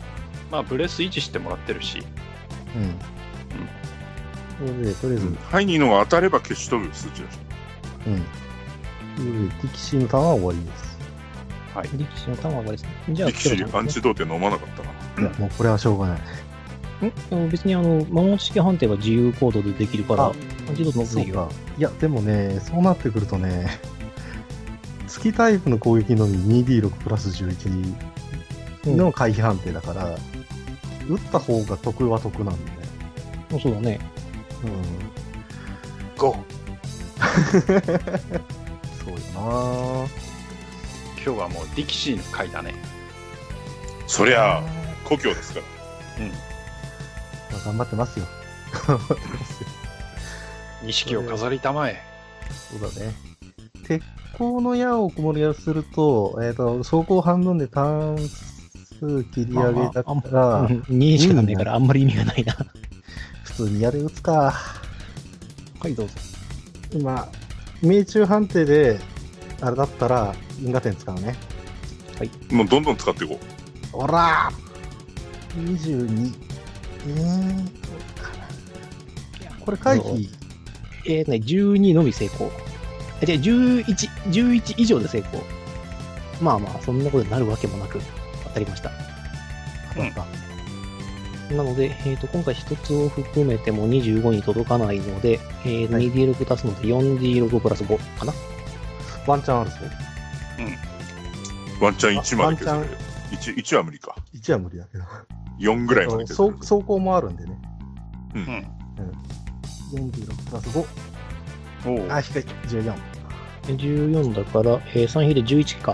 まあ、ブレス維持してもらってるし。
うん。ということで、とりあえず、
ハイニーのが当たれば消し飛ぶ数値だし
うん。ということで、敵士のターンは終わりです。
力士の玉がですね。じゃあ、
力士
黒ちゃ
ア
ん
ン
です
チ
ね
童貞飲まなかったない
や、もうこれはしょうがない。
んあの別に、あの、魔物式判定は自由行動でできるから
あ、
アンチドートの
そ
部
う
位は。
か。いや、でもね、そうなってくるとね、月タイプの攻撃のみ 2D6 プラス11の回避判定だから、打った方が得は得なんだよね。
そうだね。
うん。
ゴ
そうよ
今日はもうディキシーの回だね。
そりゃあ故郷ですから
なまあ頑張ってますよ。頑張ってますよ。
錦を飾りたまえ。
そうだね。鉄鋼の矢を小盛りをすると、えっ、と、走行半分でターン数切り上げだ
まあまああん
から、
うん2しかなんないから、あんまり意味がないな。
普通に矢で打つか。
はい、どうぞ。
今、命中判定で、あれだったら、因果点使うね。
もうどんどん使っていこ
おらー !22。えー、どうかな。これ回避。
えーとね、12のみ成功。え、じゃ11、11以上で成功。まあまあ、そんなことになるわけもなく、当たりました。
うん
あった
なので、えーと、今回1つを含めても25に届かないので、えーと
はい
2D6 足すので 4D6 プラス5かな。
ワンチャンあるぞ。
うワンチャン1まで
あ
削
ワン
れる 1, 1は無理か
1は無理だけど。
4ぐらいまで削れる
走走行もあるんでね。
うん。
46プラス5。
おう
あ、低い。14。
14だから、えー3比で11か。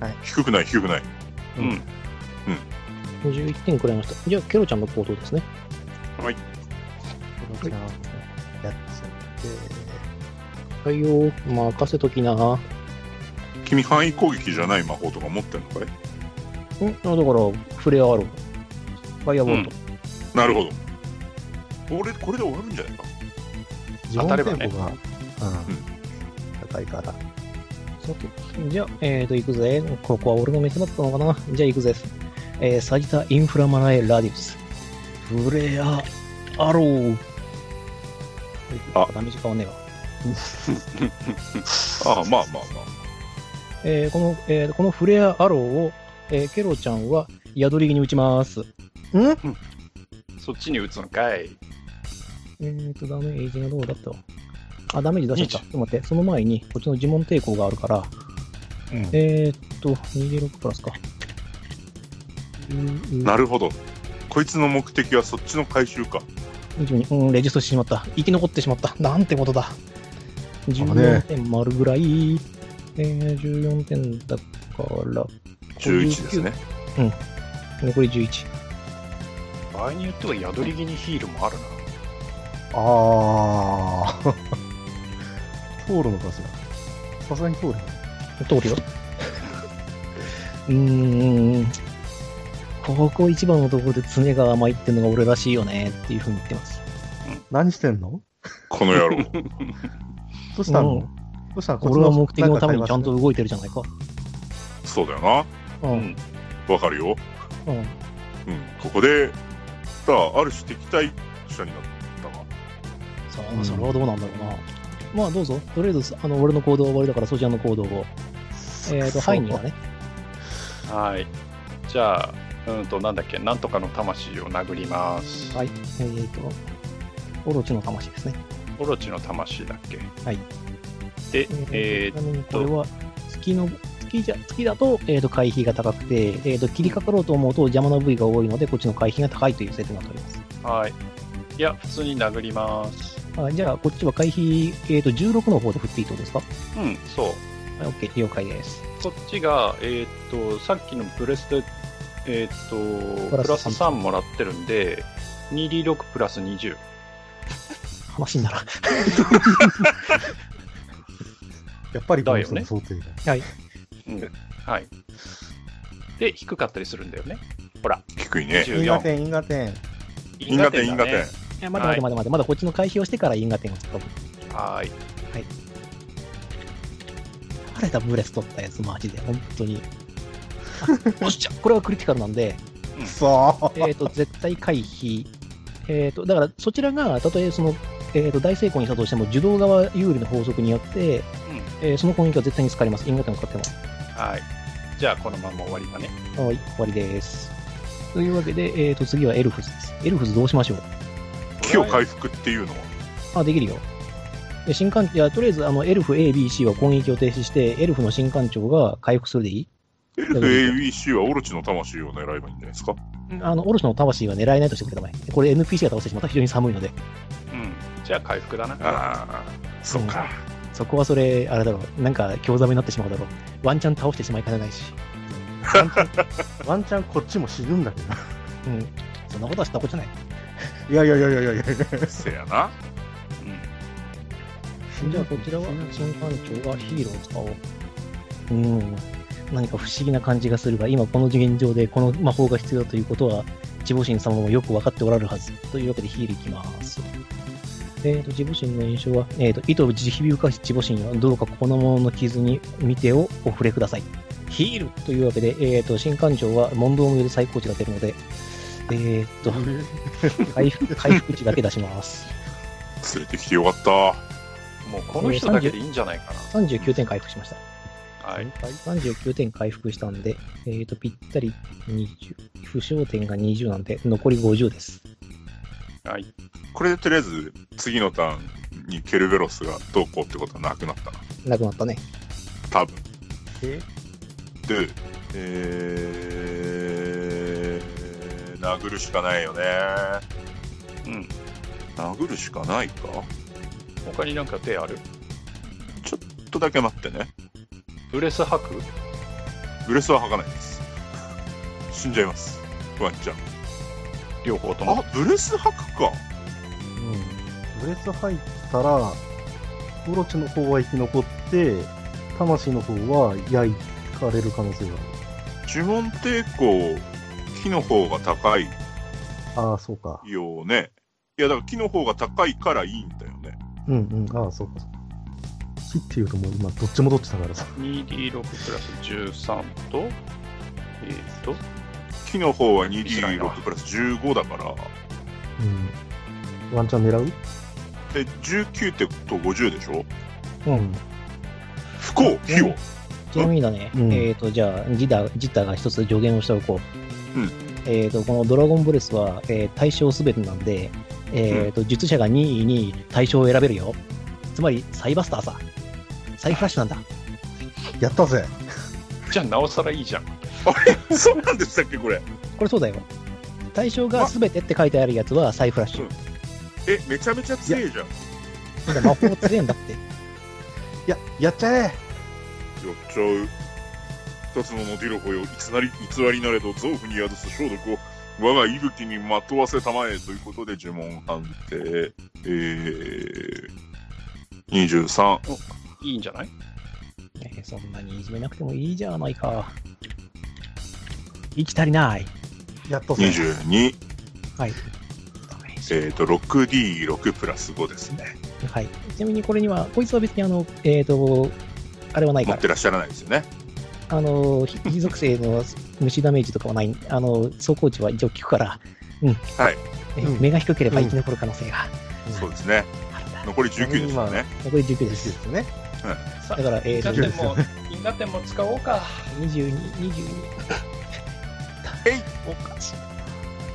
はい
低くない低くない
うん。
11点くらいました。じゃあ、ケロちゃんの行動ですね。
16ちゃん、やっちゃっ
はいよ、任せときな。んあ、
君範囲攻撃じゃない魔法とか持ってんのかい
だから、フレアアロー。ファイアボルト。
なるほど俺これで終わるんじゃないか
て、
当たれば
14
ね
店舗が、うん、高いか
さ
ら。
て、じゃあ、えーと、行くぜ。ここは俺の店だったのかな。じゃあ行くぜ。えー、サジタ・インフラマラエ・ラディウス。フレア・アロー。
あ
ダメージ変わんねえわ。
ああまあまあまあ
えーこの、えーこのフレア・アローを、えーケロちゃんは宿り木に打ちます。ん
そっちに打つのかい。
えーと、ダメージがどうだったあ、ダメージ出しちゃった。ちょっと待って、その前に、こっちの呪文抵抗があるから、
うん
えーっと、2D6 プラスか。うん
なるほどこいつの目的はそっちの回収か
22うん、レジストしてしまった。生き残ってしまった。なんてことだ。
ね
14点丸ぐらい。えー、14点だから、
11ですね。
残り11。
場合によっては宿り気にヒールもあるな。
あー。 通るのかしら。さすがに通る。
通るよ。うーん。ここ一番のところで常が甘いってのが俺らしいよねっていうふうに言ってます。
何してんの
この野 郎。
どうした
う
の、
ん
どうしたの
俺は目的のためにちゃん。
こと
動いてるじゃないか。
そうだよな。
うん。
わかるよ。
うん。
うん。ここで、さあ、ある種敵対者になったわ。
さ
う
あ、
ん
それはどうなんだろうな。まあ、どうぞ。とりあえず、あの、俺の行動は終わりだから、そちらの行動を。えっ、と、ハイにはね。
はい。じゃあ、うんと、なんだっけ、なんとかの魂を殴ります。
はい。えっ、と、オロチの魂ですね。
オロチの魂だっけ。
はい。
で、え
ちな
ー
みにこれは、月の、月じゃ、月だと、えっ、と、回避が高くて、えっ、と、切りかかろうと思うと邪魔な部位が多いので、こっちの回避が高いという設定になっております。
はい。いや、普通に殴ります。
あじゃあ、こっちは回避、えっ、と、16の方で振っていいってことですか
うん、そう。
はい、OK、了解です。
こっちが、えーっと、さっきのプレスで、えーっと、
プ
プ
ラ
ラ
ス
ス3もらってるんで、2D6 プラス20。
話にならん。
やっぱりこの人
だ
の
よ
想定が。
うん。はい。で、低かったりするんだよね。ほら、
低いね。
因果
14。
点、因果点。
因果点、因果
だね
点。
いや待て待て待て待て、まだこっちの回避をしてから因果点を突っ込む。
はーい。
晴れたブレス取ったやつ、マジで、本当に。あよっしゃ、これはクリティカルなんで、
くそー。
えっ、と、絶対回避。えっ、と、だから、そちらが、たとえその、えー、と大成功にしたとしても、受動側有利の法則によって、えーその攻撃は絶対に使かれます。因果点を使っても。
はい。じゃあ、このまま終わりだね。
はい、終わりです。というわけで、えっ、と、次はエルフズです。エルフズどうしましょう
木を回復っていうのは。
あ、できるよ。で新館いやとりあえずあのエルフ A、B、C は攻撃を停止して、エルフの新館長が回復するでい い
エルフ ABC はオロチの魂を狙えばいいんじゃないですか。
あの、オロチの魂は狙えないとしてくれたまえ。これ NPC が倒してしまったら非常に寒いので、
うん。じゃあ、回復だな。
ああ、そっか。
そこはそれ、あれだろう、なんか興ざめになってしまうだろう。ワンチャン倒してしまいかねないし。
ワンチャン、ワンチャンこっちも死ぬんだけど。
うん。そんなことはしたことない。
いやいやいやいやいやいや。
せやな。
じゃあこちらは新館長がヒーローを使おう。うん。何か不思議な感じがするが、今この次元上でこの魔法が必要だということは、地母神様もよく分かっておられるはず。というわけでヒールいきます。えー、と、地母神の印象は、えー、と、糸を地響かし地母神は、どうかこのものの傷に見てをお触れください。ヒールというわけで、えー、と、新館長は問答無用で最高値が出るので、えー、と、回復、回復値だけ出します。
連れてきてよかった。
もう、この人だけでいいんじゃないか
39点回復しました。
な。はい。
39点回復したんで、えー、と、ぴったり20、負傷点が20なんで、残り50です。
はい。
これでとりあえず次のターンにケルベロスがどうこうってことはなくなったな
なくなったね。
多分
え
でえー、殴るしかないよね
うん。
殴るしかないか
他になんか手ある
ちょっとだけ待ってね
ブレス吐く
ブレスは吐かないです死んじゃいますワンちゃん
両方とも。
あブレス吐くか
うん。ブレス入ったら、オロチの方は生き残って、魂の方は焼かれる可能性が
呪文抵抗木の方が高い
ある。ああ、そうか。
よねいやだから木の方が高いからいいんだよね
うんうん。ああ、そうか、そうか。木っていうともう今、どっちもどっちだからさ。
2D6 プラス13と、えっ、と、
木の方は 2D6 プラス15だから
うん。ワンチャン狙う
で19ってこと50でしょ
うん。
不幸費用
ちなみにだね、
うん
えー、と、じゃあ、ジタ、ジタが一つ助言をしておこう。
うん
えー、と、このドラゴンブレスは、えー対象すべてなんで、えー、と、術者が任意に対象を選べるよ。つまり、サイバスターさ。サイフラッシュなんだ。
やったぜ。
じゃあなおさらいいじゃん。
そうなんでしたっけこれ
これそうだよ。対象がすべてって書いてあるやつはサイフラッシュ。
えめちゃめちゃ強いじゃんや
だから魔法強えんだって。
いや、やっちゃえ
っちゃう二つののディロホよ、いつなり、偽りなれど、臓腑に宿す消毒を、我が息吹にまとわせたまえ、ということで呪文判定、えー、23。
いいんじゃない
ねそんなにいじめなくてもいいじゃないか。息足りない。
やっとそう
22、
はい。
えっ、と、6D6 プラス5ですね。
はい。ちなみにこれには、こいつは別にあの、えっ、と、あれはない
持
か
ってらっしゃらないですよね。
ら、あの、ひ非属性の虫ダメージとかはない、あの、走行値は一応効くから、うん。
はい
え。
うん
目が低ければ生き残る可能性が
そうですね。
あるんだ。
残り19ですよね。
残り19で
です
す。
よね。
さ
だから、え
銀
ーと、
河点も、銀河点も使おうか。
22、22。
えい
おかしい。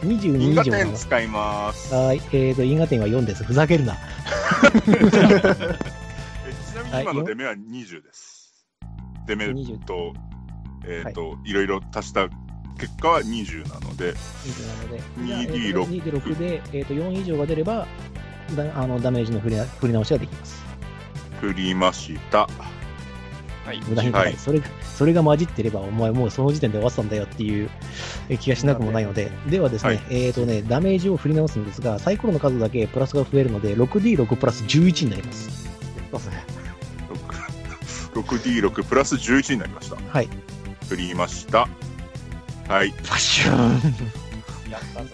22
銀河
以上
点
の
使います。
はい、えーと、因果点は4です。ふざけるな。
えちなみに今の出目は20です。出目
20
と、えっ、と、い、ろいろ足した結果は20なので、
20なので、
2D6
2D6 で、えー、と4以上が出れば、だあのダメージの振りな振り直しができます。
振りました。
はい。
無駄に
は
ないい。それが、それが混じってれば、お前もうその時点で終わってたんだよっていうえ気がしなくもないので、ではですね、
はい
えっ、とね、ダメージを振り直すんですが、サイコロの数だけプラスが増えるので、6D6 プラス11になります。
やっとそう
6D6 プラス11になりました。
はい。
振りました。はい。
パッシューン
やったぜ。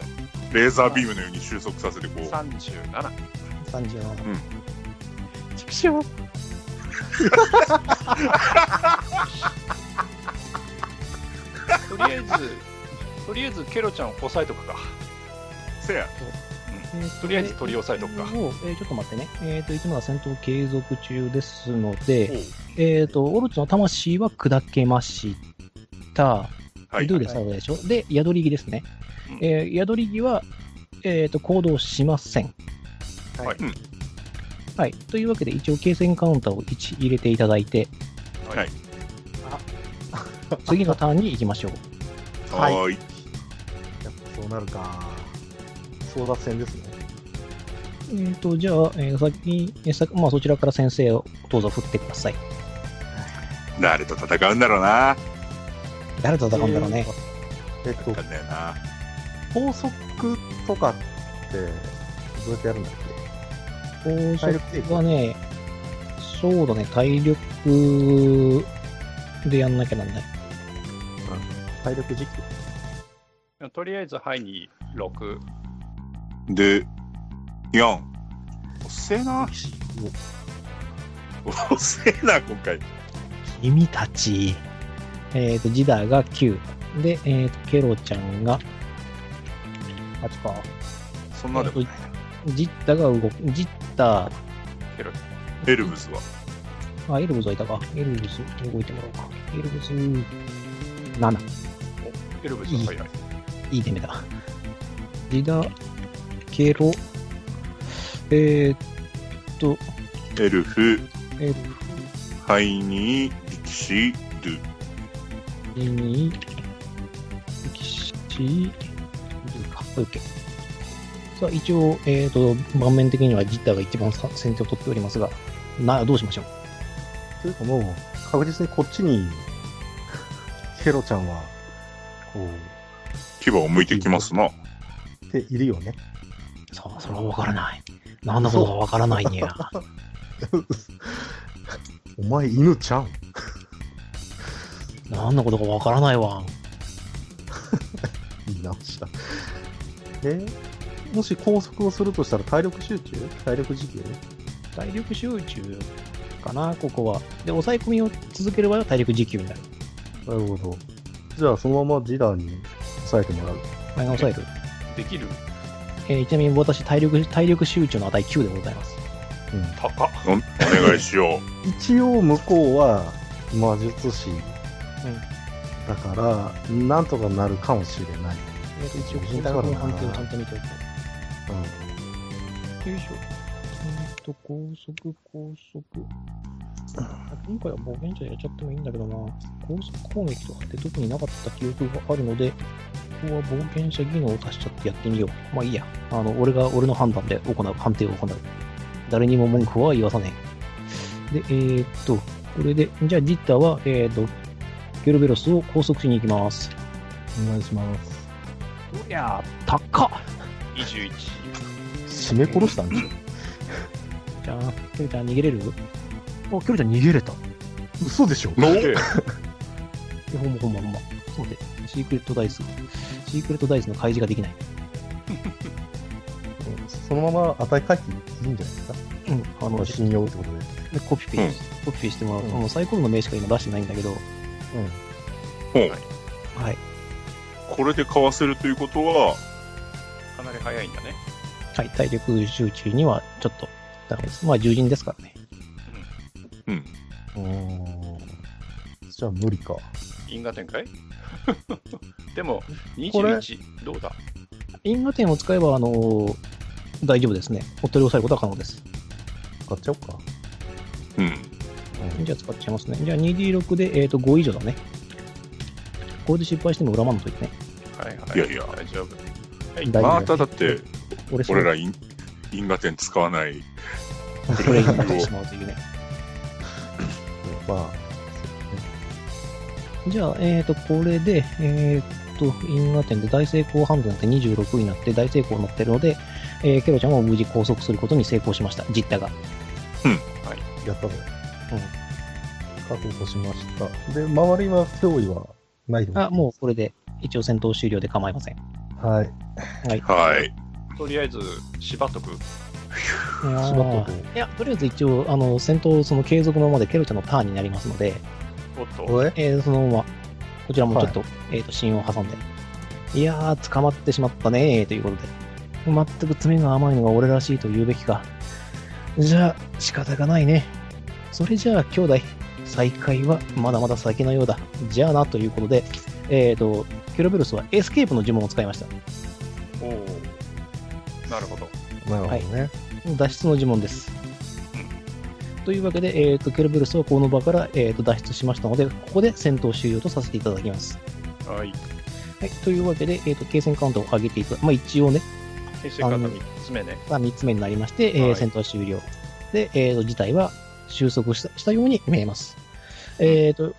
レーザービームのように収束させて、こう、
37。
!37。
うん
畜生
とりあえず、とりあえずケロちゃんを押さえとくか。
せや、
とりあえず取り押さえとくか。
をえーちょっと待ってね。えっ、と、いつもは戦闘継続中ですので、
おう
えっ、と、オルツの魂は砕けました。
はい。
ルーでサードでしょ。で、宿り木ですね。
うん
えー宿り木は、えっ、と、行動しません。
はい。うん
はい。というわけで、一応、継戦カウンターを1入れていただいて、
はい。
次のターンに行きましょう。
は。
はいい
はい。
やっぱそうなるか。争奪戦ですね。
えっ、と、じゃあ、えー先に、えーさまあ、そちらから先生をどうぞ振ってください。
誰と戦うんだろうな。
誰と戦うんだろうね。
えっと
わか、んねえな。
高速とかって、どうやってやるんだっ
高
体力テー
速
プ
はね、そうだね、体力でやんなきゃなんない。
け体力実況
とりあえず、はい、に6。
で、4。遅えな。遅えな、今回。
君たち。えっ、と、ジダが9。で、えっ、と、ケロちゃんが8か。
そんなでもないな。
ジッタが動く。ジッタ、
エルブスは。
あ、エルブズはいたか。エルブズ、動いてもらおうか。エルブズ、7。
エルブスが早い。
いい出目だ。ジダ、ケロ、えー、っと、
エルフ、
エル
ハイニー、力士、ルー。
に、歴史、か、オッケー。さあ、一応、えっ、と、盤面的にはジッターが一番さ先手を取っておりますが、な、どうしましょう。
というかもう、確実にこっちに、ケロちゃんは、こう、
牙を向いてきますな。
っているよね。
さあ、それはわからない。なんだことかわからないにゃ。
お前犬ちゃん
なんだことかわからないわ。
言い直した。えもし拘束をするとしたら体力集中体力時給
体力集中かな、ここは。で、抑え込みを続ける場合は体力持久になる。
なるほど。じゃあそのままジダーに抑えてもらう。
前が抑える。
できる
えーちなみに私、体力、体力集中の値9でございます。
うん。
高っ。
おお願いしよ
一応向こうは魔術師
うん。
だから、なんとかなるかもしれない。
えっ、と、一応、このの判定をちゃんと見ておくと。よいしょ。えー、と、高速、高速。あ今回は冒険者やっちゃってもいいんだけどな。高速攻撃とかって特になかった記憶があるので、ここは冒険者技能を足しちゃってやってみよう。まあいいや。あの、俺が俺の判断で行う、判定を行う。誰にも文句は言わさねえ。で、えー、っと、これで、じゃあ、ジッターは、えー、っと、ケルベロスを拘束しに行きます。
お願いします。
おりゃあ、高っ
21。
締め殺したんでしょ
じゃあ、ケルちゃん逃げれるお、ケルちゃん逃げれた。い
嘘でしょ
の
で
や、ほんまほんまほんま。そうで、シークレットダイス。シークレットダイスの開示ができない。
そのまま値書いていいんじゃないですか
うん、あの、
信用ってことで。
でコピペ、コピペしてもらうと、
うん
もうサイコロの名しか今出してないんだけど、
うん。
はい。
これで買わせるということは、
かなり早いんだね。
はい、体力集中にはちょっとダメです。まあ、獣人ですからね。
うん。
うーんじゃあ無理か。
因果 展開でも、
これ
21、どうだ
因果点を使えば、あのー大丈夫ですね。おっとり押さえることは可能です。
買っちゃおうか。
うん。
うん
じゃあ使っちゃいますね。じゃあ 2D6 で、えー、と5以上だね。これで失敗しても恨まんといてね。
はいはい
やいや
大丈夫。
大丈夫
まただって、
俺そ
俺
れ
ら因因果点使わない。
それになってしまうというね。
まあ、
じゃあ、えー、と、これで、えー、と、因果点で大成功判断って26になって大成功になってるので、えーケロちゃんを無事拘束することに成功しました。実態が。
やったぞ。うん。確保しました。で、周りは脅威はない
あ、もうこれで一応戦闘終了で構いません。
う。はい。
はい。
はい。
とりあえず、縛っとく。
しまっとこ
いや、とりあえず一応、あの、戦闘、その継続のままでケロちゃんのターンになりますので、
おっと。
う。え
えーそのまま、こちらもちょっと、えっ、と、芯を挟んで。いやー、捕まってしまったねー、ということで。全く爪が甘いのが俺らしいと言うべきか。じゃあ、仕方がないね。それじゃあ、兄弟、再会はまだまだ先のようだ。じゃあな、ということで、えっ、と、ケロベルスはエスケープの呪文を使いました。
おお。なるほど。
なるほどね。
脱出の呪文です。というわけで、えー、とケルベルスはこの場から、えー、と脱出しましたので、ここで戦闘終了とさせていただきます。
はい。
はい、というわけで、えー、と継戦カウントを上げていく、まあ、一応ね、
平成方3つ目ね。
まあ、3つ目になりまして、えー
はい
戦闘終了。で、えー、と事態は収束したしたように見えます。えー、と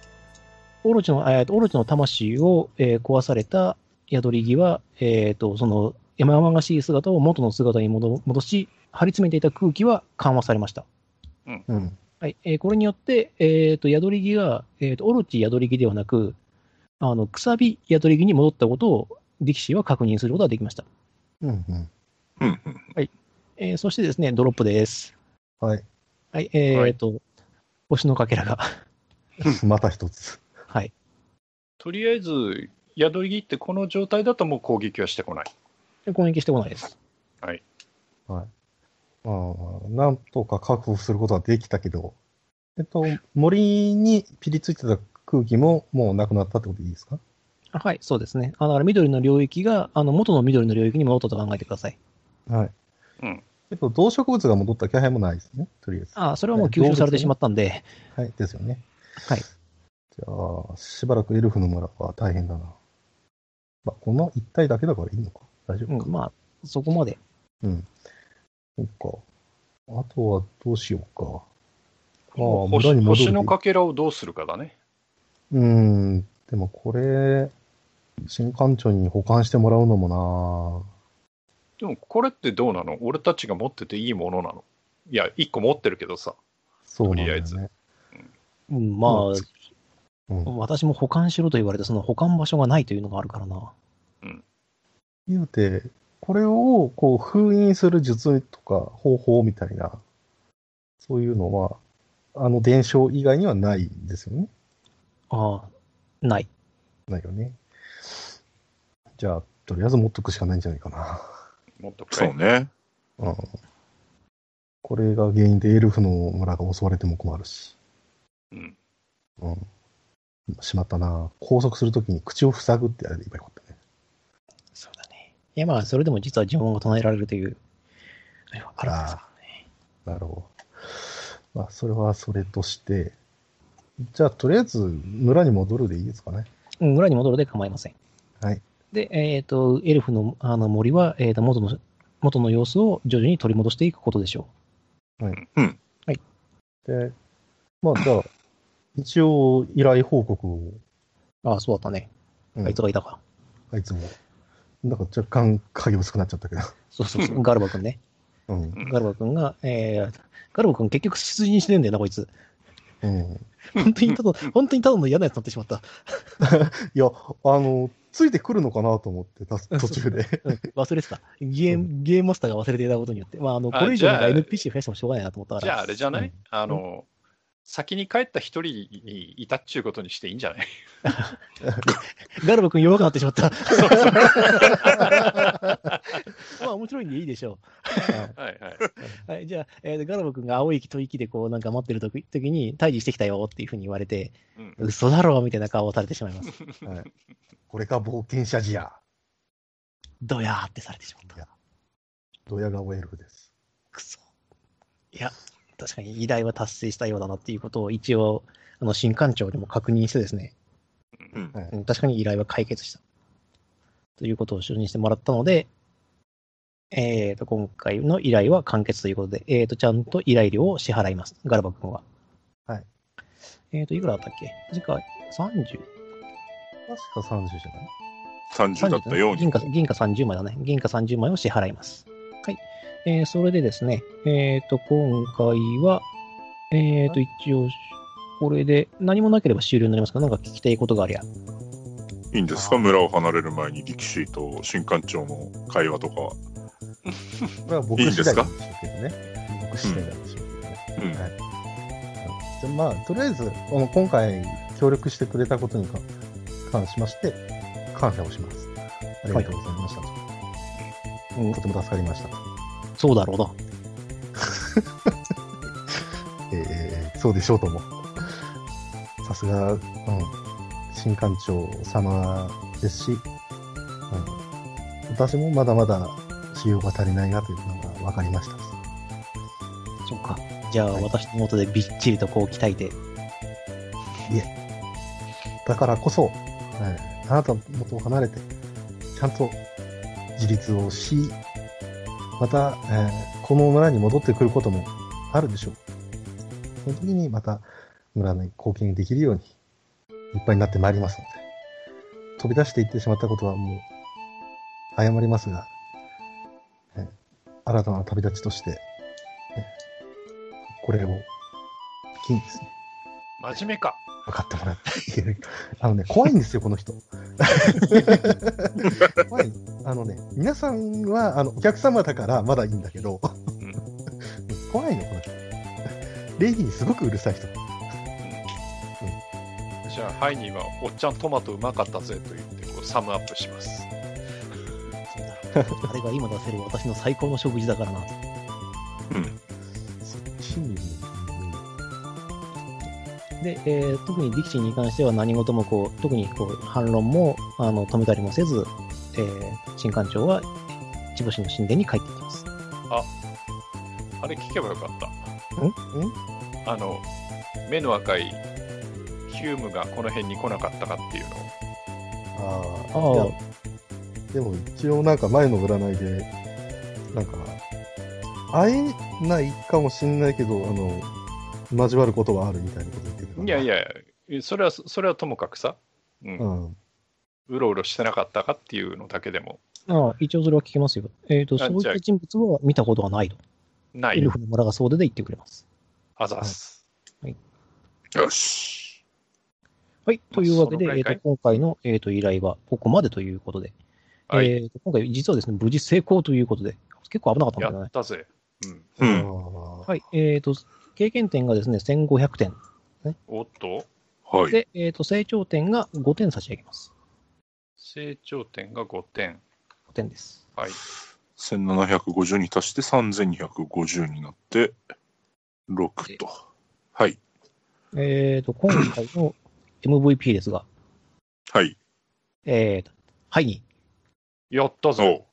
オロチの、えー、とオロチの魂を、えー壊された宿り木は、えー、とその山々しい姿を元の姿に戻戻し、張り詰めていた空気は緩和されました。
うん。
はいえーこれによって、えー、と宿り木が、えー、とオロチ宿り木ではなく、あのくさび宿り木に戻ったことを力士は確認することができました。
うんうん。
うんうん。
えーそしてですね、ドロップです。
はい。
はい、え
は
ー
い
と、星のかけらが、
また一つ。
はい、
とりあえず、宿り木ってこの状態だともう攻撃はしてこない。
で攻撃してこないです。
まあ、なんとか確保することはできたけど、えっと、森にピリついてた空気ももうなくなったってことでいいですか
あはい、そうですね。あだから緑の領域が、あの元の緑の領域に戻ったと考えてください。
はい。
うん。
えっと、動植物が戻った気配もないですね、とりあえず。
あそれはもう吸収されてしまったんで、
はい、ですよね。
はい。
じゃあ、しばらくエルフの村は大変だな。まあ、この一体だけだからいいのか。大丈
う
夫か。
ん、まあ、そこまで。
そっか。あとはどうしようか。ああ、村
星
に戻る
星
でいい
のかけらをどうするかだね。
うーん、でもこれ、新館長に保管してもらうのも
でも、これってどうなの俺たちが持ってていいものなのいや、1個持ってるけどさ。
なそうなん
とり
だ
あ
よ
えず
ね。
うん、まあ、
うんうん。
私も保管しろと言われて、その保管場所がないというのがあるからな。
言うて、これをこう封印する術とか方法みたいな、そういうのは、あの伝承以外にはないんですよね。
ああ、ない。
ないよね。じゃあ、とりあえず持っとくしかないんじゃないかな。
持っとくか
そ
いう
ね。
うん。これが原因でエルフの村が襲われても困るし。
うん。
うん。しまったな。拘束するときに口を塞ぐってやればよかったね。
そうだね。いや、まあ、それでも実は呪文が唱えられるという、あれはあるんですか
なるほど。まあ、それはそれとして。じゃあ、とりあえず村に戻るでいいですかね。
らね。うん、村に戻るで構いません。
はい。
で、えっ、と、エルフのあの森は、えっ、と、元の、元の様子を徐々に取り戻していくことでしょ
で、まあ、じゃあ、一応依頼報告を
ああ、そうだったね。
うん
あいつがいたか。
あいつも。なんか若干影薄くなっちゃ ったけど。
そうそう そう。ガルバ君ね。
うん。
ガルバ君が、えー、ガルバ君結局出陣してねえんだよな、こいつ。
うん。
本当にただ、 本当にただの嫌なやつになってしまった。
いや、あの、ついてくるのかなと思って、 た途中で。
うん忘れてた。ゲーム、ゲームマスターが忘れていたことによって。まあ、あの、こ
あ
れ以上なんか
じゃあ
NPC 増やしてもしょうがないなと思ったか
じゃあ
ら。
あれじゃない、
うん
あの、先に帰った一人にいたっちゅうことにしていいんじゃ ない
ガルバ君弱くなってしま った。まあ、面白いんでいいでしょ
はいはい。
う。はい、じゃあ、えーガルバ君が青い息、吐息でこう、なんか待ってる時時に、退治してきたよっていうふうに言われて、
うん、
嘘だろみたいな顔をされてしまいます。
はいこれが冒険者じゃ。
ドヤーってされてしまった。
ドヤ顔エルフです。
くそ。いや、確かに偉大は達成したようだなっていうことを一応、あの、新官庁でも確認してですね、
うん
はい
うん確かに依頼は解決した。ということを承認してもらったので、えーと、今回の依頼は完結ということで、えーと、ちゃんと依頼料を支払います。ガルバ君は。
はい。
えーと、いくらだったっけ確か 30?
確か30じゃない
30だったように
銀。貨銀貨30枚だね。銀貨30枚を支払います。はい。えー、それでですね、えっ、と、今回は、えっ、と、一応、これで何もなければ終了になりますから、なんか聞きたいことがありゃ。
いいんですか村を離れる前に力士と新館長の会話とかは。
これは僕
いいん
次
です
第な
か
んでしょうけどね。僕次第なんでしょうけどね。
うん
はいじゃあまあ、とりあえず、この今回協力してくれたことにか関しまして、感謝をします。ありがとうございました。
うん
とても助かりました。
そうだろうな。
えーえーそうでしょうとも。さすが、うん、新館長様ですし、うん、私もまだまだ使用が足りないなというのが分かりましたし。
そうか。じゃあ、
はい
私の元でびっちりとこう鍛えて、
だからこそ、はい、あなたの元を離れて、ちゃんと自立をし、また、えーこの村に戻ってくることもあるでしょう。その時にまた村に貢献できるように、いっぱいになってまいりますので、飛び出していってしまったことはもう、謝りますが、えー新たな旅立ちとして、ねこれを、機にですね、
真面目か。
分かってもらっている。あのね、怖いんですよ、この人。怖い。あのね、皆さんは、あの、お客様だからまだいいんだけど、怖いの、この人。礼儀にすごくうるさい人。
じゃあ、ハイニーは、おっちゃんトマトうまかったぜと言って、こうサムアップします。
あれが今出せる私の最高の食事だからな。
そっちに、
で、えー特に力士に関しては何事もこう、特にこう反論もあの止めたりもせず、えー新館長は千葉市の神殿に帰ってきます。
あれ聞けばよかった。
ん
ん
あの、目の赤いヒュームがこの辺に来なかったかっていうのを。
ああ、
ああ
いやでも一応なんか前の占いで、なんか、会えないかもしんないけど、あの、交わることはあるみたいなこと言ってたから
いやい。や、それは、それはともかくさ、うん
う。
うんろうろしてなかったかっていうのだけでも、
ああ、一応それは聞きますよ。えっ、と、
あ
そういっ
じゃあ
た人物は見たことがないと。
な
エ
い
ル、フの村が総出で言ってくれます。
あざっす。
よし。
はい。というわけで、
そのぐら
え
い
っ、
かい
と、今回の、えー、と依頼はここまでということで、
はい
えーと今回実はですね、無事成功ということで、結構危なかったんだ
や
よね
っ。たぜ。うん、
う
あ
ん。
あ
はい。えっ、と、経験点がですね、1500点。
おっと、
はい。
で、えっ、と、成長点が5点差し上げます。
成長点が5点。
5点です。
はい。
1750に足して3250になって、6と。はい。
えー、と、今回の MVP ですが、
はい。
えーと、はいに、
やった
お
ぞ。
う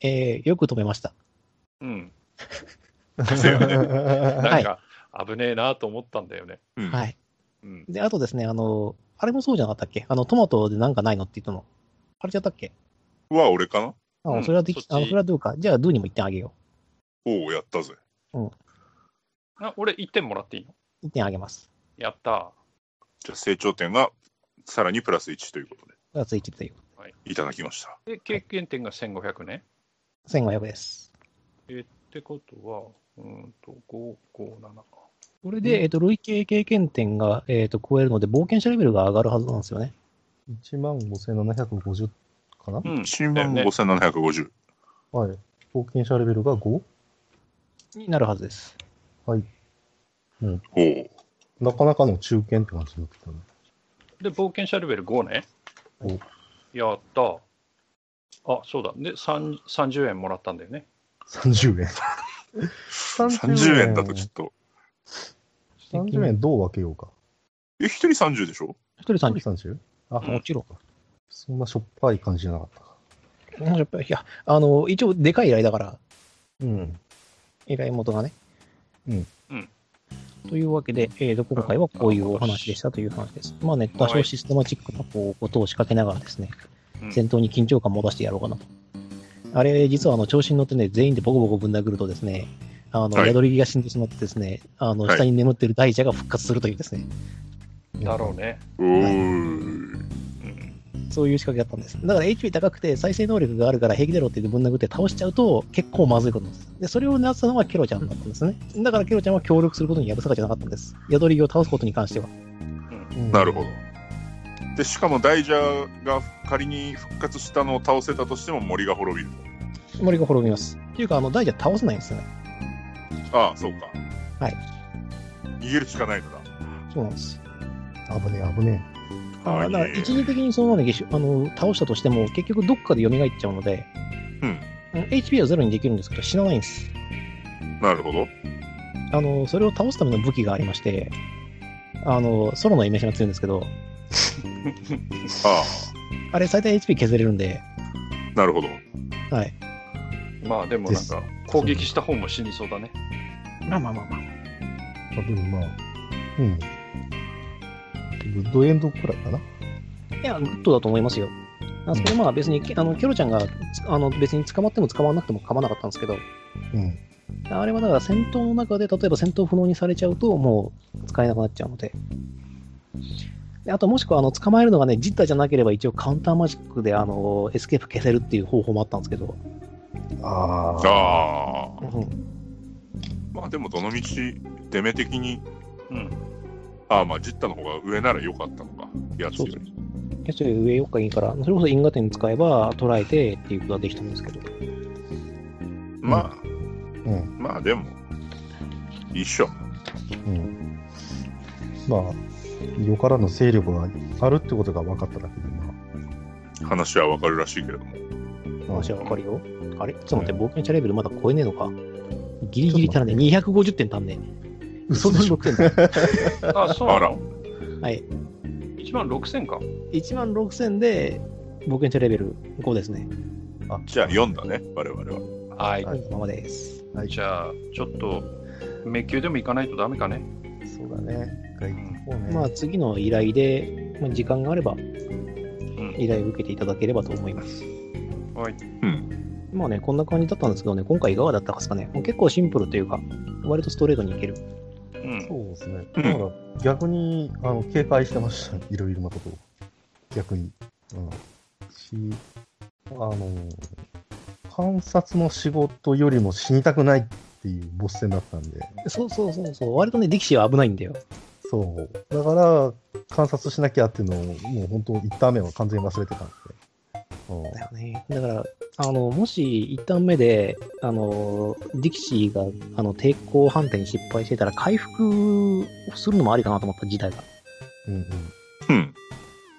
えー、よく止めました。
うん。
せや
な
ね
は
ん
い
か、危ねえなと思ったんだよね。
うん。
はい。
うん。
で、あとですね、あの、あれもそうじゃなかったっけあの、トマトでなんかないのって言ったの。あれちゃったっけ
は俺かな
あ
うん
それはでき、
そっち
あの、それはどうか。じゃあ、ドゥにも1点あげよ
おお、やったぜ。
あ俺、1点もらっていいの
う。1点あげます。
やった
じゃあ成長点がさらにプラス1ということで、
がついてるという。
いただきました。
で、経験点が1500ね。
1500です。
ってことは、うーんと、5、5、7。
これで、えっ、と、累計経験点が、えっ、と、超えるので、冒険者レベルが上がるはずなんですよね。
1万5750かな、
うん。
1万5750。
はい。冒険者レベルが 5?
になるはずです。
おお。
なかなかの中堅って感じになってきたね。
で、冒険者レベル5ね
お。
やった。あ、そうだ。で、3 30円もらったんだよね。
30円。
30円だとちょっと。
30円どう分けようか。
え、一人30でしょ
一人
一
30。
人 30? あ、
もちろん。
そんなしょっぱい感じじゃなかった。
うんやっぱりいや、あの、一応、でかい依頼だから、
うん。
依頼元がね。
うん。
うん。
というわけで、えーと、今回はこういうお話でしたという話です。まあね、多少システマチックなこうことを仕掛けながらですね、
うん
戦闘に緊張感も出してやろうかなと。あれ、実はあの調子に乗ってね、全員でボコボコぶん殴るとですね、あの、
はい
宿り木が死んでしまってですね、あの、
はい
下に眠っている大蛇が復活するというですね、
だろうね。
おー。
うん。
そういう仕掛けだったんです。だから HP 高くて再生能力があるから平気だろうって言ってぶん殴って倒しちゃうと結構まずいことなんです。で、それをなったのはケロちゃんだったんですね。だからケロちゃんは協力することにやぶさかじゃなかったんです。宿り木を倒すことに関しては。
うん
なるほど。で、しかも大蛇が仮に復活したのを倒せたとしても森が滅びる。
森が滅びます。っていうか、あの、大蛇倒せないんですよね。
ああ、そうか。
はい。
逃げるしかないのだ。
そうなんです。
危ねえ、危ね
は
だ
い
から、一時的にそのままであの倒したとしても、結局どっかで蘇っちゃうので、
うん
あの HP はゼロにできるんですけど、死なないんです。
なるほど。
あの、それを倒すための武器がありまして、あの、ソロのイメージが強いんですけど、
あ
あれ最大 HP 削れるんで、
あ、なるほど。
はい。
まあ、でもなんか、攻撃した方も死にそうだね。
まあまあまあまあ。
え。まあ、でもまあ、うん。グッドエンドくらいかな。
いや、グッドだと思いますよ。あそこでまあ別に、あの、キョロちゃんが、あの、別に捕まっても捕まらなくても構わなかったんですけど、
うん。
あれはだから戦闘の中で、例えば戦闘不能にされちゃうと、もう使えなくなっちゃうので。であと、もしくは、あの、捕まえるのがね、実体じゃなければ一応カウンターマジックで、あの、エスケープ消せるっていう方法もあったんですけど、
ああ。
ああ。
うん
まあでも、どの道、出目的に、
うん。
ああ、まあ、ジッタの方が上なら良かったのか。やつより。
やつより上よっかいいから、それこそ因果点使えば捉えてっていうことができたんですけど。
まあ、
うん。
まあでも、一緒。
うん。まあ、よからぬ勢力があるってことが分かっただけで、ま
話はわかるらしいけれども。
あ。まあ
話はわかるよ。あれちょっと待って、冒険者レベルまだ超えねえのか。ギリギリ足らねえ。250点足んねえ。
嘘でしょ
1万6000だ。
あ、そう
あ
な
ら
の。
はい。
1万6000か。
1万6000で、冒険者レベル5ですね。
じゃあ、4だね、我々は。
はい。
このままです。
はい
じゃあ、ちょっと、迷宮でも行かないとダメかね。
そうだね。一回行こうね。
まあ、次の依頼で、まあ、時間があれば
ん
依頼を受けていただければと思います。
はい。
まあね、こんな感じだったんですけどね、今回いかがだったかですかね。もう結構シンプルというか、割とストレートにいける。
うん。
そうですね。
う
だ
ん
から逆にあの警戒してました、 いろいろなことを。逆に。うん、し、あの、観察の仕事よりも死にたくないっていうボス戦だったんで、
そうそうそうそう、割とね、力士は危ないんだよ。
そう。だから、観察しなきゃっていうのを、もう本当、一旦目は完全に忘れてたんで。
だよね。だから、あの、もし一旦目で、あの、ディキシーが、あの、抵抗判定に失敗してたら、回復するのもありかなと思った事態が。
うん、うんうん。
うん。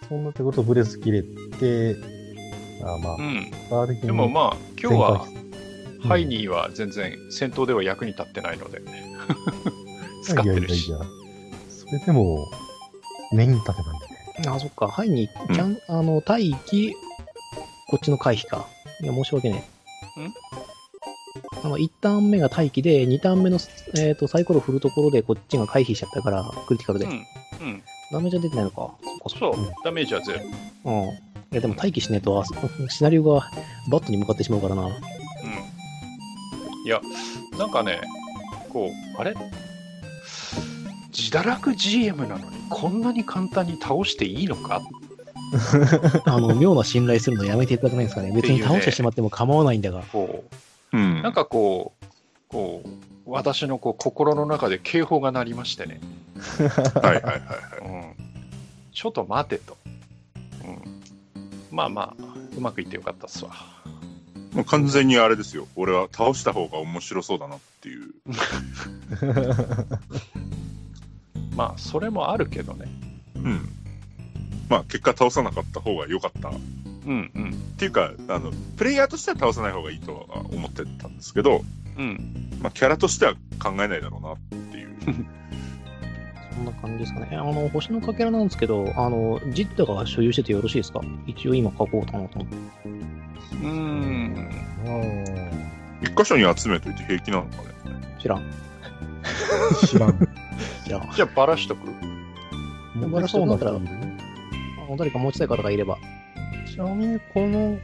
そんなってことブレス切れて、あまあ
う、ん。
バー的に。
でも
あ、
まあ、今日は、
うん
ハイニーは全然戦闘では役に立ってないので、 使っ
いや
て
いや
る
い
し。
や。それでも、メイン立てなんでね。
あそっか。はいに、ちゃん、あの、待機、こっちの回避か。いや、申し訳ねえ。
ん
あの、1ターン目が待機で、2ターン目の、えっ、と、サイコロ振るところで、こっちが回避しちゃったから、クリティカル
う
で。
ん。うん。
ダメージは出てないのか。そっかそっか
そう
うん、
ダメージはゼロ。
うん。いや、でも待機しねえと、あそこシナリオがバットに向かってしまうからな。
うんいや、なんかね、こう、あれ自堕落 GM なのにこんなに簡単に倒していいのか
あの、妙な信頼するのやめていただけないですかね。別に倒してしまっても構わないんだが。
こ
うん
うなんかこうこう私のこう心の中で警報が鳴りましてね、
はいはいはいはい。
うん、ちょっと待てと、うん、まあまあうまくいってよかったっすわ
もう完全にあれですよ。俺は倒した方が面白そうだなっていう。
まあそれもあるけどね
うん。まあ結果倒さなかった方が良かった。っ
うんうん
ていうか、あの、プレイヤーとしては倒さない方がいいとは思ってたんですけど、
うん
まあキャラとしては考えないだろうなっていう。
そんな感じですかね。あの、星のかけらなんですけど、あの、ジッタが所有しててよろしいですか一応今書こうかなと思って。
うーん
一箇所に集めといて平気なのかね。
知らん。
知らん。
知らん。
じゃあばらしとく
持
ま
っ
だ
て
そ
そうう
な
なん
だ
人
っ
いる
あの誰か持ちたい方がいれば。
ちなみにこの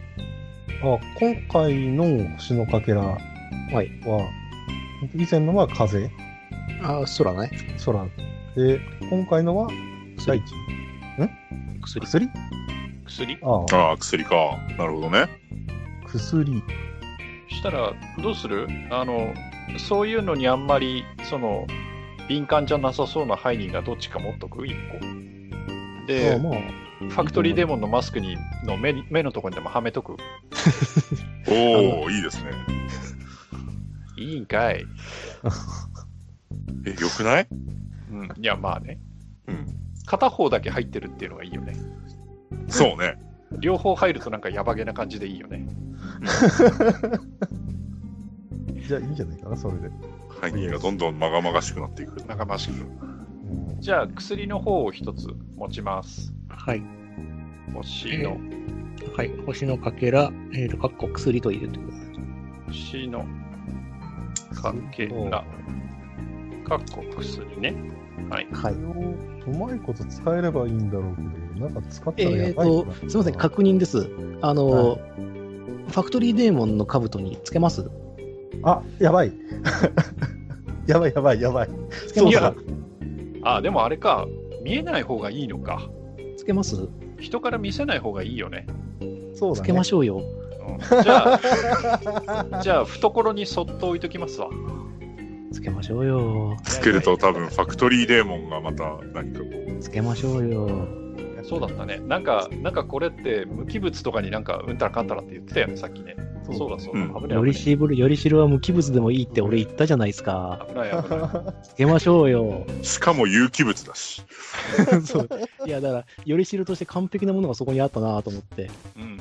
あ今回の星のかけらは、
はい
以前のは風
あ、空ね。
空で今回のは大
薬。
地
薬。
薬
薬
ああ
ああ、薬か。なるほどね。
薬
したらどうするあのそういうのにあんまりその敏感じゃなさそうなハイニーがどっちか持っとく1個
あ
で
まあ、
ファクトリーデモンのマスクにの目に目のところにでもはめとく
おおいいですね。
いいんかい、
え、良くない
うん、いやまあね
うん。
片方だけ入ってるっていうのがいいよね
そうね。
両方入るとなんかやばげな感じでいいよね
じゃあいいんじゃないかなそれで、
ハイニーがどんどんまがまがしくなっていく。
長マスク
うん
じゃあ薬の方を一つ持ちます
はい。
星の
はい。星のかけら、えっ、と、かっこ薬と入れてください。
星のかけらかっこ薬ねはい
はい。
うまいこと使えればいいんだろうけどなんか使ったら
え
や
っ、
ばい
と
な、
すみません、確認です。あの、
は
ファクトリーデーモンの兜につけます
あやばい やばいやばいやばい
つけま
い
す
やあでもあれか見えない方がいいのか
つけます
人から見せない方がいいよね、
そうだね
つけましょうよ。
うん、じ ゃあじゃあ懐にそっと置いときますわ
つけましょうよ。
つけると多分ファクトリーデーモンがまた何かこう、
つけましょうよ。
そうだったねなんかなんかこれって無機物とかになんかうんたらかんたらって言ってたよねさっきねそうだそうだ、
うん
危な
よ
い
り
危
しぶる、よりしるは無機物でもいいって俺言ったじゃないですか。
ない危ない危ない
つけましょうよ。
しかも有機物だし。
そういや、だから、よりしるとして完璧なものがそこにあったなと思 って。
うん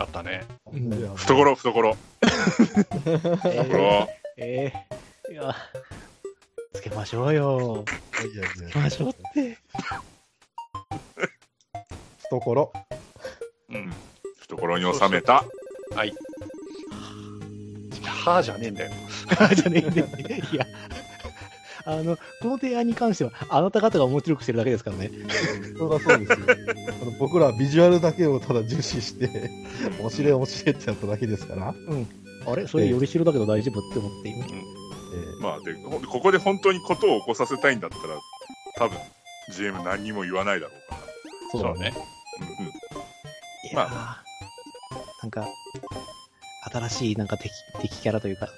あったね
うん
いや
懐、懐、
えー
懐。
えーいや、つけましょうよ。
いやいや
つけましょうって。
懐
うん
懐に収めた。
はいはあじゃねえんだよ
あじゃねえんで、いや、あの、この提案に関しては、あなた方が面白くしてるだけですからね。
そうだそうですよあの僕らはビジュアルだけをただ重視して 面白い面白いってやっただけですから、
あれそれよりしろだけど大丈夫って思って今。
え
まあで、ほんここで本当にことを起こさせたいんだったら、多分 GM 何にも言わないだろうか
そう
だ
ね
ら。うんう
い
ん
やーなんか、新しいなんか敵、敵キャラというか、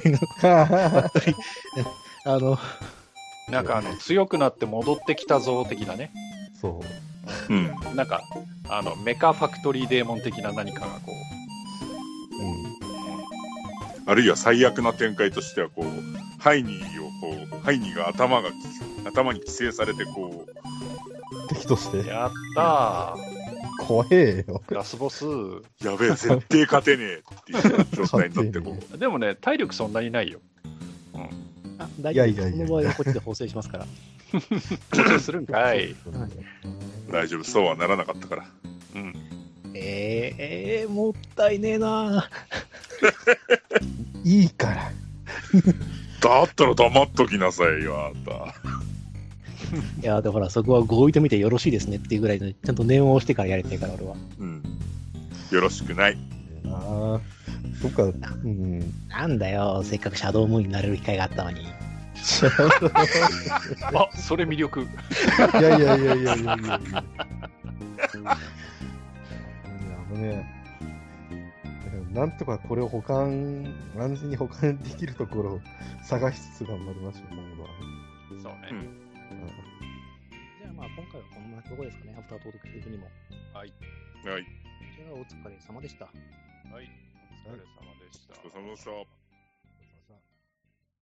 ー
あの、
なんかあの強くなって戻ってきたぞ的なね
そう
うん、
なんかあのメカファクトリーデーモン的な何かがこ
あるいは最悪な展開としてはこうハイニーをこうハイニーが頭が頭に寄生されてこう
敵とし
う
て
やった
怖えよ
ーラスボス
やべえ絶対勝てねえっていう状態になってこう
でもね体力そんなにないよ
あ大
い
丈夫
やいやいや
この場合はこっちで補正しますから。
補正 するんかい
大丈夫そうはならなかったから
うん
えー、えー、もったいねえない
いから
だったら黙っときなさいよあな
ーいや、だからそこは合意と見てよろしいですねっていうぐらいの、ちゃんと念を押してからやりたいから、俺は。
た、うん、よろしくない
あーそっかうん
なんだよ、せっかくシャドウムーンになれる機会があったのに。
あそれ魅力
いやいやいやいやいやいやいや。いや危ねえ。でもなんとかこれを保管、安全に保管できるところを探しつつ頑張りましょう、今後は。
そうね。
うん
じゃあまあ今回はこんなとこですかね、アフタートーク的にも。
はい
はい。
じゃあお疲れ様でした。
はいお疲れ様でした
お疲れ様でした。